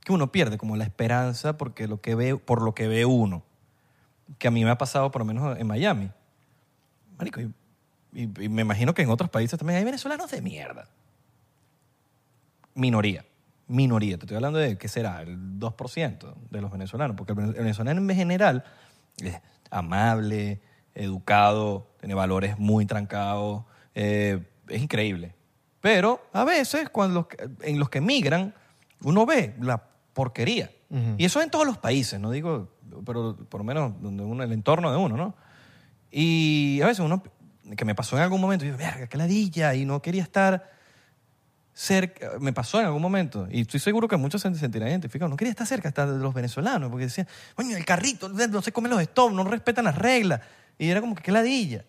que uno pierde como la esperanza porque lo que ve, por lo que ve uno. Que a mí me ha pasado, por lo menos en Miami. Marico, y, y- y me imagino que en otros países también hay venezolanos de mierda. Minoría. Minoría. Te estoy hablando de, ¿qué será? El 2% de los venezolanos. Porque el vene- el venezolano en general es amable, educado, tiene valores muy trancados. eh, es increíble. Pero a veces, cuando los que- en los que emigran, uno ve la porquería. Y eso es en todos los países, no digo, pero por lo menos donde uno, el entorno de uno, ¿no? Y a veces uno, que me pasó en algún momento, yo, verga, qué ladilla, y no quería estar cerca, me pasó en algún momento, y estoy seguro que muchos se sentirán identificados, no quería estar cerca hasta de los venezolanos, porque decían, coño, el carrito, no se comen los stops, no respetan las reglas, y era como que qué ladilla.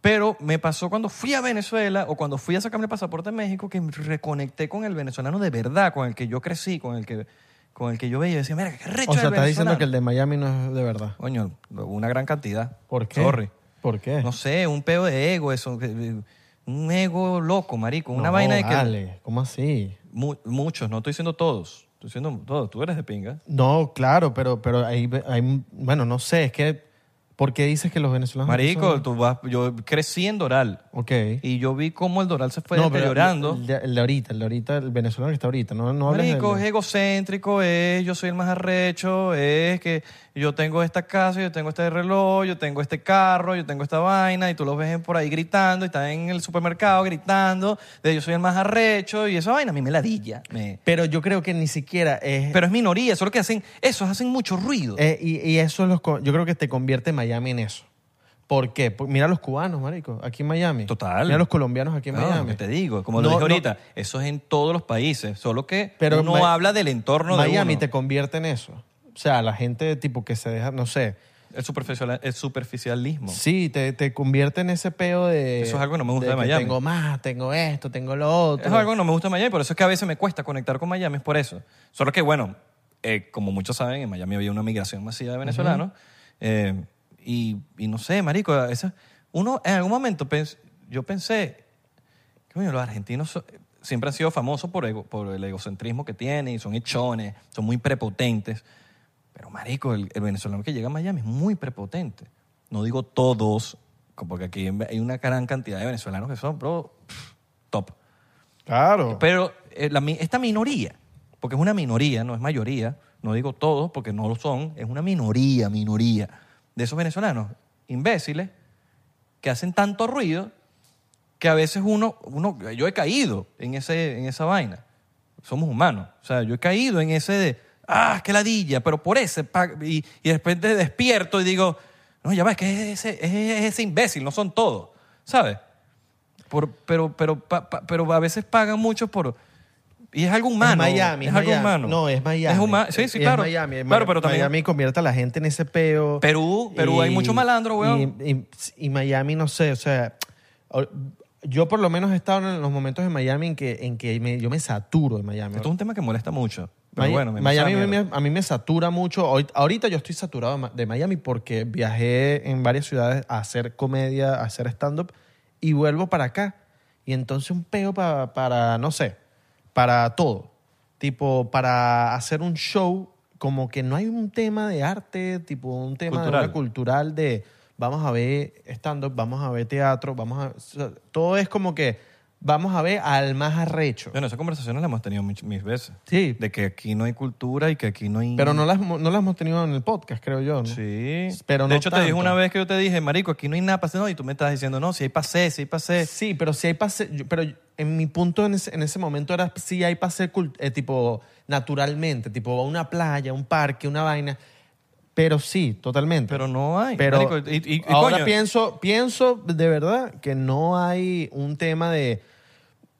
Pero me pasó cuando fui a Venezuela o cuando fui a sacarme el pasaporte en México que me reconecté con el venezolano de verdad, con el que yo crecí, con el que, con el que yo veía. y Decía, mira, qué recho
O sea,
el
estás diciendo
venezolano".
que el de Miami no es de verdad.
Coño, una gran cantidad.
¿Por qué?
Sorry.
¿Por qué?
No sé, un peo de ego, eso. que- Un ego loco, marico. Una
No,
vaina de que.
vale, ¿cómo así?
mu- muchos, no estoy diciendo todos. Estoy diciendo todos. Tú eres de
Ah,
pinga.
No, claro, pero, pero ahí ve- hay, bueno, no sé, es que, ¿por qué dices que los venezolanos
Marico,
son-
tú vas. Yo crecí en Doral.
Ok.
Y yo vi cómo el Doral se fue
No, pero
deteriorando.
El de, el de ahorita, el de ahorita, el venezolano que está ahorita, no, no hables del
Marico,
de-
es egocéntrico, es yo soy el más arrecho, es que yo tengo esta casa, yo tengo este reloj, yo tengo este carro, yo tengo esta vaina, y tú los ves en- por ahí gritando, y están en el supermercado gritando, de yo soy el más arrecho, y esa vaina a mí me ladilla. me-
Pero yo creo que ni siquiera es...
Pero es minoría, eso es lo que hacen, esos hacen mucho ruido.
Eh, y, y eso los, co- yo creo que te convierte Miami en eso. ¿Por qué? Porque mira los cubanos, marico, aquí en Miami.
Total.
Mira los colombianos aquí en
No,
Miami.
que te digo, como lo
No,
dije
no.
ahorita, eso es en todos los países, solo que
Pero
uno
Ma-
habla del entorno de
Miami
uno.
te convierte en eso. O sea, la gente tipo que se deja, no sé.
El, superficial- el superficialismo.
Sí, te, te convierte en ese peo de...
Eso es algo que no me gusta de
que
Miami.
Tengo más, tengo esto, tengo lo otro.
Es algo que no me gusta de Miami, por eso es que a veces me cuesta conectar con Miami, es por eso. Solo que, bueno, eh, como muchos saben, en Miami había una migración masiva de venezolanos. eh, y, y no sé, marico, a veces uno en algún momento pens- yo pensé, coño, los argentinos so- siempre han sido famosos por, ego- por el egocentrismo que tienen, y son hechones, son muy prepotentes. Pero, marico, el, el venezolano que llega a Miami es muy prepotente. No digo todos, porque aquí hay una gran cantidad de venezolanos que son, bro, pff, top.
Claro.
Pero eh, la mi- esta minoría, porque es una minoría, no es mayoría, no digo todos porque no lo son, es una minoría, minoría de esos venezolanos imbéciles que hacen tanto ruido que a veces uno, uno yo he caído en, ese, en esa vaina. Somos humanos. O sea, yo he caído en ese de, ah, qué ladilla, pero por ese. pa- Y, y de repente despierto y digo, no, ya va, es que es ese, es ese imbécil, no son todos. ¿Sabes? Por- pero, pero, pa- pa- pero a veces pagan mucho por. Y es algo humano.
Es Miami.
Es algo
Miami.
humano.
No, es Miami.
Es huma- Sí, sí,
Es
claro.
Miami. Es Miami.
Claro, pero también.
Miami convierte a la gente en ese peo.
Perú, Perú, hay mucho malandro, weón.
Y, y- y Miami, no sé, o sea, o- yo por lo menos he estado en los momentos en Miami en que, en que me- yo me saturo de Miami.
Esto es un tema que molesta mucho. Pero
Mi-
bueno, me
Miami
pasa
a mí
mierda.
me- a mí me satura mucho. Hoy- Ahorita yo estoy saturado de Ma- de Miami porque viajé en varias ciudades a hacer comedia, a hacer stand-up y vuelvo para acá. Y entonces un peo pa- para, no sé, para todo. Tipo, para hacer un show, como que no hay un tema de arte, tipo un tema de
Cultural.
una cultural de vamos a ver stand-up, vamos a ver teatro, vamos a... o sea, todo es como que vamos a ver al más arrecho.
Bueno, esas conversaciones las hemos tenido much- mis veces.
Sí.
De que aquí no hay cultura y que aquí no hay.
Pero no las, mo- no las hemos tenido en el podcast, creo yo. ¿no?
Sí.
Pero
de
no
hecho, te dije
tanto.
una vez que yo te dije, Marico, aquí no hay nada pasando. Y tú me estás diciendo, no, si hay pasé, si hay pasé.
Sí, pero si hay pase. yo- pero en mi punto en ese, en ese momento era si hay pase cult- eh, tipo naturalmente, tipo a una playa, un parque, una vaina. Pero sí, totalmente.
Pero no hay.
Pero
marico, y- y- y
ahora
coño.
pienso, pienso de verdad que no hay un tema de,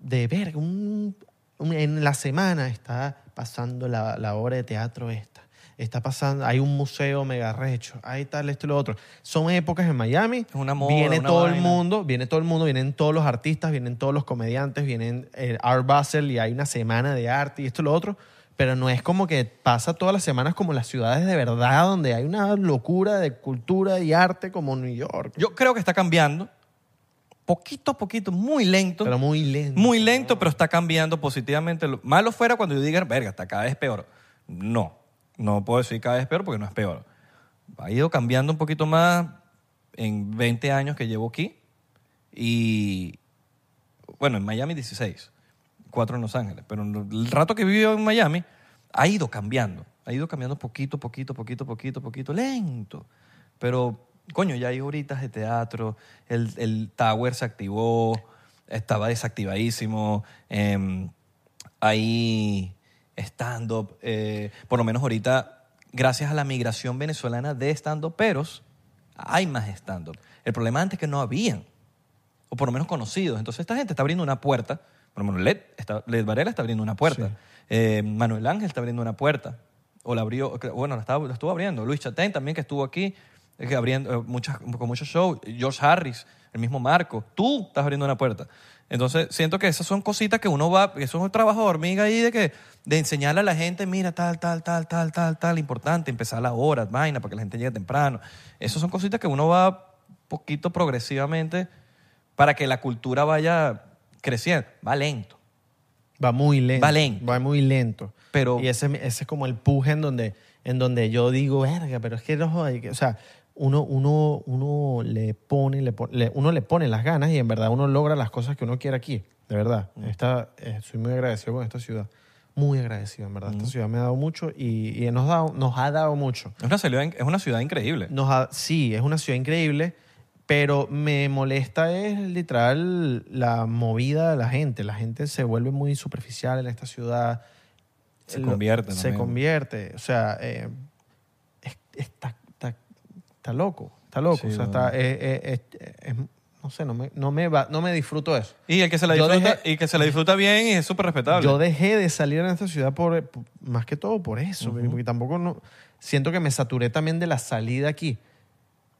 de verga, un- un- en la semana está pasando la, la obra de teatro esta. Está pasando, hay un museo mega recho, hay tal, esto y lo otro. Son épocas en Miami.
Es una moda,
viene
una
todo el
vaina.
mundo, viene todo el mundo, vienen todos los artistas, vienen todos los comediantes, vienen el Art Basel y hay una semana de arte y esto y lo otro. Pero no es como que pasa todas las semanas como las ciudades de verdad, donde hay una locura de cultura y arte como New York.
Yo creo que está cambiando. Poquito a poquito, muy lento.
pero muy lento.
Muy lento, pero está cambiando positivamente. Lo- Malo fuera cuando yo diga, verga, está cada vez peor. No, no puedo decir cada vez peor porque no es peor. Ha ido cambiando un poquito más en 20 años que llevo aquí. Y, bueno, en Miami 16, cuatro en Los Ángeles. Pero el rato que vivió en Miami ha ido cambiando. Ha ido cambiando poquito, poquito, poquito, poquito, poquito, lento. Pero, coño, ya hay horitas de teatro, el, el Tower se activó, estaba desactivadísimo, em, hay stand-up, eh, por lo menos ahorita, gracias a la migración venezolana de stand-up, peros, hay más stand-up. El problema antes es que no habían o por lo menos conocidos. Entonces esta gente está abriendo una puerta. Por lo menos Led, está, Led Varela está abriendo una puerta. Eh, Manuel Ángel está abriendo una puerta. O la abrió, bueno, la, estaba- la estuvo abriendo. Luis Chatén también que estuvo aquí, eh, que abriendo eh, muchas, con muchos shows. George Harris, el mismo Marco. Tú estás abriendo una puerta. Entonces siento que esas son cositas que uno va, que eso es un trabajo de hormiga ahí de que de enseñarle a la gente, mira, tal, tal, tal, tal, tal, tal, importante, empezar la hora, vaina, para que la gente llegue temprano. Esas son cositas que uno va poquito progresivamente para que la cultura vaya creciendo. Va lento.
Va muy lento.
Va lento.
Va muy lento.
Pero-
y ese, ese es como el puje en donde, en donde yo digo, verga, pero es que no joda", y que- O sea, uno, uno, uno, le pone, le pon- le- uno le pone las ganas y en verdad uno logra las cosas que uno quiere aquí. De verdad. Esta, eh, soy muy agradecido con esta ciudad. Muy agradecido, en verdad. Esta ciudad me ha dado mucho y, y nos, da, nos ha dado mucho.
Es una ciudad, es una ciudad increíble.
Nos ha- sí, es una ciudad increíble, pero me molesta es literal la movida de la gente. La gente se vuelve muy superficial en esta ciudad.
Se
Lo-
convierte
Se
también.
convierte. O sea, eh, es- está, está- está loco. Está loco.
Sí,
o sea,
bueno.
está, eh, eh, es- es- no sé, no me, no me va- no me disfruto eso.
Y el que se la
Yo
disfruta,
dejé-
y que se la disfruta bien y es súper respetable.
Yo dejé de salir en esta ciudad por, por- más que todo por eso, porque tampoco no, siento que me saturé también de la salida aquí.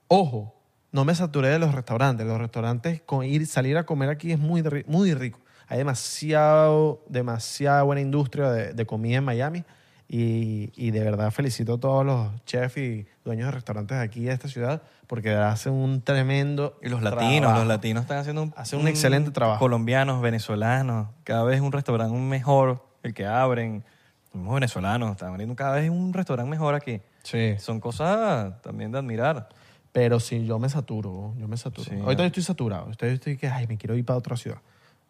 Ojo, no me saturé de los restaurantes. Los restaurantes con ir salir a comer aquí es muy ri- muy rico. Hay demasiado demasiada buena industria de, de comida en Miami. Y, y de verdad felicito a todos los chefs y dueños de restaurantes de aquí de esta ciudad porque hacen un tremendo
y los latinos,
trabajo.
los latinos están haciendo un,
Hacen un excelente trabajo.
Colombianos, venezolanos, cada vez un restaurante mejor, el que abren. Los mismos venezolanos están abriendo cada vez un restaurante mejor aquí.
Sí.
Son cosas también de admirar.
Pero sí, yo me saturo, yo me saturo.
Sí,
Ahorita
ya.
yo estoy saturado. Ahorita yo estoy que, ay, me quiero ir para otra ciudad.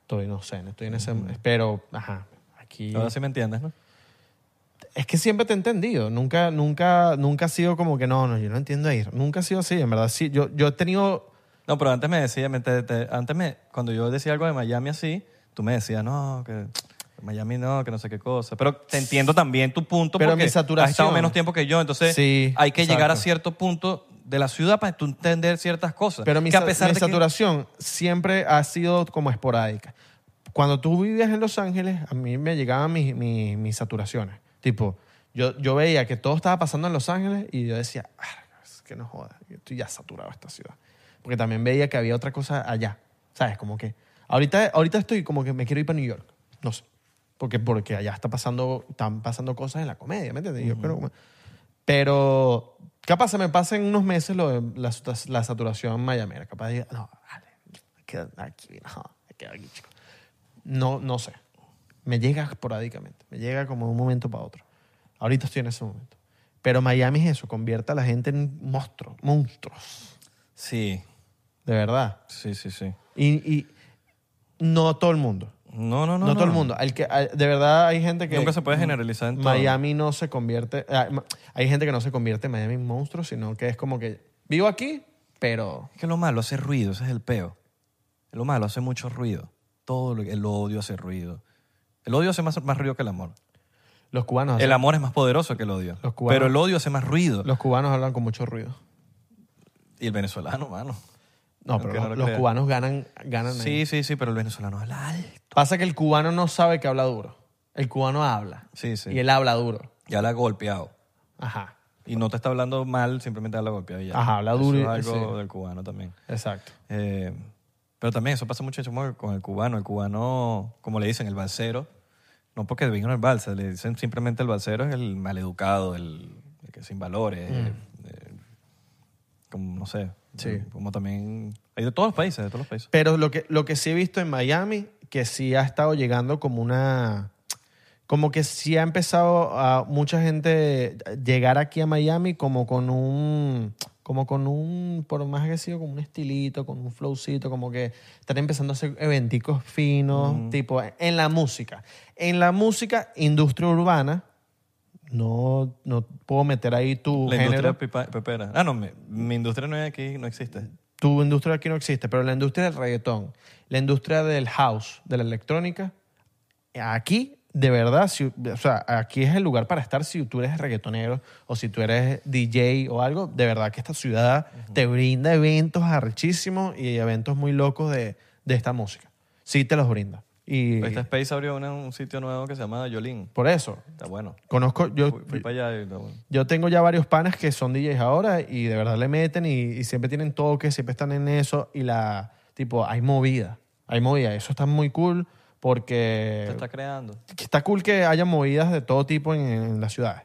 Estoy, no sé, no estoy en ese... Pero, ajá, aquí...
Ahora sí me entiendes, ¿no?
Es que siempre te he entendido. Nunca, nunca, nunca ha sido como que, no, no, yo no entiendo ir. Nunca ha sido así, en verdad. Sí, yo, yo he tenido...
No, pero antes me decía, me- te- te- antes me, cuando yo decía algo de Miami así, tú me decías, no, que Miami no, que no sé qué cosa. Pero te entiendo también tu punto
Pero
porque
mi saturación-
has estado menos tiempo que yo, entonces
Sí,
hay que llegar a
exacto.
cierto punto de la ciudad para tú entender ciertas cosas.
Pero mi,
que a
sa-
pesar
mi
de que-
saturación siempre ha sido como esporádica. Cuando tú vivías en Los Ángeles, a mí me llegaban mis, mis, mis saturaciones. Tipo, yo, yo veía que todo estaba pasando en Los Ángeles y yo decía, "Ah, es que no joda, yo estoy ya saturado de esta ciudad. Porque también veía que había otra cosa allá. ¿Sabes? Como que ahorita, ahorita estoy como que me quiero ir para New York. No sé. Porque, porque allá está pasando, están pasando cosas en la comedia, ¿me entiendes? Yo creo- pero capaz se me pasa en unos meses lo de la, la saturación mayamera. Capaz diga, no, vale, me quedo aquí, no, me quedo aquí, chico. No, no sé. Me llega esporádicamente. Me llega como de un momento para otro. Ahorita estoy en ese momento. Pero Miami es eso, convierte a la gente en monstruos, monstruos.
Sí,
De verdad.
sí, sí, sí.
Y, y no todo el mundo.
No, no, no.
No, todo el mundo. Al que, al- de verdad hay gente que...
Nunca se puede generalizar en todo.
Miami no se convierte... ah, ma- Hay gente que no se convierte en Miami en monstruo, sino que es como que vivo aquí, pero...
Es que lo malo hace ruido, ese es el peo. Lo malo hace mucho ruido. Todo lo- el odio hace ruido. El odio hace más, más ruido que el amor.
Los cubanos, hacen-
El amor es más poderoso que el odio.
Ah, Los cubanos-
Pero el odio hace más ruido.
los cubanos hablan con mucho ruido.
Y el venezolano, mano.
No,
Aunque
pero
no
los,
lo
los
crean.
cubanos ganan, ganan ahí.
Sí, sí, sí, pero el venezolano habla alto.
Pasa que el cubano no sabe que habla duro. El cubano habla.
Sí, sí.
Y él habla duro.
Y habla golpeado.
Ajá.
Y no te está hablando mal, simplemente habla golpeado y ya.
Ajá, habla
Eso
duro y-
Es algo
sí.
del cubano también.
Exacto.
Eh, pero también eso pasa mucho chamo, con el cubano. El cubano, como le dicen, el balsero. No porque venga el balsa, le dicen simplemente el balsero es el maleducado, el, el que sin valores. eh, eh, como, no sé.
Mm. Sí.
Como también. Hay de todos los países, de todos los países.
Pero lo que, lo que sí he visto en Miami, que sí ha estado llegando como una... Como que sí ha empezado a mucha gente llegar aquí a Miami como con un... Como con un, por más que sea, como un estilito, con un flowcito, como que están empezando a hacer eventicos finos, tipo en la música. En la música, industria urbana, no, no puedo meter ahí tu
La
género.
industria pipa- pepera. Ah, no, mi, mi industria no es aquí, no existe.
tu industria aquí no existe, pero la industria del reggaetón, la industria del house, de la electrónica, aquí, de verdad, si- o sea, aquí es el lugar para estar si tú eres reggaetonero o si tú eres DJ o algo. De verdad que esta ciudad te brinda eventos arrechísimos y eventos muy locos de, de esta música. Sí te los brinda. Y
Esta Pues Space abrió una- un sitio nuevo que se llama Yolín.
por eso,
Está bueno.
conozco, yo,
Fui, fui para allá y está bueno.
yo tengo ya varios panas que son DJs ahora y de verdad le meten y, y siempre tienen toques, siempre están en eso y la, tipo, hay movida, hay movida. Eso está muy cool
Se
porque
está creando.
está cool que haya movidas de todo tipo en, en las ciudades.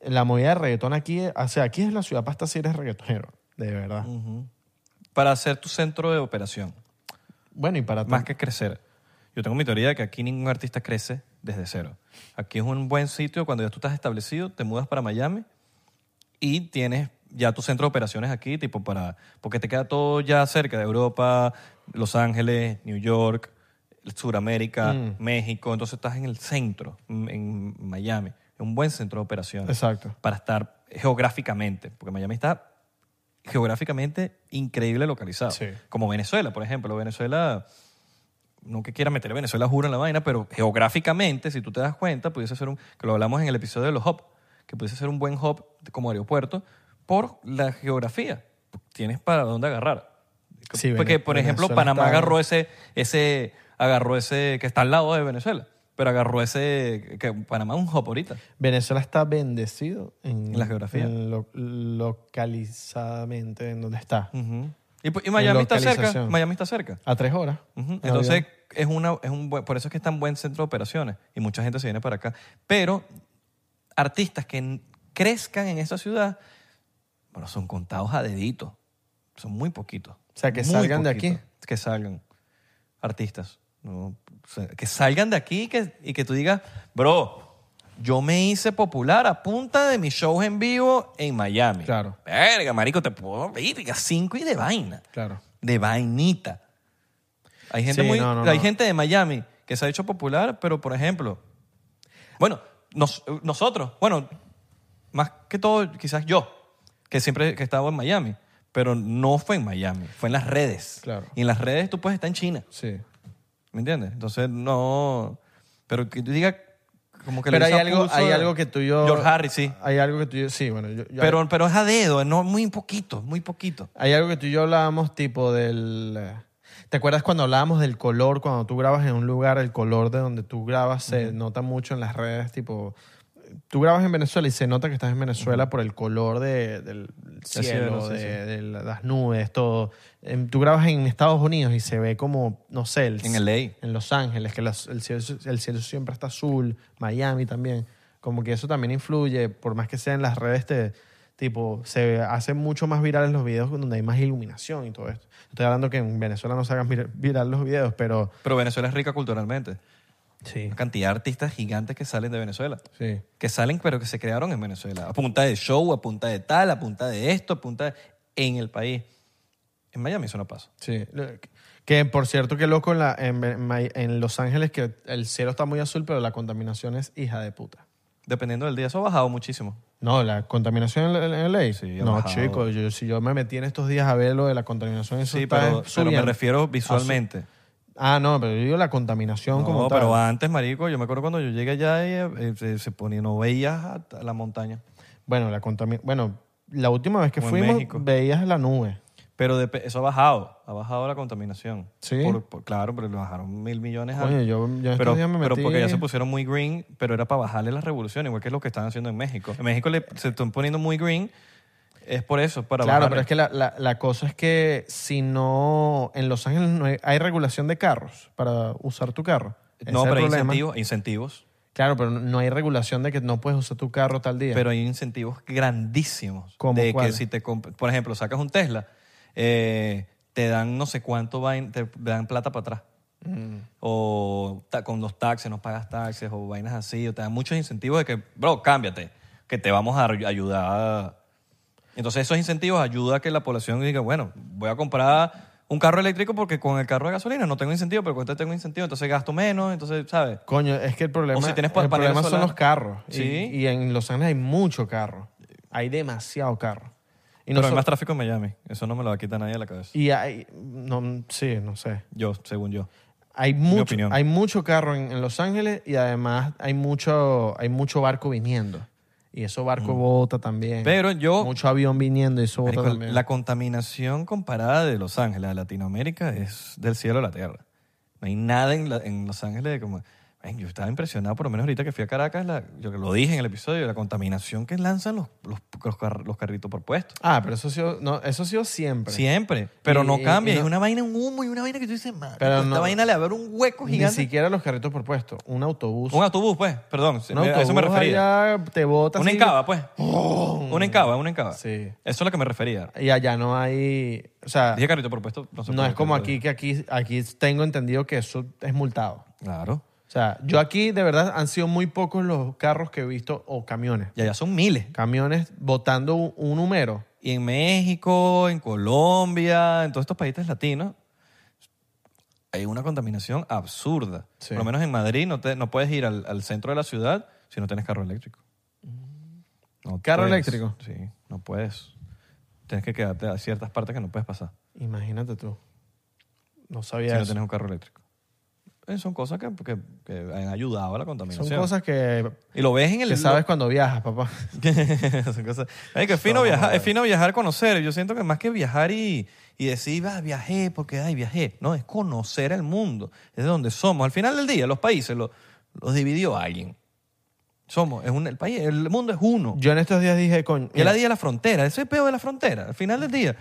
La movida de reggaetón aquí, o sea, aquí es la ciudad para estar si eres reggaetonero, de verdad.
Para hacer tu centro de operación.
Bueno, y para
Más que crecer. Yo tengo mi teoría de que aquí ningún artista crece desde cero. Aquí es un buen sitio cuando ya tú estás establecido, te mudas para Miami y tienes ya tu centro de operaciones aquí, tipo para. Porque te queda todo ya cerca de Europa, Los Ángeles, New York, Sudamérica, México. Entonces estás en el centro, en- en Miami. Es un buen centro de operaciones.
Exacto.
Para estar geográficamente. Porque Miami está geográficamente increíble localizado.
Sí.
Como Venezuela, por ejemplo. Venezuela, no que quiera meter a Venezuela juro en la vaina, pero geográficamente, si tú te das cuenta, pudiese ser un, que lo hablamos en el episodio de los hubs, que pudiese ser un buen hub como aeropuerto por la geografía. Tienes para dónde agarrar.
Sí, Vene-
Porque, por ejemplo,
Venezuela
Panamá
está-
agarró ese, ese, agarró ese, que está al lado de Venezuela, pero agarró ese, que Panamá es un hub ahorita.
Venezuela está bendecido en,
En la geografía.
en lo- localizadamente en donde está.
Ujú. Y, pues, y Miami está cerca,
Localización.
Miami está cerca.
A tres horas.
Ujú.
en
Entonces,
avión.
es una, es un buen- por eso es que es tan buen centro de operaciones y mucha gente se viene para acá. Pero artistas que n- crezcan en esa ciudad, bueno, son contados a deditos. Son muy poquitos.
O sea, que
Muy
salgan de aquí.
Que salgan. Artistas. ¿no? O sea, que salgan de aquí y que, y que tú digas, bro, yo me hice popular a punta de mis shows en vivo en Miami.
Claro.
Verga, marico, te puedo... Verga, cinco y de vaina
Claro.
de vainita. Hay gente,
Sí,
muy-
no, no,
hay
no.
gente de Miami que se ha hecho popular, pero por ejemplo, bueno, nos- nosotros, bueno, más que todo, quizás yo, que siempre que estaba en Miami, pero no fue en Miami, fue en las redes.
Claro.
Y en las redes tú puedes estar en China,
Sí.
¿me entiendes? Entonces, no, pero que tú digas como que
pero hay
Luisa
algo,
puso
hay
de-
algo que tú y yo.
George Harris, sí.
Hay algo que tú y yo. Sí, bueno. yo- yo-
Pero, pero es a dedo, no, muy poquito, muy poquito.
hay, hay algo que tú y yo hablábamos, tipo del. eh, ¿Te acuerdas cuando hablábamos del color? Cuando tú grabas en un lugar, el color de donde tú grabas se nota mucho en las redes, tipo. Tú grabas en Venezuela y se nota que estás en Venezuela por el color de- del cielo,
cielo, sí,
de,
sí.
de la- las nubes, todo. Em, Tú grabas en Estados Unidos y se ve como, no sé, el,
En LA.
en Los Ángeles, que las- el, cielo, el cielo siempre está azul, Miami también. Como que eso también influye, por más que sea en las redes, te- tipo, se hacen mucho más virales los videos donde hay más iluminación y todo esto. Estoy hablando que en Venezuela no se hagan vir- viral los videos, pero...
Pero Venezuela es rica culturalmente.
Sí.
Una cantidad de artistas gigantes que salen de Venezuela.
Sí.
que salen pero que se crearon en Venezuela. A punta de show, a punta de tal, a punta de esto, a punta de... en el país. En Miami eso no pasa.
Sí. Lo- Que por cierto, que loco en, la- en, Ve- en Ma- en Los Ángeles que el cielo está muy azul, pero la contaminación es hija de puta.
Dependiendo del día, eso ha bajado muchísimo.
No, la contaminación en, en LA.
Sí, ha
no,
bajado.
chico, yo, si yo me metí en estos días a ver lo de la contaminación, eso
Sí,
está
pero, pero me
subiendo.
refiero visualmente.
Ah, no, pero yo digo la contaminación como
No,
tal.
pero antes, marico, yo me acuerdo cuando yo llegué allá y eh, se, se ponía, no veías hasta la montaña.
Bueno, la contami- bueno, la última vez que
Como en
fuimos
México.
veías la nube.
Pero depe- eso ha bajado, ha bajado la contaminación.
Sí.
Por- por- claro, pero le bajaron mil millones a-
Coño, yo, yo estos
pero,
días me
pero
metí-
porque ya se pusieron muy green, pero era para bajarle las revoluciones, igual que lo que están haciendo en México. En México le- se están poniendo muy green, es por eso, para
Claro,
bajarle.
pero es que la, la- la cosa es que si no... En Los Ángeles no hay, hay regulación de carros para usar tu carro. Ese
No,
es el
pero hay
problema.
incentivos, incentivos.
Claro, pero no hay regulación de que no puedes usar tu carro tal día.
Pero hay incentivos grandísimos.
¿Cómo
de que
cuáles?
si te comp- por ejemplo, sacas un Tesla, eh, te dan no sé cuánto, vain- te dan plata para atrás.
Mm.
O ta- con los taxes, no pagas taxes, o vainas así, o te dan muchos incentivos de que, bro, cámbiate, que te vamos a re- ayudar. a- Entonces esos incentivos ayudan a que la población diga, bueno, voy a comprar un carro eléctrico porque con el carro de gasolina no tengo incentivo, pero con este tengo incentivo, entonces gasto menos, entonces, ¿sabes?
Coño, es que el problema,
O si tienes pa-
el
paneles
problema son
solares.
los carros. Y-
Sí.
Y, en Los Ángeles hay mucho carro. Hay demasiado carro. Y
pero hay
noso-
más tráfico en Miami, eso no me lo va a quitar nadie de la cabeza.
y hay, no, sí, no sé.
Yo, según yo.
Hay mucho,
opinión.
hay mucho carro en, en Los Ángeles y además hay mucho, hay mucho barco viniendo. Y eso barco bota también.
Mm. Pero yo-
Mucho avión viniendo y eso bota
Marico,
también.
la contaminación comparada de Los Ángeles a Latinoamérica es del cielo a la tierra. No hay nada en, la- en Los Ángeles de como... Ay, yo estaba impresionado, por lo menos ahorita que fui a Caracas, la- yo lo dije en el episodio, la contaminación que lanzan los, los, los car- los carritos por puesto.
Ah, pero eso ha sido, no, eso ha sido siempre.
Siempre, pero
Y-
no
y-
cambia.
y no-
Es una vaina en humo y una vaina que tú dices, madre,
Pero
esta
no-
vaina le va a haber un hueco
Ni
gigante.
siquiera los carritos por puesto. Un autobús.
Un autobús, pues, perdón,
Un
a eso me
autobús
refería.
allá te bota
Un
así.
encaba, pues. Un encaba, un encaba.
Sí.
Eso es a lo que me refería.
Y allá no hay... O sea,
Dije carrito por puesto. No, se
no
puede,
es como
carrito.
aquí, que aquí, aquí tengo entendido que eso es multado.
Claro.
O sea, yo aquí de verdad han sido muy pocos los carros que he visto o camiones.
Y allá son miles.
Camiones botando un, un número.
Y en México, en Colombia, en todos estos países latinos, hay una contaminación absurda.
Sí.
Por lo menos en Madrid no, te- no puedes ir al, al centro de la ciudad si no tienes carro eléctrico. No
Mm. ¿Carro eléctrico?
Sí, no puedes. Tienes que quedarte a ciertas partes que no puedes pasar
Imagínate tú. No
si
sabía
no
eso.
tienes un carro eléctrico. Eh, son cosas que, que- que han ayudado a la contaminación.
Son cosas que,
y lo ves en
que
el...
sabes cuando viajas, papá.
Son cosas- Ay, que es fino, viajar, es fino viajar, conocer. Yo siento que más que viajar y, y decir, "Ah, viajé porque, ay, viajé. No, es conocer el mundo. Es de donde somos. Al final del día, los países lo- los dividió alguien. Somos, es un, el país, el mundo es uno.
Yo en estos días dije, coño,
Y la
mira,
día de la frontera, ese peo de la frontera, al final del día.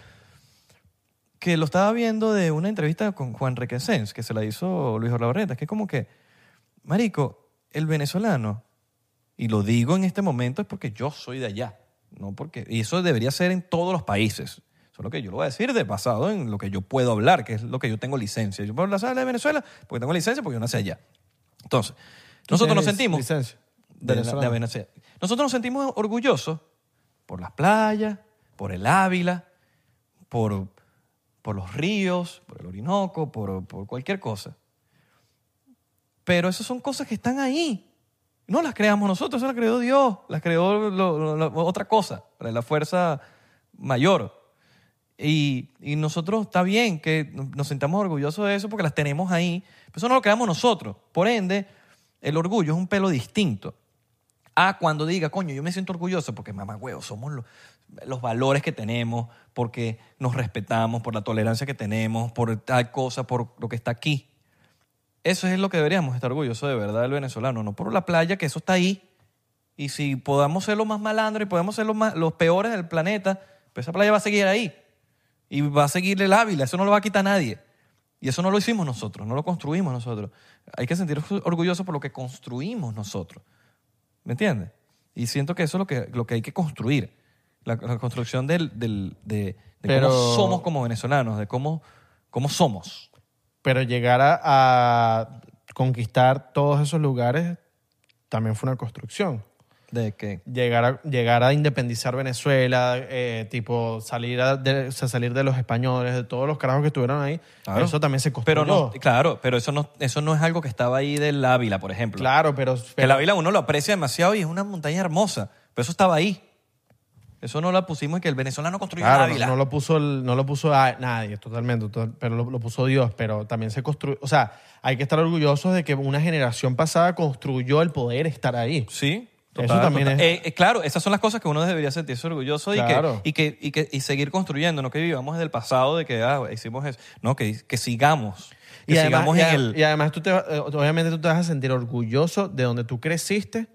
Que lo estaba viendo de una entrevista con Juan Requesens, que se la hizo Luis Olavarrieta, que es como que, marico, el venezolano, y lo digo en este momento es porque yo soy de allá, no porque, y eso debería ser en todos los países. Solo que yo lo voy a decir de basado en lo que yo puedo hablar, que es lo que yo tengo licencia. Yo puedo hablar de Venezuela porque tengo licencia porque yo nací allá. Entonces, nosotros nos
tienes
sentimos
licencia?
de,
Venezolano.
de Venezuela. Nosotros nos sentimos orgullosos por las playas, por el Ávila, por, por los ríos, por el Orinoco, por, por cualquier cosa. Pero esas son cosas que están ahí. No las creamos nosotros, eso las creó Dios, las creó lo- lo- lo- otra cosa, la fuerza mayor. Y, y nosotros está bien que nos sentamos orgullosos de eso porque las tenemos ahí, pero eso no lo creamos nosotros. Por ende, el orgullo es un pelo distinto a cuando diga, coño, yo me siento orgulloso porque, mamá, huevo, somos lo- los valores que tenemos, porque nos respetamos, por la tolerancia que tenemos, por tal cosa, por lo que está aquí. Eso es lo que deberíamos estar orgullosos de verdad del venezolano, no por la playa, que eso está ahí. Y si podamos ser los más malandros y podemos ser los, más- los peores del planeta, pues esa playa va a seguir ahí. Y va a seguir el Ávila, eso no lo va a quitar nadie. Y eso no lo hicimos nosotros, no lo construimos nosotros. Hay que sentirnos orgullosos por lo que construimos nosotros. ¿Me entiendes? Y siento que eso es lo que, lo que hay que construir. La, la construcción del, del- de, de
Pero-
cómo somos como venezolanos, de cómo, cómo somos.
Pero llegar a, a conquistar todos esos lugares también fue una construcción.
De que
Llegar a, llegar a independizar Venezuela, eh, tipo salir, a- de, o sea, salir de los españoles, de todos los carajos que estuvieron ahí,
Claro.
eso también se construyó.
Pero no, claro, pero eso no, eso no es algo que estaba ahí del Ávila, por ejemplo.
Claro, pero,
Que el Ávila uno lo aprecia demasiado y es una montaña hermosa, pero eso estaba ahí. Eso no la pusimos y que el venezolano construyó
Claro,
Ávila.
no, no lo puso, el- no lo puso a nadie totalmente, to- pero lo, lo puso Dios, pero también se construyó, o sea, hay que estar orgullosos de que una generación pasada construyó el poder estar ahí.
Sí.
Eso también es-
Eh, eh, claro, esas son las cosas que uno debería sentirse orgulloso y que-
Claro.
y, que, y, que, y, seguir construyendo, no que vivamos del pasado de que ah, hicimos eso. No, que, que sigamos. Que
Y además,
sigamos
y
en
a-
el.
y además tú te, va- eh, obviamente tú te vas a sentir orgulloso de donde tú creciste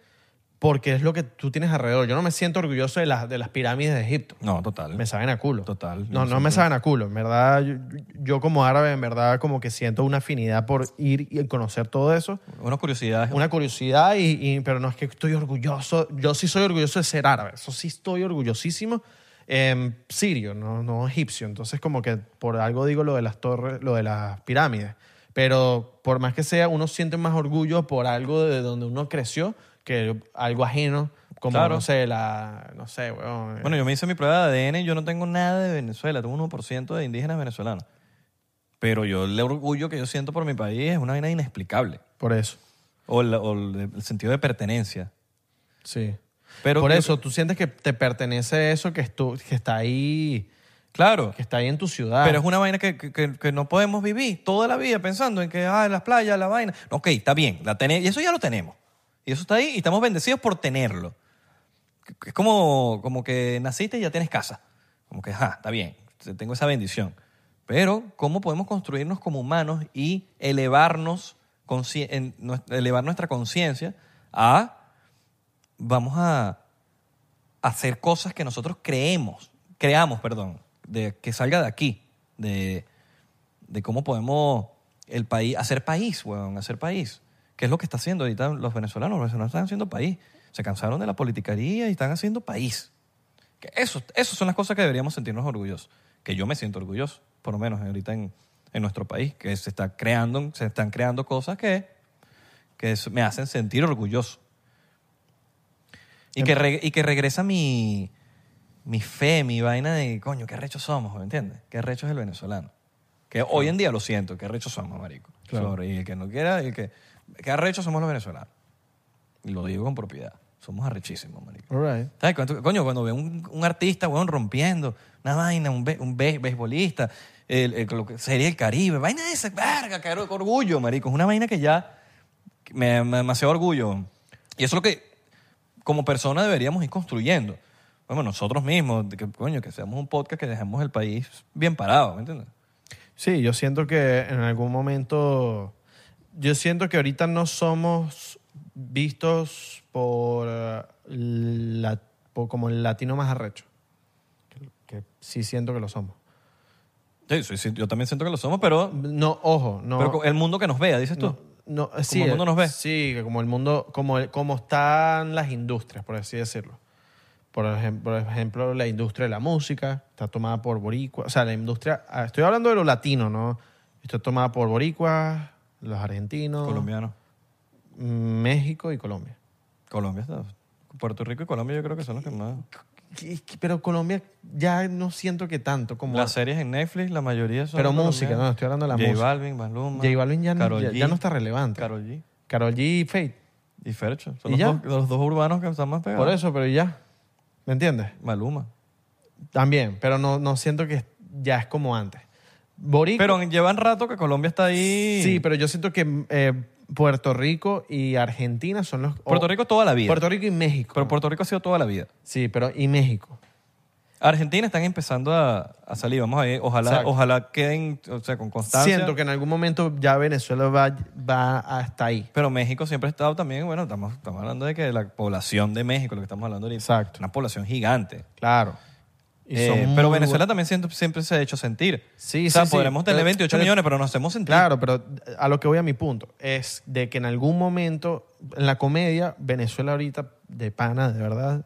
porque es lo que tú tienes alrededor. Yo no me siento orgulloso de, las de las pirámides de Egipto.
No, total.
Me saben a culo.
Total,
No,
yo
no me saben a culo. En verdad, yo, yo como árabe, en verdad, como que siento una afinidad por ir y conocer todo eso.
Una curiosidad.
Una curiosidad, y, y- pero no es que estoy orgulloso. Yo sí soy orgulloso de ser árabe. Eso sí estoy orgullosísimo. Em, sirio, no, no egipcio. Entonces, como que por algo digo lo de las torres, lo de las pirámides. Pero por más que sea, uno siente más orgullo por algo de donde uno creció que algo ajeno, como,
Claro.
no sé, la... No sé, weón. eh,
Bueno, yo me hice mi prueba de ADN y yo no tengo nada de Venezuela, tengo un 1% de indígenas venezolanos. Pero yo el orgullo que yo siento por mi país es una vaina inexplicable.
por eso.
O, la- o el, el sentido de pertenencia.
Sí.
Pero
Por
creo
eso, tú sientes que te pertenece eso que, estu- que está ahí
Claro.
que está ahí en tu ciudad.
Pero es una vaina que, que- que- que no podemos vivir toda la vida pensando en que, ah, las playas, la vaina. Ok, está bien, la tenemos, y eso ya lo tenemos. Y eso está ahí y estamos bendecidos por tenerlo. Que- que Es como, como que naciste y ya tienes casa. Como que, ah, está bien, te- tengo esa bendición. Pero, ¿cómo podemos construirnos como humanos y elevarnos, consci- en nues- elevar nuestra conciencia a, vamos a hacer cosas que nosotros creemos, creamos, perdón, de que salga de aquí, de, de cómo podemos el país, hacer país, weón, hacer país. ¿Qué es lo que está haciendo ahorita los venezolanos? Los venezolanos están haciendo país. Se cansaron de la politicaría y están haciendo país. Que eso, esas son las cosas que deberíamos sentirnos orgullosos. Que yo me siento orgulloso, por lo menos ahorita en, en nuestro país, que se, está creando, se están creando cosas que, que es- me hacen sentir orgulloso. Y que, re- y que regresa mi, mi fe, mi vaina de, coño, qué rechos somos, ¿me entiendes? Qué recho es el venezolano. Que hoy en día lo siento, qué rechos somos, marico. Sobre- y el que no quiera, el que... Qué arrechos somos los venezolanos. Y lo digo con propiedad. Somos arrechísimos, marico.
All right.
¿Sabes? Cuando, coño, cuando veo un, un artista, weón, rompiendo una vaina, un, be- un be- beisbolista, el, el- lo que sería el Caribe, vaina de esa, verga, qué or- orgullo, marico. Es una vaina que ya me, me demasiado orgullo. Y eso es lo que como persona deberíamos ir construyendo. Bueno, nosotros mismos, de que, coño, que seamos un podcast que dejemos el país bien parado, ¿me entiendes?
Sí, yo siento que en algún momento. Yo siento que ahorita no somos vistos por, eh, la, por- como el latino más arrecho. Que, que sí siento que lo somos.
Sí, sí, sí, yo también siento que lo somos, pero,
No, ojo, no.
pero el mundo que nos vea, dices tú.
No, eh, sí,
el mundo nos ve.
Sí, que como el mundo, como, el- como están las industrias, por así decirlo. Por ejemplo, por ejemplo, la industria de la música está tomada por boricua. O sea, la industria, ah, estoy hablando de lo latino, ¿no? Está tomada por boricuas, los argentinos, mm,
Colombiano.
México y Colombia.
Colombia está. Puerto Rico y Colombia yo creo que son los que más...
Y- Pero Colombia ya no siento que tanto como...
Las series en Netflix, la mayoría son.
Pero música,
colombianas.
no, estoy hablando de la
J
música.
Balvin, Maluma.
J Balvin ya, no-
Karol
ya-
G,
ya no está relevante.
Karol G
Karol G y Fate.
y Fercho. Son
¿Y
los
ya?
dos, los dos urbanos que están más pegados.
Por eso, pero ya. ¿Me entiendes?
Maluma.
También, pero no, no siento que ya es como antes. Boricua.
Pero llevan rato que Colombia está ahí.
sí, pero yo siento que eh, Puerto Rico y Argentina son los. o-
Puerto Rico toda la vida.
Puerto Rico y México.
Pero Puerto Rico ha sido toda la vida.
sí, pero y México.
Argentina están empezando a, a salir. Vamos a ver. Ojalá,
Exacto.
ojalá queden, o sea, con constancia.
Siento que en algún momento ya Venezuela va, va hasta ahí.
Pero México siempre ha estado también, bueno, estamos, estamos hablando de que la población de México, lo que estamos hablando ahorita,
Exacto.
una población gigante.
Claro. Y
Eh,
son
pero
muy
Venezuela
bu-
también siento- siempre se ha hecho sentir.
Sí,
o sea,
sí, sí.
podremos tener
Pero-
28
pero-
millones, pero nos hacemos sentir.
Claro, pero a lo que voy a mi punto es de que en algún momento en la comedia, Venezuela ahorita de pana, de verdad,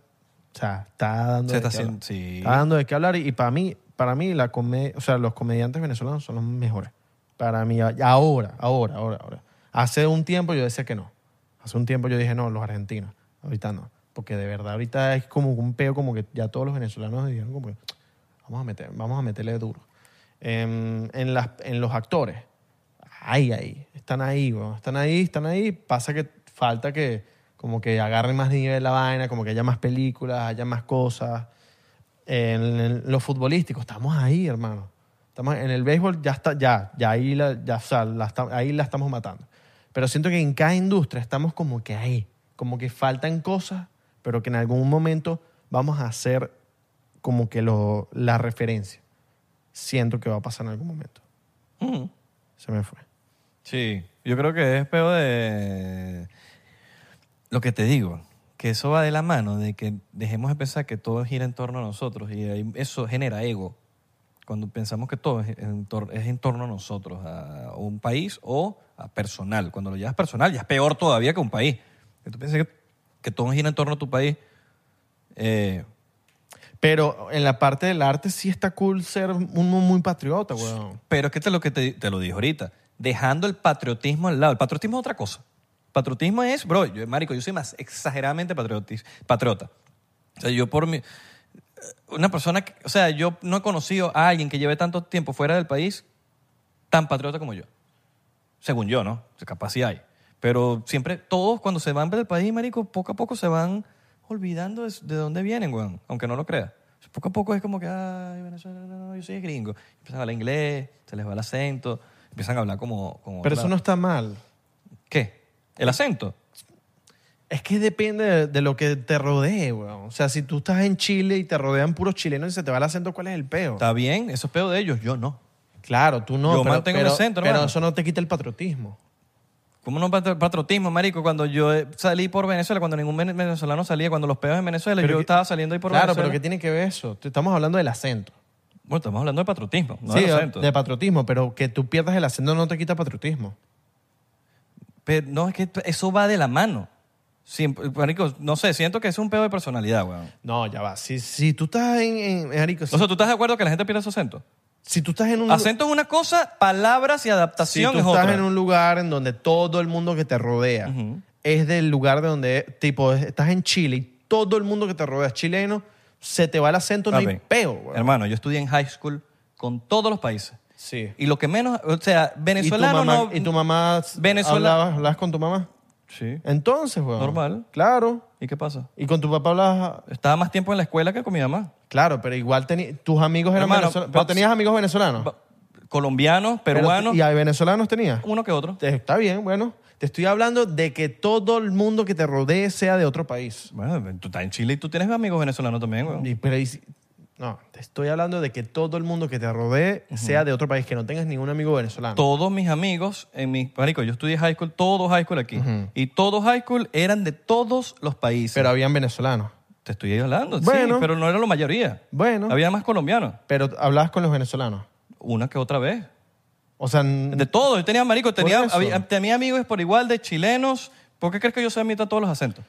o sea, está dando,
Se
de,
está
qué
haciendo-
hablar.
sí.
Está dando de qué hablar y, para mí, para mí la come- o sea, los comediantes venezolanos son los mejores. Para mí ahora, ahora, ahora, ahora. Hace un tiempo yo decía que no. Hace un tiempo yo dije no, los argentinos. Ahorita no, porque de verdad ahorita es como un peo como que ya todos los venezolanos dijeron como que vamos a meter, vamos a meterle duro. Em, en, las, en los actores, ahí, ahí, están ahí, weón, están ahí, están ahí. Pasa que falta que como que agarren más nivel la vaina, como que haya más películas, haya más cosas. En, el- lo futbolístico, estamos ahí, hermano. Estamos, en el béisbol ya está, ya, ya ahí la, ya, o sea, la esta- ahí la estamos matando. Pero siento que en cada industria estamos como que ahí, como que faltan cosas, pero que en algún momento vamos a hacer como que lo, la referencia. Siento que va a pasar en algún momento.
Mm.
Se me fue.
Sí, yo creo que es peor de lo que te digo, que eso va de la mano de que dejemos de pensar que todo gira en torno a nosotros y ahí eso genera ego. Cuando pensamos que todo es en, tor- es en torno a nosotros, a un país o a personal. Cuando lo llevas personal ya es peor todavía que un país. Que Tú piensas que, que todo gira en torno a tu país. Eh,
Pero en la parte del arte sí está cool ser un muy patriota, weón.
Pero es que te lo que te, te lo dije ahorita, dejando el patriotismo al lado. El patriotismo es otra cosa. Patriotismo es, bro, yo, marico, yo soy más exageradamente patriotis- patriota. O sea, yo por mi... Una persona, que- o sea, yo no he conocido a alguien que lleve tanto tiempo fuera del país tan patriota como yo. Según yo, ¿no? O sea, capaz sí hay. Pero siempre, todos cuando se van del país, marico, poco a poco se van olvidando de, de dónde vienen, weón, aunque no lo creas. Poco a poco es como que, ay, Venezuela, no, no, yo soy gringo. Empiezan a hablar inglés, se les va el acento, empiezan a hablar como... como
Pero
otra-
eso no está mal.
¿Qué? ¿El acento?
Es que depende de, de lo que te rodee, weón. O sea, si tú estás en Chile y te rodean puros chilenos y se te va el acento, ¿cuál es el peo?
Está bien, eso es peor de ellos, yo no.
Claro, tú no.
Yo mantengo mi acento,
Pero
hermano.
eso no te quita el patriotismo.
¿Cómo no patri- patriotismo, marico? Cuando yo eh, salí por Venezuela, cuando ningún vene- venezolano salía, cuando los peos en Venezuela,
Pero
yo
que-
estaba saliendo ahí por
claro,
Venezuela.
pero ¿qué tiene que ver eso? Te- Estamos hablando del acento.
Bueno, estamos hablando de patriotismo, no
sí,
del acento.
de patriotismo, pero que tú pierdas el acento no te quita patriotismo.
Pero no, es que eso va de la mano. Siempre, marico, no sé, siento que es un pedo de personalidad, weón.
No, ya va. Si, si tú estás en... en- en- marico, si,
O sea, ¿tú estás de acuerdo que la gente pierde su acento?
si tú estás en un...
Acento es una cosa, palabras y
si
adaptación
tú
es
estás
otra.
en un lugar en donde todo el mundo que te rodea es del lugar de donde, tipo, estás en Chile y todo el mundo que te rodea es chileno, se te va el acento, no hay
Papi,
peo, weón.
Hermano, yo estudié en high school con todos los países.
Sí.
Y lo que menos, o sea,
¿Y tu
venezolano
mamá,
no...
y tu mamá
Venezuela-
hablabas, hablabas con tu mamá?
Sí.
Entonces, weón.
Normal.
Claro.
¿Y qué pasa?
Y con tu papá hablabas...
Estaba más tiempo en la escuela que con mi mamá.
Claro, pero igual teni- tus amigos eran
Hermano,
venezolanos. Pero
va-
tenías amigos venezolanos.
Pa- Colombianos,
Pero-
peruanos,
¿Y a venezolanos tenías?
uno que otro.
Te- Está bien, bueno. Te estoy hablando de que todo el mundo que te rodee sea de otro país.
Bueno, tú estás en Chile y tú tienes amigos venezolanos también, weón.
Y- pero y si- no, te estoy hablando de que todo el mundo que te rodee sea de otro país, que no tengas ningún amigo venezolano.
todos mis amigos en mi marico yo estudié high school todos high school aquí y todos high school eran de todos los países
Pero habían venezolanos.
te estoy hablando
Bueno.
sí pero no era la mayoría
Bueno.
había más colombianos
Pero hablabas con los venezolanos.
una que otra vez
O sea, n-
de todos yo tenía marico tenía,
eso.
había- tenía amigos por igual de chilenos ¿por qué crees que yo sé mitad todos los acentos?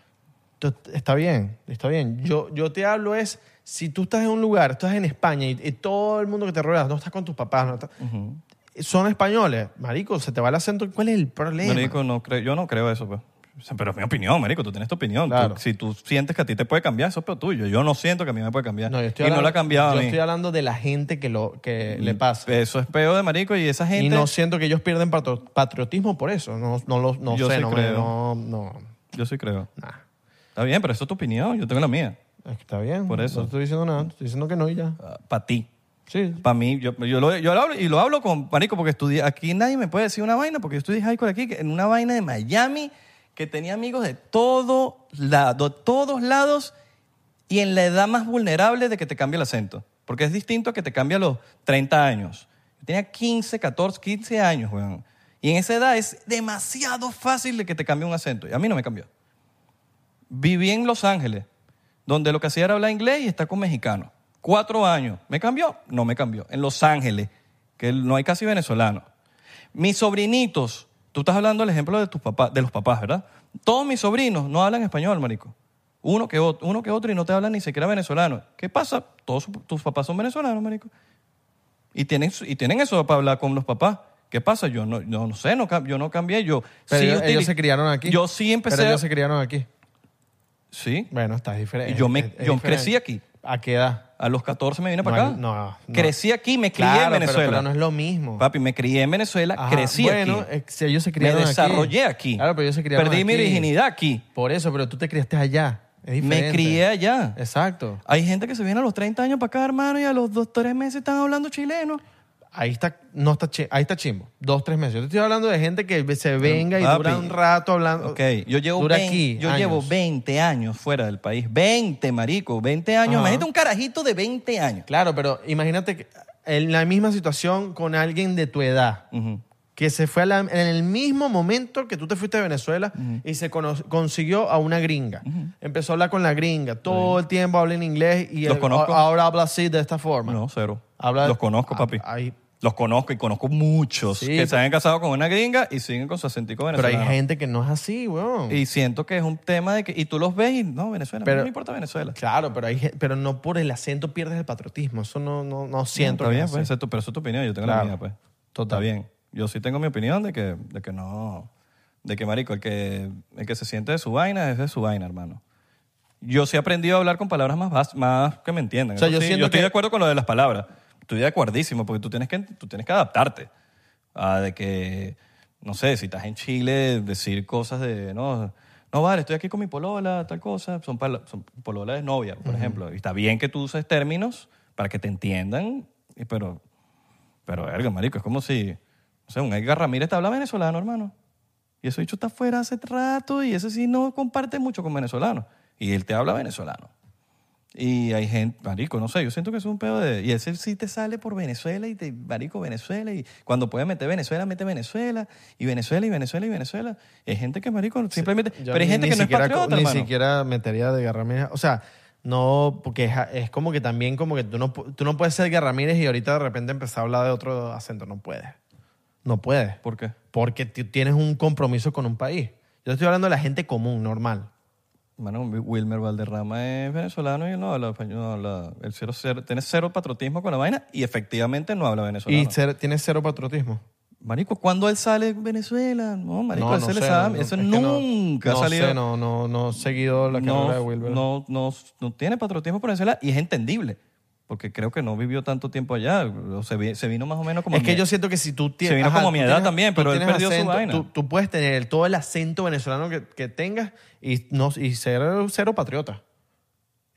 tú- está bien, está bien. Yo, yo te hablo es, si tú estás en un lugar, estás en España y, y todo el mundo que te rodea, no estás con tus papás, no estás-
Mm.
son españoles. Marico, se te va el acento. ¿Cuál es el problema?
marico no creo yo no creo eso pues. O sea, pero es mi opinión marico tú tienes tu opinión Tú-
Claro.
si tú sientes que a ti te puede cambiar eso es peor tuyo yo no siento que a mí me puede cambiar
No, yo estoy
y no
hablando-
la ha cambiado Mm,
Yo
a mí
estoy hablando de la gente que, lo, que le pasa.
eso es peor de marico y esa gente
Y no siento que ellos pierden patro- patriotismo por eso. No, no, lo- no
Yo
sé,
sí
no, me-
creo.
no, no.
yo sí creo
Nah.
Está bien, pero eso es tu opinión, yo tengo la mía.
Es que está bien.
Por eso.
No estoy diciendo nada. Estoy diciendo que no y ya.
Para Ah, ti.
Sí.
Para mí, yo, yo, lo, yo lo hablo y lo hablo con Marico porque estudié. Aquí nadie me puede decir una vaina porque yo estudié high school aquí, que- en una vaina de Miami, que tenía amigos de todo lado, todos lados y en la edad más vulnerable de que te cambie el acento. Porque es distinto a que te cambie a los 30 años. Yo tenía 15, 14, 15 años, weón. Y en esa edad es demasiado fácil de que te cambie un acento. Y a mí no me cambió. Viví en Los Ángeles, donde lo que hacía era hablar inglés y estar con mexicanos. Cuatro años. ¿Me cambió? No me cambió. En Los Ángeles, que no hay casi venezolanos. Mis sobrinitos, tú estás hablando del ejemplo de, tus papás, de los papás, ¿verdad? Todos mis sobrinos no hablan español, marico. Uno que, otro, uno que otro y no te hablan ni siquiera venezolano. ¿Qué pasa? Todos su- tus papás son venezolanos, marico. Y tienen, su- y tienen eso para hablar con los papás. ¿Qué pasa? Yo no, yo no sé, no, cam- yo no cambié. Yo
Pero
sí
ellos, ellos
utili-
se criaron aquí.
Yo sí empecé.
Pero
a-
ellos se criaron aquí.
Sí.
Bueno, está diferente.
Y yo me-
Es- es
yo
diferente.
crecí aquí.
¿A qué edad?
A los 14 me vine
No,
para acá.
no, no.
Crecí aquí, me crié
Claro,
en
pero-
Venezuela.
Pero, no es lo mismo.
Papi, me crié en Venezuela,
Ajá.
crecí
bueno,
aquí.
eh, si ellos se
me
criaron aquí.
desarrollé aquí.
Claro, pero ellos se criaron
Perdí mi
aquí.
virginidad aquí.
Por eso, pero tú te criaste allá. Es
Me
diferente.
crié allá.
Exacto.
Hay gente que se viene a los 30 años para acá, hermano, y a los 2, 3 meses están hablando chileno.
Ahí está, no está, chi- ahí está chimbo. Dos, tres meses. Yo te estoy hablando de gente que se venga y
Papi.
dura un rato hablando.
Ok, yo llevo,
Ah, Dura
20,
aquí
yo
años.
llevo 20 años fuera del país. 20, marico, 20 años.
Ajá.
Imagínate un carajito de 20 años.
Claro, pero imagínate que en la misma situación con alguien de tu edad.
Ujú.
que se fue a la- en el mismo momento que tú te fuiste de Venezuela y se cono- consiguió a una gringa. Empezó a hablar con la gringa. Todo el tiempo habla en inglés y
Los
él-
conozco.
a- ahora habla así, de esta forma.
No, cero.
Habla-
Los conozco,
Ah,
papi.
hay-
Los conozco y conozco muchos
Sí,
que
pero-
se han casado con una gringa y siguen con su acentico
pero hay
venezolano.
gente que no es así, weón.
Y siento que es un tema de que... Y tú los ves y no, Venezuela. a mí
Pero-
no me importa Venezuela.
Claro, pero, hay, gen- pero no por el acento pierdes el patriotismo. Eso no, no, no siento.
Está
que
bien,
es
pues,
así.
esa es tu- pero eso es tu opinión, yo tengo
Claro.
la mía, pues.
Total.
Está bien. Yo sí tengo mi opinión de que, de que no, de que marico, el que, el que se siente de su vaina es de su vaina, hermano. Yo sí he aprendido a hablar con palabras más, bas- más que me entiendan.
O sea,
Eso
yo
sí,
siento
estoy
que-
de acuerdo con lo de las palabras. Estoy de acuerdísimo porque tú tienes que, tú tienes que adaptarte a de que, no sé, si estás en Chile, decir cosas de, no, no vale, estoy aquí con mi polola, tal cosa. Son, pala- son polola es novia, por ejemplo. Y está bien que tú uses términos para que te entiendan, y- pero, pero, verga, marico, es como si, no sé, un Edgar Ramírez te habla venezolano, hermano. Y ese bicho está afuera hace rato y ese sí no comparte mucho con venezolanos. Y él te habla venezolano. Y hay gente, marico, no sé, yo siento que es un pedo de... Y ese sí te sale por Venezuela y te, marico, Venezuela. Y cuando puedes meter Venezuela, mete Venezuela. Y Venezuela, y Venezuela, y Venezuela. Hay gente que, marico, simplemente...
Yo
pero hay
ni-
gente
ni
que no es
siquiera,
patriota,
Ni
hermano.
siquiera metería de Garramírez. O sea, no, porque es, es como que también como que tú no, pu- tú no puedes ser Garramírez y ahorita de repente empezar a hablar de otro acento. No puedes. No puedes.
¿Por qué?
Porque tú tienes un compromiso con un país. Yo estoy hablando de la gente común, normal.
Mano, Wilmer Valderrama es venezolano y él no habla español. no habla- él cero, cero- tiene cero patriotismo con la vaina y efectivamente no habla venezolano.
Y ser- tienes cero patriotismo.
Marico, ¿cuándo él sale en Venezuela? No, marico, él se le
sé,
sabe.
no,
Eso
es que no-
nunca
no
ha salido.
sé, no, no, no he seguido la carrera
no,
de Wilber.
no, no, no tiene patriotismo por Venezuela y es entendible. Porque creo que no vivió tanto tiempo allá. o Se, vi- se vino más o menos como...
es que
mi-
yo siento que si tú tienes.
Se vino como a mi
tú
edad también,
tú
pero él
tienes
perdió su
acento,
vaina.
Tú, tú puedes tener el- todo el acento venezolano que, que tengas y, no, y ser cero patriota.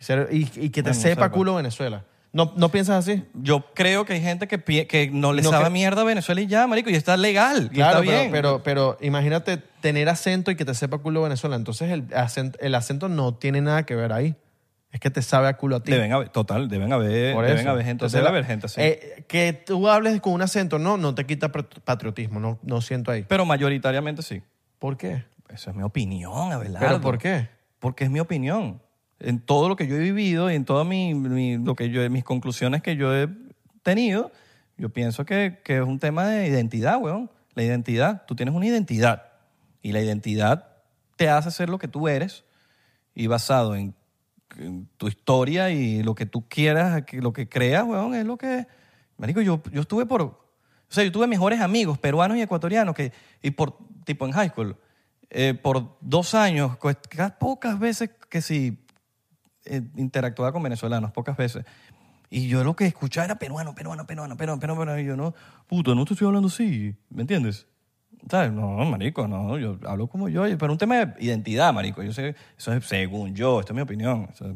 Y ser- y, y que te
Bueno,
sepa
sepa.
culo Venezuela. ¿No, ¿No piensas así?
Yo creo que hay gente que, pi- que no le
No
sabe
que-
mierda a Venezuela y ya, marico, y está legal. y
Claro,
está bien.
Pero, pero, pero imagínate tener acento y que te sepa culo Venezuela. Entonces el acento, el acento no tiene nada que ver ahí. Es que te sabe a culo a ti.
Deben haber, total, deben haber,
Por
deben
eso.
haber gente,
Entonces,
debe
la-
haber gente así.
eh, que tú hables con un acento, no, no te quita pat- patriotismo. No, no siento ahí.
pero mayoritariamente sí.
¿Por qué?
Esa es mi opinión, Abelardo.
¿Pero por qué?
Porque es mi opinión. En todo lo que yo he vivido y en todas mi, mi- lo que yo, mis conclusiones que yo he tenido, yo pienso que, que es un tema de identidad, weón. La identidad. Tú tienes una identidad. Y la identidad te hace ser lo que tú eres y basado en, en tu historia y lo que tú quieras, que- lo que creas, weón, es lo que... Marico, yo, yo estuve por... O sea, yo tuve mejores amigos peruanos y ecuatorianos que... Y por... Tipo en high school. eh, por dos años, pues, ca- pocas veces que si eh, interactuaba con venezolanos, pocas veces. Y yo lo que escuchaba era peruano, peruano, peruano, peruano, peruano, peruano. Y yo, no, puto, no te estoy hablando así, ¿me entiendes? ¿Sabes? No, marico, no, yo hablo como yo. Pero un tema de identidad, marico. Yo sé, eso es según yo, esta es mi opinión. O sea,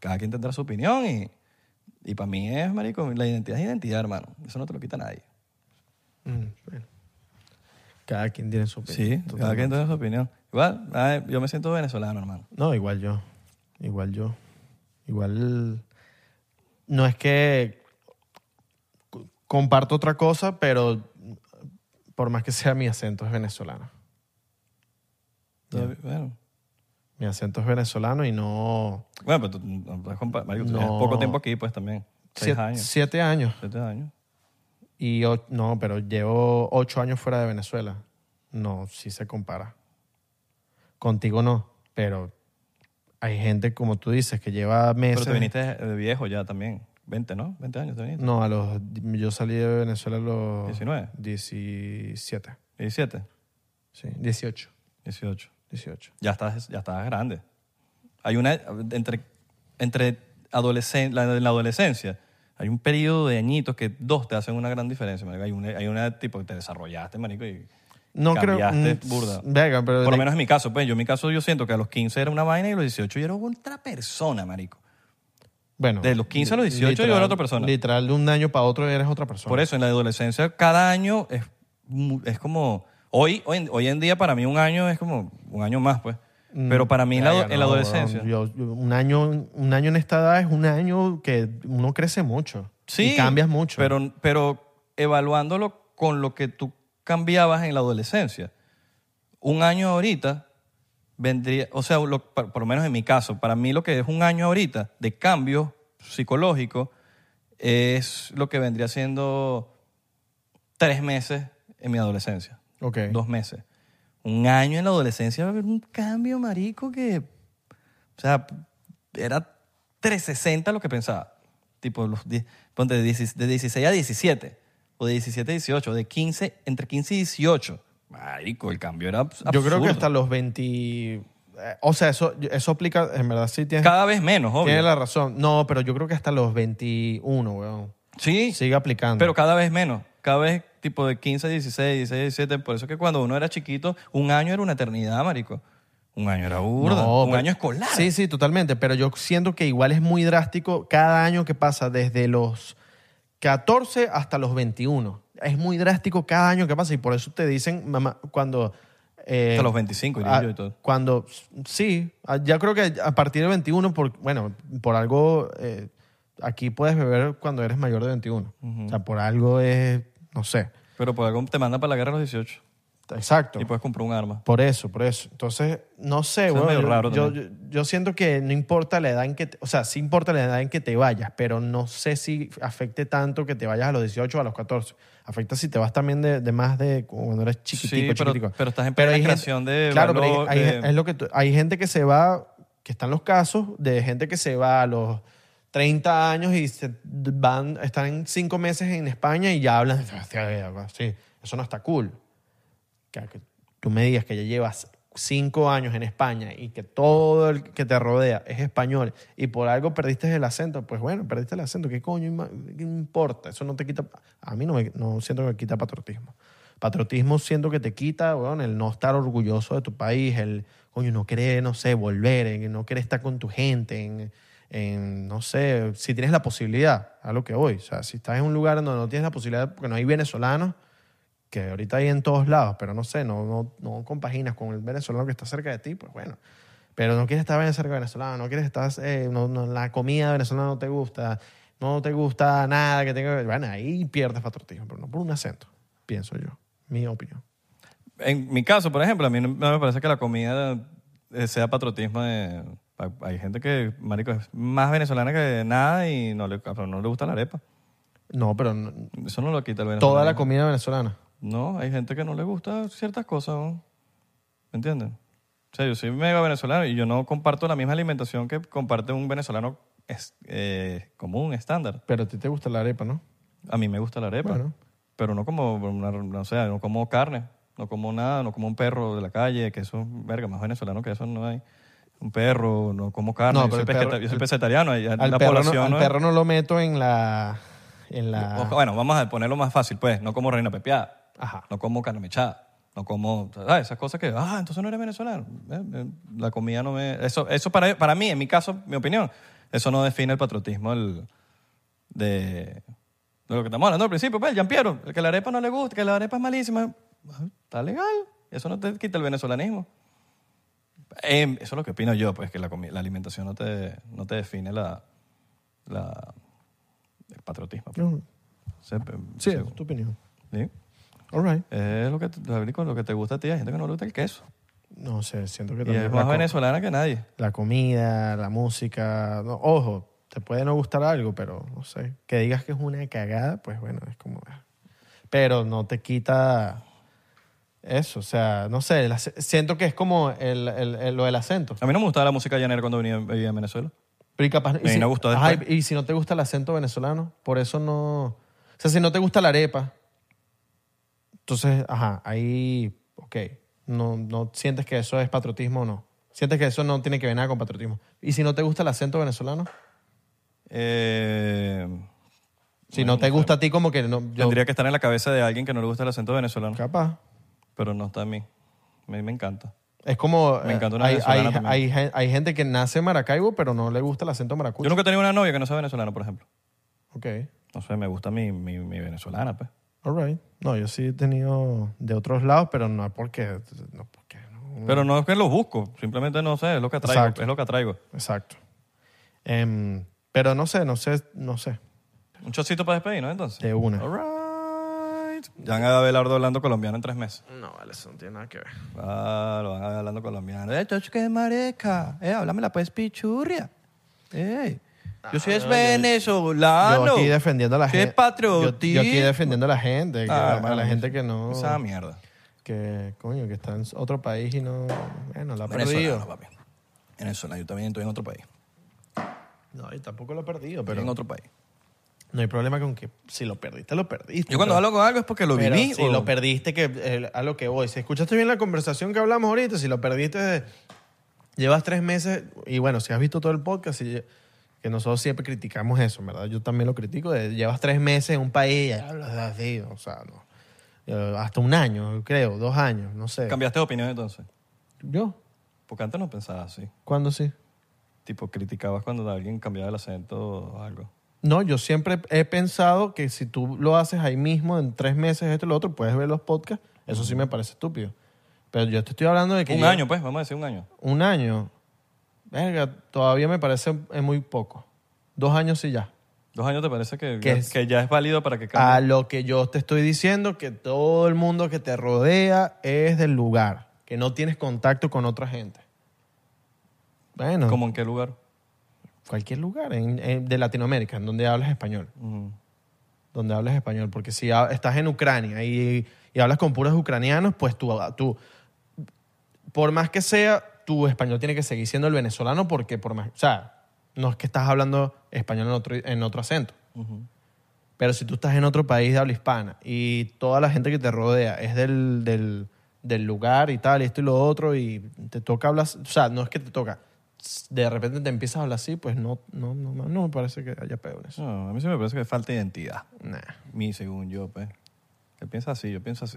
cada quien tendrá su opinión y, y para mí es, marico, la identidad es identidad, hermano. Eso no te lo quita nadie.
Mm, Cada quien tiene su opinión.
Sí, cada
Totalmente.
quien tendrá su opinión. Igual, ay, yo me siento venezolano, hermano.
No, igual yo. Igual yo. Igual. No es que co- comparto otra cosa, pero por más que sea mi acento es venezolano.
Todavía- Bueno,
Mi acento es venezolano y no.
bueno, pero tú, no puedes compa- marico, tú
No.
tienes poco tiempo aquí, pues también. Seis
Siete
años,
siete años.
siete años.
Y o- no, pero llevo ocho años fuera de Venezuela. No, sí se compara. Contigo no, pero hay gente, como tú dices, que lleva meses.
Pero te viniste de viejo ya también. 20, ¿no? 20 años te viniste.
No, a los, yo salí de Venezuela a los...
19.
17.
17,
Sí, 18.
18.
18.
Ya estás, ya estás grande. Hay una. Entre, entre adolescen- la, en la adolescencia, hay un periodo de añitos que dos te hacen una gran diferencia. marico. Hay una, hay una tipo que te desarrollaste, marico, y,
No creo.
Cambiaste,
mm,
burda.
Verga, pero.
Por lo
de-
menos en mi caso, pues yo en mi caso yo siento que a los 15 era una vaina y a los 18 yo era otra persona, marico.
Bueno.
de los 15 a los 18 yo era otra persona.
Literal, de un año para otro eres otra persona.
Por eso en la adolescencia cada año es, mu- es como... Hoy, hoy, en- hoy en día para mí un año es como un año más, pues. Pero para mí en la,
Verga,
ado- en la
Mm. no,
adolescencia...
weón, yo- yo- un, año, un año en esta edad es un año que uno crece mucho.
Sí.
Y cambias mucho.
Pero, pero evaluándolo con lo que tú cambiabas en la adolescencia. Un año ahorita vendría, o sea, lo- por, por lo menos en mi caso, para mí lo que es un año ahorita de cambio psicológico es lo que vendría siendo tres meses en mi adolescencia.
Ok.
Dos meses. Un año en la adolescencia va a haber un cambio, marico, que o sea, era 360 lo que pensaba. Tipo, los die- ponte de, 16 de 16 a 17, o de 17 a 18, de 15, entre 15 y 18. Marico, el cambio era abs- absurdo.
Yo creo que hasta los 20. eh, O sea, eso, eso aplica. En verdad, sí tienes,
Cada vez menos, obvio.
tienes la razón. No, pero yo creo que hasta los 21, weón.
Sí,
Sigue aplicando.
pero cada vez menos. Cada vez tipo de 15 a 16, 16 a 17. Por eso que cuando uno era chiquito, un año era una eternidad, marico. Un año era burda.
No,
un
pero-
año escolar.
Sí, sí, totalmente. Pero yo siento que igual es muy drástico cada año que pasa desde los 14 hasta los 21. Es muy drástico cada año que pasa y por eso te dicen, mamá, cuando... eh,
Hasta los 25, diría yo, y todo.
Cuando, sí, ah, ya creo que a partir de 21, por, bueno, por algo, eh, aquí puedes beber cuando eres mayor de 21. O sea, por algo es, no sé.
Pero por algo te mandan para la guerra a los 18
Exacto.
y puedes comprar un arma.
Por eso, por eso. Entonces, no sé,
Eso es
weón,
medio
yo,
raro
yo, yo, yo siento que no importa la edad en que, te- o sea, sí importa la edad en que te vayas, pero no sé si afecte tanto que te vayas a los 18 o a los 14. Afecta si te vas también de, de más de cuando eres chiquitico,
Sí, pero-
chiquitico.
pero estás en plena
hay gente-
creación de
Claro, pero hay-
valor,
hay,
de-
es lo que tú- hay gente que se va, que están los casos de gente que se va a los 30 años y se van, están cinco meses en España y ya hablan, sí, eso no está cool que, que tú me digas que ya llevas cinco años en España y que todo el que te rodea es español y por algo perdiste el acento, pues bueno, perdiste el acento, ¿qué coño ima- qué importa? Eso no te quita, a mí no, me, no siento que me quita patriotismo. Patriotismo siento que te quita, weón, el no estar orgulloso de tu país, el coño no querer, no sé, volver, en no querer estar con tu gente, en, en, no sé, si tienes la posibilidad, a lo que voy, o sea, si estás en un lugar donde no tienes la posibilidad, porque no hay venezolanos, que ahorita hay en todos lados, pero no sé, no, no, no compaginas con el venezolano que está cerca de ti, pues bueno. Pero no quieres estar cerca de venezolano, no quieres estar, eh, no, no, la comida venezolana no te gusta, no te gusta nada que tenga que ver. Bueno, ahí pierdes patriotismo, pero no por un acento, pienso yo, mi opinión.
En mi caso, por ejemplo, a mí no no me parece que la comida eh, sea patriotismo. de- hay- hay gente que, marico, es más venezolana que nada y no le, cabrón, no le gusta la arepa.
No, pero no-
Eso no lo quita el venezolano.
toda la comida venezolana.
No, hay gente que no le gusta ciertas cosas. ¿no? ¿Me entienden? O sea, yo soy mega venezolano y yo no comparto la misma alimentación que comparte un venezolano es- eh, común, estándar.
Pero a ti te gusta la arepa, ¿no?
A mí me gusta la arepa.
Bueno.
Pero no como, una- no sé, no como carne, no como nada, no como un perro de la calle, que eso, verga, más venezolano que eso no hay. Un perro, no como carne.
No,
yo, soy
pero el
pesqueta-
perro-
yo soy
el-
pescetariano, y ya
Al,
la
perro no,
población
al
no es-
perro no lo meto en la... En la...
Ojo, Bueno, vamos a ponerlo más fácil, pues. No como reina pepeada.
Ajá.
No como carne mechada. No como, ¿sabes? Esas cosas que, ah, entonces no eres venezolano. Eh, eh, La comida no me... Eso, eso para, para mí, en mi caso, mi opinión, eso no define el patriotismo el- de, de lo que estamos hablando al principio. Pues, el Piero, que la arepa no le gusta, que la arepa es malísima. Ah, Está legal. Eso no te quita el venezolanismo. Eh, eso es lo que opino yo, pues, que la, comi- la alimentación no te, no te define la, la- el patriotismo. pues.
No,
Sí, pe-
Sí,
sí.
es tu opinión.
Sí.
All right.
Es lo que, te- Federico, lo que te gusta a ti. Hay gente que no le gusta el queso.
No sé, siento que
Y
también
es
la
más
co-
venezolana que nadie.
la comida, la música. no, ojo, te puede no gustar algo, pero no sé. Que digas que es una cagada, pues bueno, es como. Pero no te quita eso. O sea, no sé. el ac- siento que es como el- el- el- lo del acento.
A mí no me gustaba la música llanera cuando venía, vivía en Venezuela.
Pero y capaz.
Me vino a gustar
ajá,
después.
y, y si no te gusta el acento venezolano, por eso no. O sea, si no te gusta la arepa, entonces, ajá, ahí, ok. No, no sientes que eso es patriotismo o no. Sientes que eso no tiene que ver nada con patriotismo. Y si no te gusta el acento venezolano,
Eh,
si no te gusta a ti, como que no. yo-
Tendría que estar en la cabeza de alguien que no le gusta el acento venezolano.
Capaz.
pero no está a mí. Me, me encanta.
Es como. eh,
Me encanta una
hay,
venezolana
hay-
también.
hay gen- hay gente que nace en Maracaibo, pero no le gusta el acento maracucho.
Yo nunca he tenido una novia que no sea venezolana, por ejemplo.
Ok.
No sé, me gusta mi, mi, mi venezolana, pues.
All right. No, yo sí he tenido de otros lados, pero no es porque. No, porque no.
Pero no es que lo busco, simplemente no sé, es lo que atraigo.
Mm. Exacto.
Es lo que atraigo.
Exacto. Em, pero no sé, no sé, no sé.
Un chocito para despedirnos entonces.
De una.
All right. Ya van a ver a Abelardo hablando colombiano en tres meses.
No, vale, eso no tiene nada que ver.
Claro, van a ver hablando colombiano. Eh, chocho, qué mareca. Eh, háblame la pues pichurria. Ey. Yo
Ah,
soy es venezolano.
Yo aquí defendiendo a la
Soy
gente. Yo,
patriotismo.
yo aquí defendiendo a la gente. que-
Ah,
a
mano,
la gente que no.
Esa mierda.
Que, coño, que está en otro país y no. Bueno, la ha
Venezolano,
perdido.
papi. Venezolano, yo también estoy en otro país.
No, y tampoco lo ha perdido,
Pero
pero.
en otro país.
No hay problema con que si lo perdiste, lo perdiste.
Yo cuando
Pero-
hablo con algo es porque lo
pero
viví
Si
o
lo perdiste, que, eh, a lo que voy. Si escuchaste bien la conversación que hablamos ahorita, si lo perdiste, eh, llevas tres meses. Y bueno, si has visto todo el podcast, y- que nosotros siempre criticamos eso, en ¿verdad? Yo también lo critico. de, llevas tres meses en un país y hablas así, o sea, no. Eh, Hasta un año, creo, dos años, no sé.
cambiaste de opinión entonces.
¿Yo?
Porque antes no pensabas así.
¿Cuándo sí?
Tipo, criticabas cuando alguien cambiaba el acento o algo.
No, yo siempre he pensado que si tú lo haces ahí mismo en tres meses, esto y lo otro, puedes ver los podcasts. Eso sí me parece estúpido. Pero yo te estoy hablando de que.
Un
yo-
año, pues, vamos a decir un año.
Un año. Verga, todavía me parece eh, muy poco. Dos años y ya.
¿Dos años te parece que,
Que
ya,
es-
que ya es válido para que cambie?
A lo que yo te estoy diciendo, que todo el mundo que te rodea es del lugar, que no tienes contacto con otra gente. Bueno,
¿Cómo en qué lugar?
cualquier lugar en- en- de Latinoamérica en donde hablas español.
Ujú.
donde hablas español. Porque si ha- estás en Ucrania y, y hablas con puros ucranianos, pues tú, tú, por más que sea, tu español tiene que seguir siendo el venezolano porque, por más, o sea, no es que estás hablando español en otro, en otro acento. Pero si tú estás en otro país de habla hispana y toda la gente que te rodea es del, del, del lugar y tal, y esto y lo otro, y te toca hablar, o sea, no es que te toca, de repente te empiezas a hablar así, pues no, no, no, no me parece que haya peor en eso.
No, a mí sí me parece que falta identidad.
Nah.
Mi, según yo, pues. Él piensa así, yo pienso así.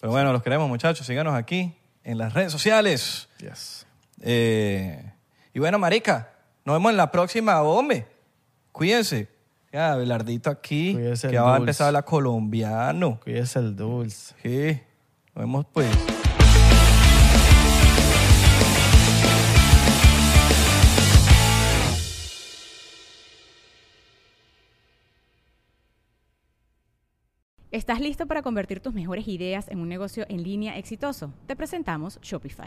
Pero bueno, los queremos, muchachos. Síganos aquí en las redes sociales.
Yes.
Eh, y bueno, marica, nos vemos en la próxima, hombre. Cuídense. Ya, Belardito aquí,
Cuídense
que
el
va a
dulce.
empezar a hablar colombiano.
Cuídese el dulce.
Sí, nos vemos pues.
¿Estás listo para convertir tus mejores ideas en un negocio en línea exitoso? Te presentamos Shopify.